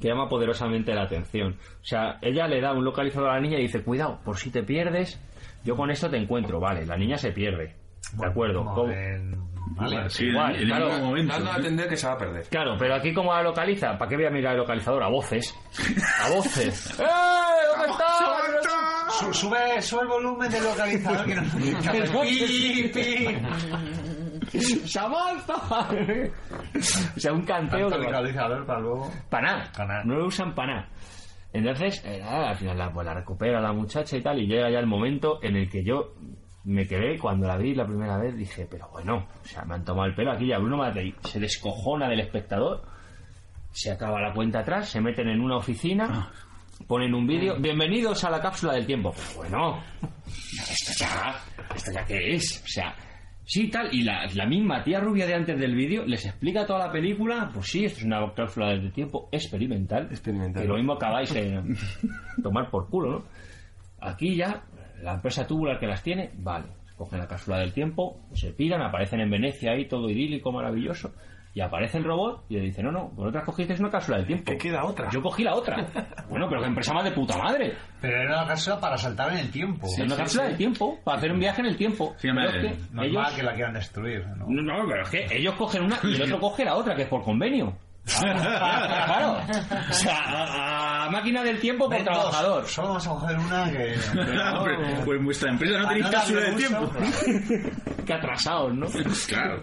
Speaker 9: que llama poderosamente la atención. O sea, ella le da un localizador a la niña y dice, cuidado, por si te pierdes, yo con esto te encuentro. Vale, la niña se pierde. ¿De acuerdo? ¿Cómo? Vale,
Speaker 7: Sí,
Speaker 9: igual,
Speaker 7: en el
Speaker 9: claro.
Speaker 7: mismo momento. Dando a entender que se va a perder.
Speaker 9: Claro, pero aquí como la localiza, ¿para qué voy a mirar el localizador? A voces. A voces. ¡Eh! ¿Dónde
Speaker 10: está? Su- Sube, sube el volumen del localizador que no... ¡Pi,
Speaker 9: ¡Samantha! o sea, un canteo
Speaker 10: Tanto
Speaker 9: de-
Speaker 10: localizador para luego...
Speaker 9: Para nada. No lo usan para nada. Entonces, eh, nada, al final la, pues la recupera la muchacha y tal, y llega ya el momento en el que yo me quedé, cuando la vi la primera vez, dije, pero bueno, o sea, me han tomado el pelo aquí ya Bruno Matei se descojona del espectador, se acaba la cuenta atrás, se meten en una oficina, ponen un vídeo, bienvenidos a la cápsula del tiempo. Pero bueno, esto ya, esto ya qué es, o sea, sí tal, y la, la misma tía rubia de antes del vídeo les explica toda la película, pues sí, esto es una cápsula del tiempo experimental, experimental. y lo mismo acabáis en tomar por culo, ¿no? Aquí ya, la empresa tubular que las tiene, vale, cogen la cápsula del tiempo, se piran, aparecen en Venecia ahí, todo idílico, maravilloso, y aparece el robot y le dice, no, no, vosotras cogisteis una cápsula del tiempo. ¿Qué queda otra? Yo cogí la otra. bueno, pero qué empresa más de puta madre.
Speaker 10: Pero era una cápsula para saltar en el tiempo.
Speaker 9: Sí, una cápsula del tiempo, para hacer un viaje en el tiempo. Pero es que
Speaker 10: Normal
Speaker 9: ellos-
Speaker 10: que la quieran destruir. ¿no?
Speaker 9: No, no, pero es que ellos cogen una y el otro coge la otra, que es por convenio. claro. O sea, a, a máquina del tiempo por
Speaker 10: Ven, dos.
Speaker 9: trabajador.
Speaker 10: Solo vamos a coger una que...
Speaker 2: Pues- pues vuestra empresa no
Speaker 10: Ah,
Speaker 2: tenéis
Speaker 10: no
Speaker 2: cápsula del
Speaker 10: darle
Speaker 2: tiempo.
Speaker 9: que atrasados, ¿no? Claro.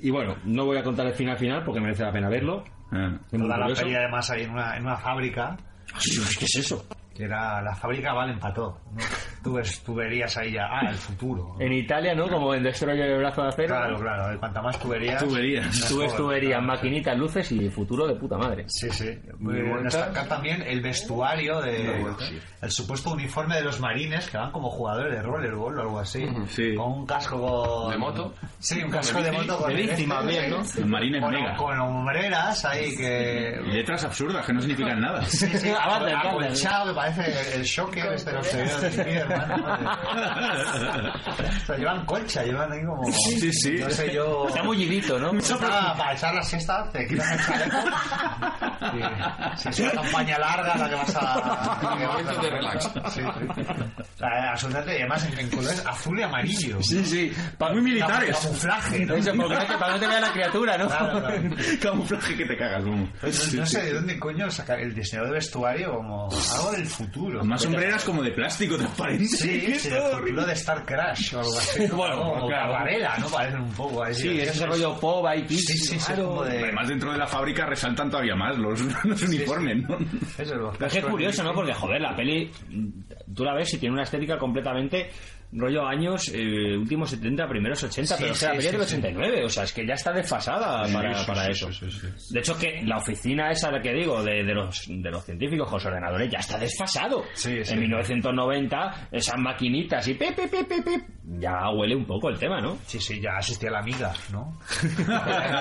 Speaker 9: Y bueno, no voy a contar el final final porque merece la pena verlo. Es muy
Speaker 10: Toda la
Speaker 9: curioso.
Speaker 10: peli además ahí en una, en una fábrica.
Speaker 9: Pues, ¿Qué es eso?
Speaker 10: Que era la fábrica Vale empató. ¿no? Tú, ves- tú verías ahí ya, ah, el futuro.
Speaker 9: En Italia, ¿no? Como en Destroyer el brazo de acero.
Speaker 10: Claro, claro, eh, cuanta más tuberías.
Speaker 9: Tuberías. Tú ves tuberías, maquinitas, luces y futuro de puta madre.
Speaker 10: Sí, sí. Muy bueno destacar también el vestuario de el supuesto uniforme de los marines que van como jugadores de rollerball o algo así con un casco con...
Speaker 7: ¿De moto?
Speaker 10: sí un casco de,
Speaker 7: De
Speaker 10: moto con este.
Speaker 7: de víctima bien, ¿no?
Speaker 10: Sí.
Speaker 2: Los marines
Speaker 10: con,
Speaker 2: mega.
Speaker 10: con hombreras ahí que
Speaker 2: Y letras absurdas que no significan nada.
Speaker 10: Sí, sí,
Speaker 9: Avanza, avanza.
Speaker 10: acolchado, que parece el shocker este de los tebeos de invierno, O sea, llevan colcha, llevan ahí como...
Speaker 2: Sí, sí.
Speaker 10: No sé yo...
Speaker 9: Está mullidito, ¿no?
Speaker 10: Ah, para echar la siesta te quitas el chaleco. Sí, sí, es una campaña larga la que vas a... la que vas a-
Speaker 7: Momento de relax.
Speaker 10: Sí, sí. O sea, Absolutamente, y además en en colores azul y amarillo.
Speaker 2: Sí, sí. Para muy militares.
Speaker 10: Camuflaje, ¿no?
Speaker 9: Eso, porque es que para no te vea la criatura, ¿no?
Speaker 10: Claro, claro.
Speaker 2: Camuflaje que te cagas, vamos.
Speaker 10: Pues No, no sé de dónde coño sacar el diseñador de vestuario como algo del futuro.
Speaker 2: Más sombreras como de plástico transparente.
Speaker 10: Sí, sí, el futuro de Star Crash o algo así.
Speaker 2: Bueno,
Speaker 10: o
Speaker 2: claro.
Speaker 10: Varela, ¿no? Parecen un poco ahí.
Speaker 9: Sí, ese rollo pop, ahí,
Speaker 10: Sí, sí, sí, es como de...
Speaker 2: Además, dentro de la fábrica resaltan todavía más los, los uniformes, ¿no?
Speaker 10: Eso,
Speaker 9: Pero
Speaker 10: los
Speaker 9: es que es
Speaker 10: cascos
Speaker 9: curioso,
Speaker 10: de-
Speaker 9: ¿no? Porque, joder, la peli, mm, tú la ves y tiene una estética completamente rollo años, eh, últimos 70, primeros 80,
Speaker 10: Sí,
Speaker 9: pero es que la
Speaker 10: sí,
Speaker 9: peli es del
Speaker 10: sí,
Speaker 9: 89, o sea, es que ya está desfasada para, para eso. De hecho, es que la oficina esa la que digo, de, de los, de los científicos con los ordenadores, ya está desfasado.
Speaker 10: Sí, sí.
Speaker 9: En 1990, esas maquinitas y pip, pip, pip, pip, pip, ya huele un poco el tema, ¿no?
Speaker 10: Sí, sí, ya asistía a la amiga, ¿no?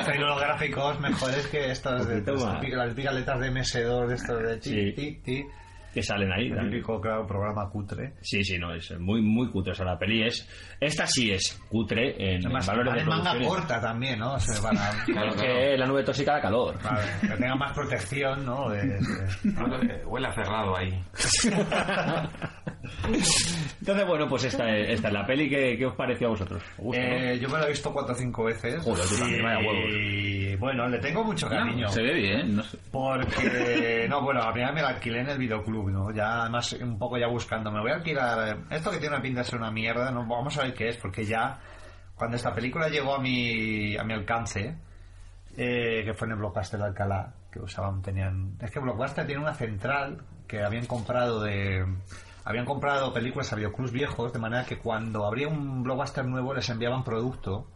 Speaker 10: Pero los gráficos mejores que estas de
Speaker 9: Poquito
Speaker 10: las
Speaker 9: más.
Speaker 10: típicas, las típicas letras de MS2 de estos de ti,
Speaker 9: Sí.
Speaker 10: ti, ti.
Speaker 9: Que salen ahí.
Speaker 10: El
Speaker 9: también.
Speaker 10: típico, claro, programa cutre.
Speaker 9: Sí, sí, no, es muy, muy cutre. O sea, la peli es. Esta sí es cutre en, en
Speaker 10: Además,
Speaker 9: valores de
Speaker 10: vale manga
Speaker 9: producciones.
Speaker 10: corta también, ¿no? O sea, para,
Speaker 9: Claro, que la nube tóxica da calor.
Speaker 10: para que tenga más protección, ¿no? De- de-
Speaker 7: Eh, Huele a cerrado ahí.
Speaker 9: Entonces, bueno, pues esta, es- esta es la peli. ¿Qué, qué os pareció a vosotros? ¿Os gusta, no?
Speaker 10: Eh, yo me lo he visto cuatro o cinco veces.
Speaker 9: Joder, tú también, vaya huevos.
Speaker 10: Y bueno, le tengo mucho cariño.
Speaker 2: Se ve bien, no sé.
Speaker 10: Porque, no, bueno, la primera me la alquilé en el videoclub, ¿no? Ya, además, un poco ya buscando, me voy a alquilar. eh, Esto que tiene una pinta de ser una mierda, no, vamos a ver qué es, porque ya, cuando esta película llegó a mi, a mi alcance, eh, que fue en el Blockbuster de Alcalá, que usaban, tenían. Es que Blockbuster tiene una central que habían comprado de. Habían comprado películas a Biocruz viejos, de manera que cuando abría un Blockbuster nuevo les enviaban producto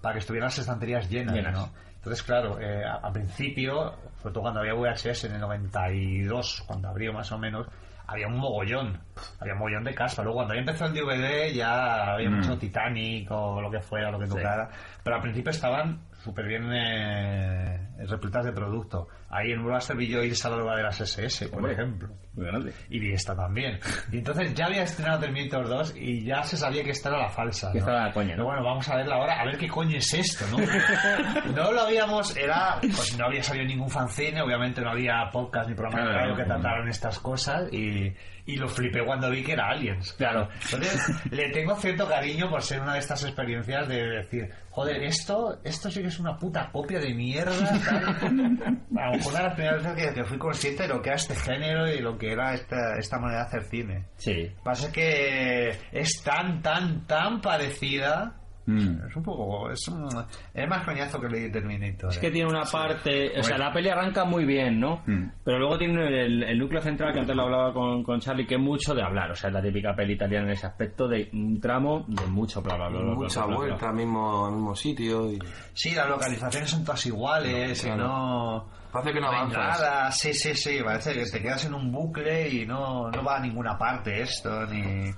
Speaker 10: para que estuvieran las estanterías llenas,
Speaker 9: Llenas.
Speaker 10: ¿no? Entonces, claro, eh, a- al principio, sobre todo cuando había VHS en el 92, cuando abrió más o menos, había un mogollón, había un mogollón de caspa. Luego, cuando ya empezó el DVD, ya había mucho Titanic o lo que fuera, lo que tocara. Pero al principio estaban súper bien eh, repletas de producto. Ahí en Bruselas vi yo irse a la droga de las SS, por
Speaker 2: Hombre,
Speaker 10: ejemplo.
Speaker 2: Muy grande.
Speaker 10: Y esta también. Y entonces ya había estrenado Terminator 2 y ya se sabía que esta era la falsa. ¿no?
Speaker 9: Que estaba la coña,
Speaker 10: Pero bueno, vamos a verla ahora, a ver qué coño es esto, ¿no? No lo habíamos, era, pues no había salido ningún fanzine, obviamente no había podcast ni programa de
Speaker 9: Claro,
Speaker 10: radio que
Speaker 9: no.
Speaker 10: trataran estas cosas y, y lo flipé cuando vi que era Aliens, claro. Entonces le tengo cierto cariño por ser una de estas experiencias de decir, joder, esto, esto sí que es una puta copia de mierda. tal. A lo mejor de las primeras veces que, que fui consciente de lo que era este género y lo que era esta, esta manera de hacer cine.
Speaker 9: Sí.
Speaker 10: Pasa que es tan, tan, tan parecida.
Speaker 9: Mm.
Speaker 10: Es un poco. Es, un- es más coñazo que leí Terminator. ¿eh?
Speaker 9: Es que tiene una parte. O sea,
Speaker 10: Bueno.
Speaker 9: la peli arranca muy bien, ¿no? Pero luego tiene el, el núcleo central que antes lo hablaba con, con Charlie, que es mucho de hablar. O sea, es la típica peli italiana en ese aspecto de un tramo de mucho bla bla bla. bla, bla,
Speaker 7: Mucha
Speaker 9: bla, bla,
Speaker 7: vuelta, mismo, mismo sitio. Y...
Speaker 10: Sí, las localizaciones son todas iguales y no.
Speaker 7: Parece que no
Speaker 10: hay
Speaker 7: avanzas.
Speaker 10: nada. Sí, sí, sí. Parece que te quedas en un bucle y no, no va a ninguna parte esto. ni...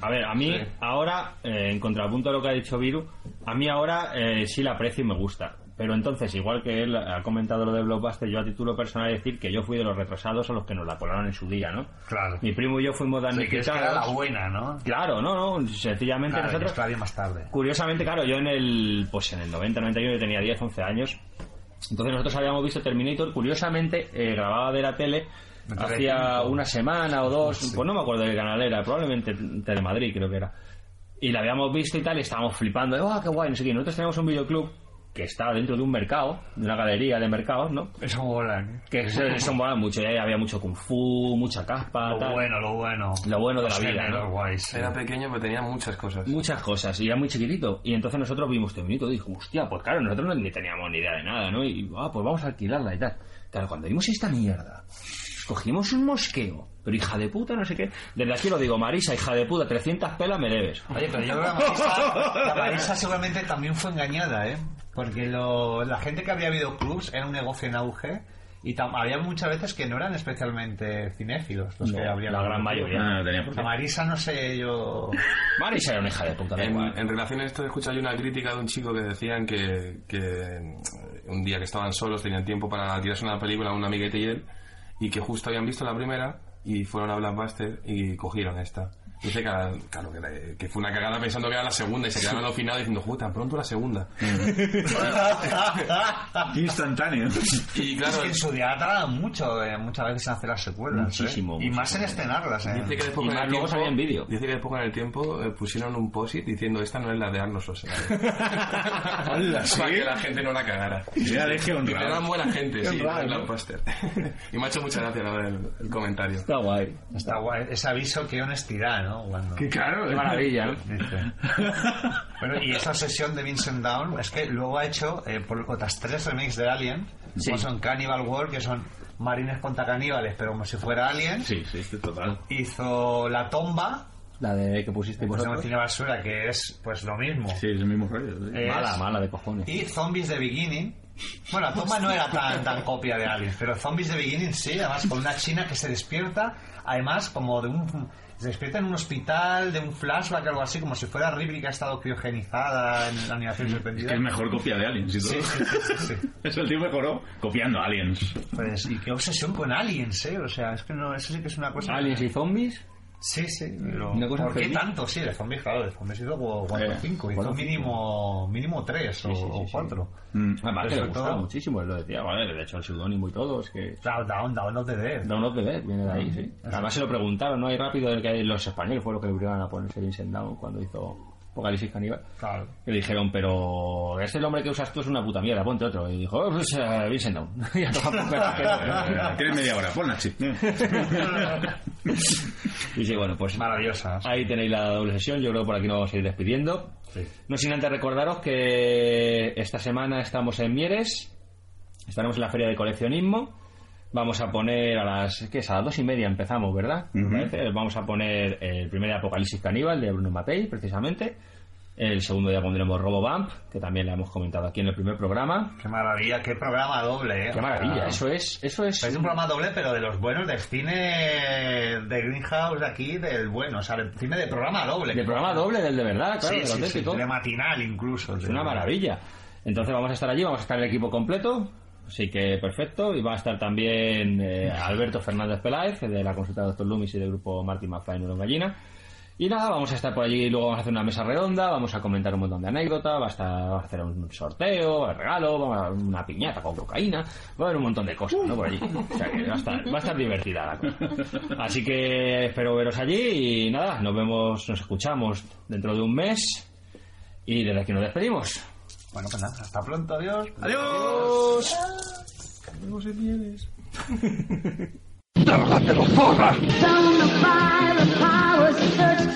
Speaker 9: A ver, a mí ahora, eh, en contrapunto a lo que ha dicho Viru, a mí ahora eh, sí la aprecio y me gusta. Pero entonces, igual que él ha comentado lo de Blockbuster, yo a título personal he de decir que yo fui de los retrasados a los que nos la colaron en su día, ¿no?
Speaker 10: Claro.
Speaker 9: Mi primo y yo fuimos
Speaker 10: Sí, que es que
Speaker 9: damnificados.
Speaker 10: era la buena, ¿no?
Speaker 9: Claro, no, no, sencillamente
Speaker 10: Claro,
Speaker 9: nosotros...
Speaker 10: yo la vi más tarde.
Speaker 9: Curiosamente, claro, yo en el pues en el 90, 91 yo tenía 10, 11 años. Entonces nosotros habíamos visto Terminator, curiosamente eh, grababa de la tele hacía una semana o dos, pues no me acuerdo de qué canal era, probablemente Telemadrid creo que era. Y la habíamos visto y tal, y estábamos flipando, ¡ah, qué guay! No sé qué. Nosotros teníamos un videoclub que estaba dentro de un mercado, de una galería de mercados, ¿no?
Speaker 10: Eso mola, ¿eh?
Speaker 9: Que eso, eso molaba mucho, y ahí había mucho kung fu, mucha caspa,
Speaker 10: Lo
Speaker 9: tal.
Speaker 10: bueno, lo bueno.
Speaker 9: Lo bueno de la
Speaker 10: Los
Speaker 9: vida,
Speaker 10: géneros
Speaker 9: ¿no?
Speaker 10: guays, sí.
Speaker 7: Era pequeño, pero tenía muchas cosas.
Speaker 9: Muchas cosas, y era muy chiquitito. Y entonces nosotros vimos Terminator y dijimos, hostia, pues claro, nosotros no, ni teníamos ni idea de nada, ¿no? Y, ah, pues vamos a alquilarla y tal. Claro, cuando vimos esta mierda, cogimos un mosqueo. Pero hija de puta, no sé qué. Desde aquí lo digo, Marisa, hija de puta, 300 pelas me debes.
Speaker 10: Oye, pero yo creo que la Marisa, la Marisa seguramente también fue engañada, ¿eh? Porque lo- la gente que había habido clubs era un negocio en auge y tam- había muchas veces que no eran especialmente cinéfilos los
Speaker 9: No,
Speaker 10: que habrían
Speaker 9: la gran mayoría. Ah, No, no tenía por qué.
Speaker 10: La Marisa no sé yo...
Speaker 9: Marisa era una hija de puta. da
Speaker 7: En,
Speaker 9: igual.
Speaker 7: en relación a esto, escuché yo una crítica de un chico que decían que, que mm, un día que estaban solos, tenían tiempo para tirarse una película, un amiguete y él, y que justo habían visto la primera y fueron a Blackbuster y cogieron esta. Dice que, claro, que, la- que fue una cagada pensando que era la segunda y se quedaron al final diciendo, joder, tan pronto la segunda.
Speaker 2: Instantáneo.
Speaker 7: Y claro,
Speaker 10: es que en su día tardan mucho, eh, muchas veces en hacer las secuelas. ¿eh?
Speaker 7: Muchísimo,
Speaker 10: Y más en estrenarlas, ¿eh?
Speaker 7: Dice que después con el tiempo, Dice que después con el tiempo eh, pusieron un post-it diciendo esta no es la de Arnold Schwarzenegger.
Speaker 2: Hola, ¿sí?
Speaker 7: Para que la gente no la cagara.
Speaker 2: Mira, de qué honrado.
Speaker 7: Porque eran buena gente,
Speaker 2: Qué
Speaker 7: sí,
Speaker 2: honrado,
Speaker 7: en
Speaker 2: ¿no?
Speaker 7: Blockbuster. y me ha hecho mucha gracia la verdad, el, el comentario.
Speaker 9: Está guay.
Speaker 10: Está guay. Ese aviso, qué honestidad, ¿no? Cuando-
Speaker 7: Qué claro,
Speaker 9: Qué maravilla, ¿no?
Speaker 10: Dice. Bueno, y esa sesión de Vincent Down es que luego ha hecho eh, por otras tres remakes de Alien,
Speaker 9: Sí.
Speaker 10: como son Cannibal World, que son marines contra caníbales, pero como si fuera Alien.
Speaker 2: Sí, sí, sí, total.
Speaker 10: Hizo La Tumba,
Speaker 9: La de que pusiste
Speaker 10: pues
Speaker 9: vosotros.
Speaker 10: no tiene basura, que es pues lo mismo.
Speaker 2: Sí, es el mismo rollo. sí.
Speaker 10: Es-
Speaker 9: Mala, mala de cojones.
Speaker 10: Y Zombies de Beginning. Bueno, Toma no era tan, tan copia de Aliens, pero Zombies de Beginning sí, además con una china que se despierta, además como de un... Se despierta en un hospital, de un flashback o algo así, como si fuera Ripley que ha estado criogenizada en la animación
Speaker 2: Es
Speaker 10: suspendida.
Speaker 2: que es mejor copia de Aliens y todo.
Speaker 10: Sí, sí, sí, sí, sí.
Speaker 2: Es el tío mejoró copiando Aliens.
Speaker 10: Pues, y qué obsesión con Aliens, ¿eh? O sea, es que no, eso sí que es una cosa...
Speaker 9: ¿Aliens y zombies?
Speaker 10: Sí, sí. pero-
Speaker 9: Una cosa
Speaker 10: ¿Por qué
Speaker 9: feliz.
Speaker 10: tanto? Sí, de zombies, claro, de zombies hizo 4 o 5, hizo
Speaker 9: cuatro o cinco.
Speaker 10: mínimo, mínimo 3
Speaker 9: sí, sí,
Speaker 10: o
Speaker 9: sí.
Speaker 10: 4.
Speaker 9: Además, que le
Speaker 10: Sobre
Speaker 9: gustaba
Speaker 10: todo-
Speaker 9: muchísimo, él lo decía, vale, de hecho el pseudónimo y todo, es que...
Speaker 10: Claro, Down, Down of the Dead.
Speaker 9: Down of the Dead viene de ahí, sí. Además se lo preguntaron, ¿no? Y rápido, el que los españoles fue lo que obligaron a ponerse Vincent Down cuando hizo Apocalipsis Caníbal.
Speaker 10: Claro.
Speaker 9: Y le dijeron, pero este nombre que usas tú es una puta mierda, ponte otro. Y dijo, oh, pues eh, Vincent Down. Y a tomar por culo.
Speaker 2: Tienes Eh, media hora, ponla, sí.
Speaker 9: Y sí, bueno, pues...
Speaker 10: Maravillosa.
Speaker 9: Ahí tenéis la doble sesión, yo creo que por aquí nos vamos a ir despidiendo. No sin antes recordaros que esta semana estamos en Mieres, estaremos en la feria de coleccionismo. Vamos a poner a las, ¿qué es? A las dos y media empezamos, ¿verdad? Me
Speaker 2: Ujú.
Speaker 9: parece. Vamos a poner el primer Apocalipsis Caníbal de Bruno Matei, precisamente. El segundo día pondremos Robobump, que también la hemos comentado aquí en el primer programa.
Speaker 10: Qué maravilla, qué programa doble, ¿eh?
Speaker 9: Qué maravilla, eh. eso es, eso es.
Speaker 10: Es un programa doble, pero de los buenos, del cine de Greenhouse de aquí, del bueno, o sea, del cine de programa doble.
Speaker 9: De programa doble, del de verdad, claro,
Speaker 10: Sí,
Speaker 9: del
Speaker 10: sí, sí,
Speaker 9: auténtico.
Speaker 10: de matinal incluso.
Speaker 9: Es una maravilla. Entonces vamos a estar allí, vamos a estar el equipo completo. Así que perfecto. Y va a estar también eh, Alberto Fernández Peláez, de la consulta de Dr. Loomis y del grupo Martin McFly en Gallina. Y nada, vamos a estar por allí, luego vamos a hacer una mesa redonda, vamos a comentar un montón de anécdotas, va a, estar, va a hacer un sorteo, un regalo, vamos a dar una piñata con cocaína, va a haber un montón de cosas, ¿no? Por allí. O sea que va a estar, va a estar divertida la cosa. Así que espero veros allí y nada, nos vemos, nos escuchamos dentro de un mes y desde aquí nos despedimos.
Speaker 10: Bueno, pues nada, hasta pronto, adiós.
Speaker 6: ¡Adiós!
Speaker 10: No sé tienes.
Speaker 6: ¡Trágatelo, zorra!
Speaker 14: Down the fire, the power search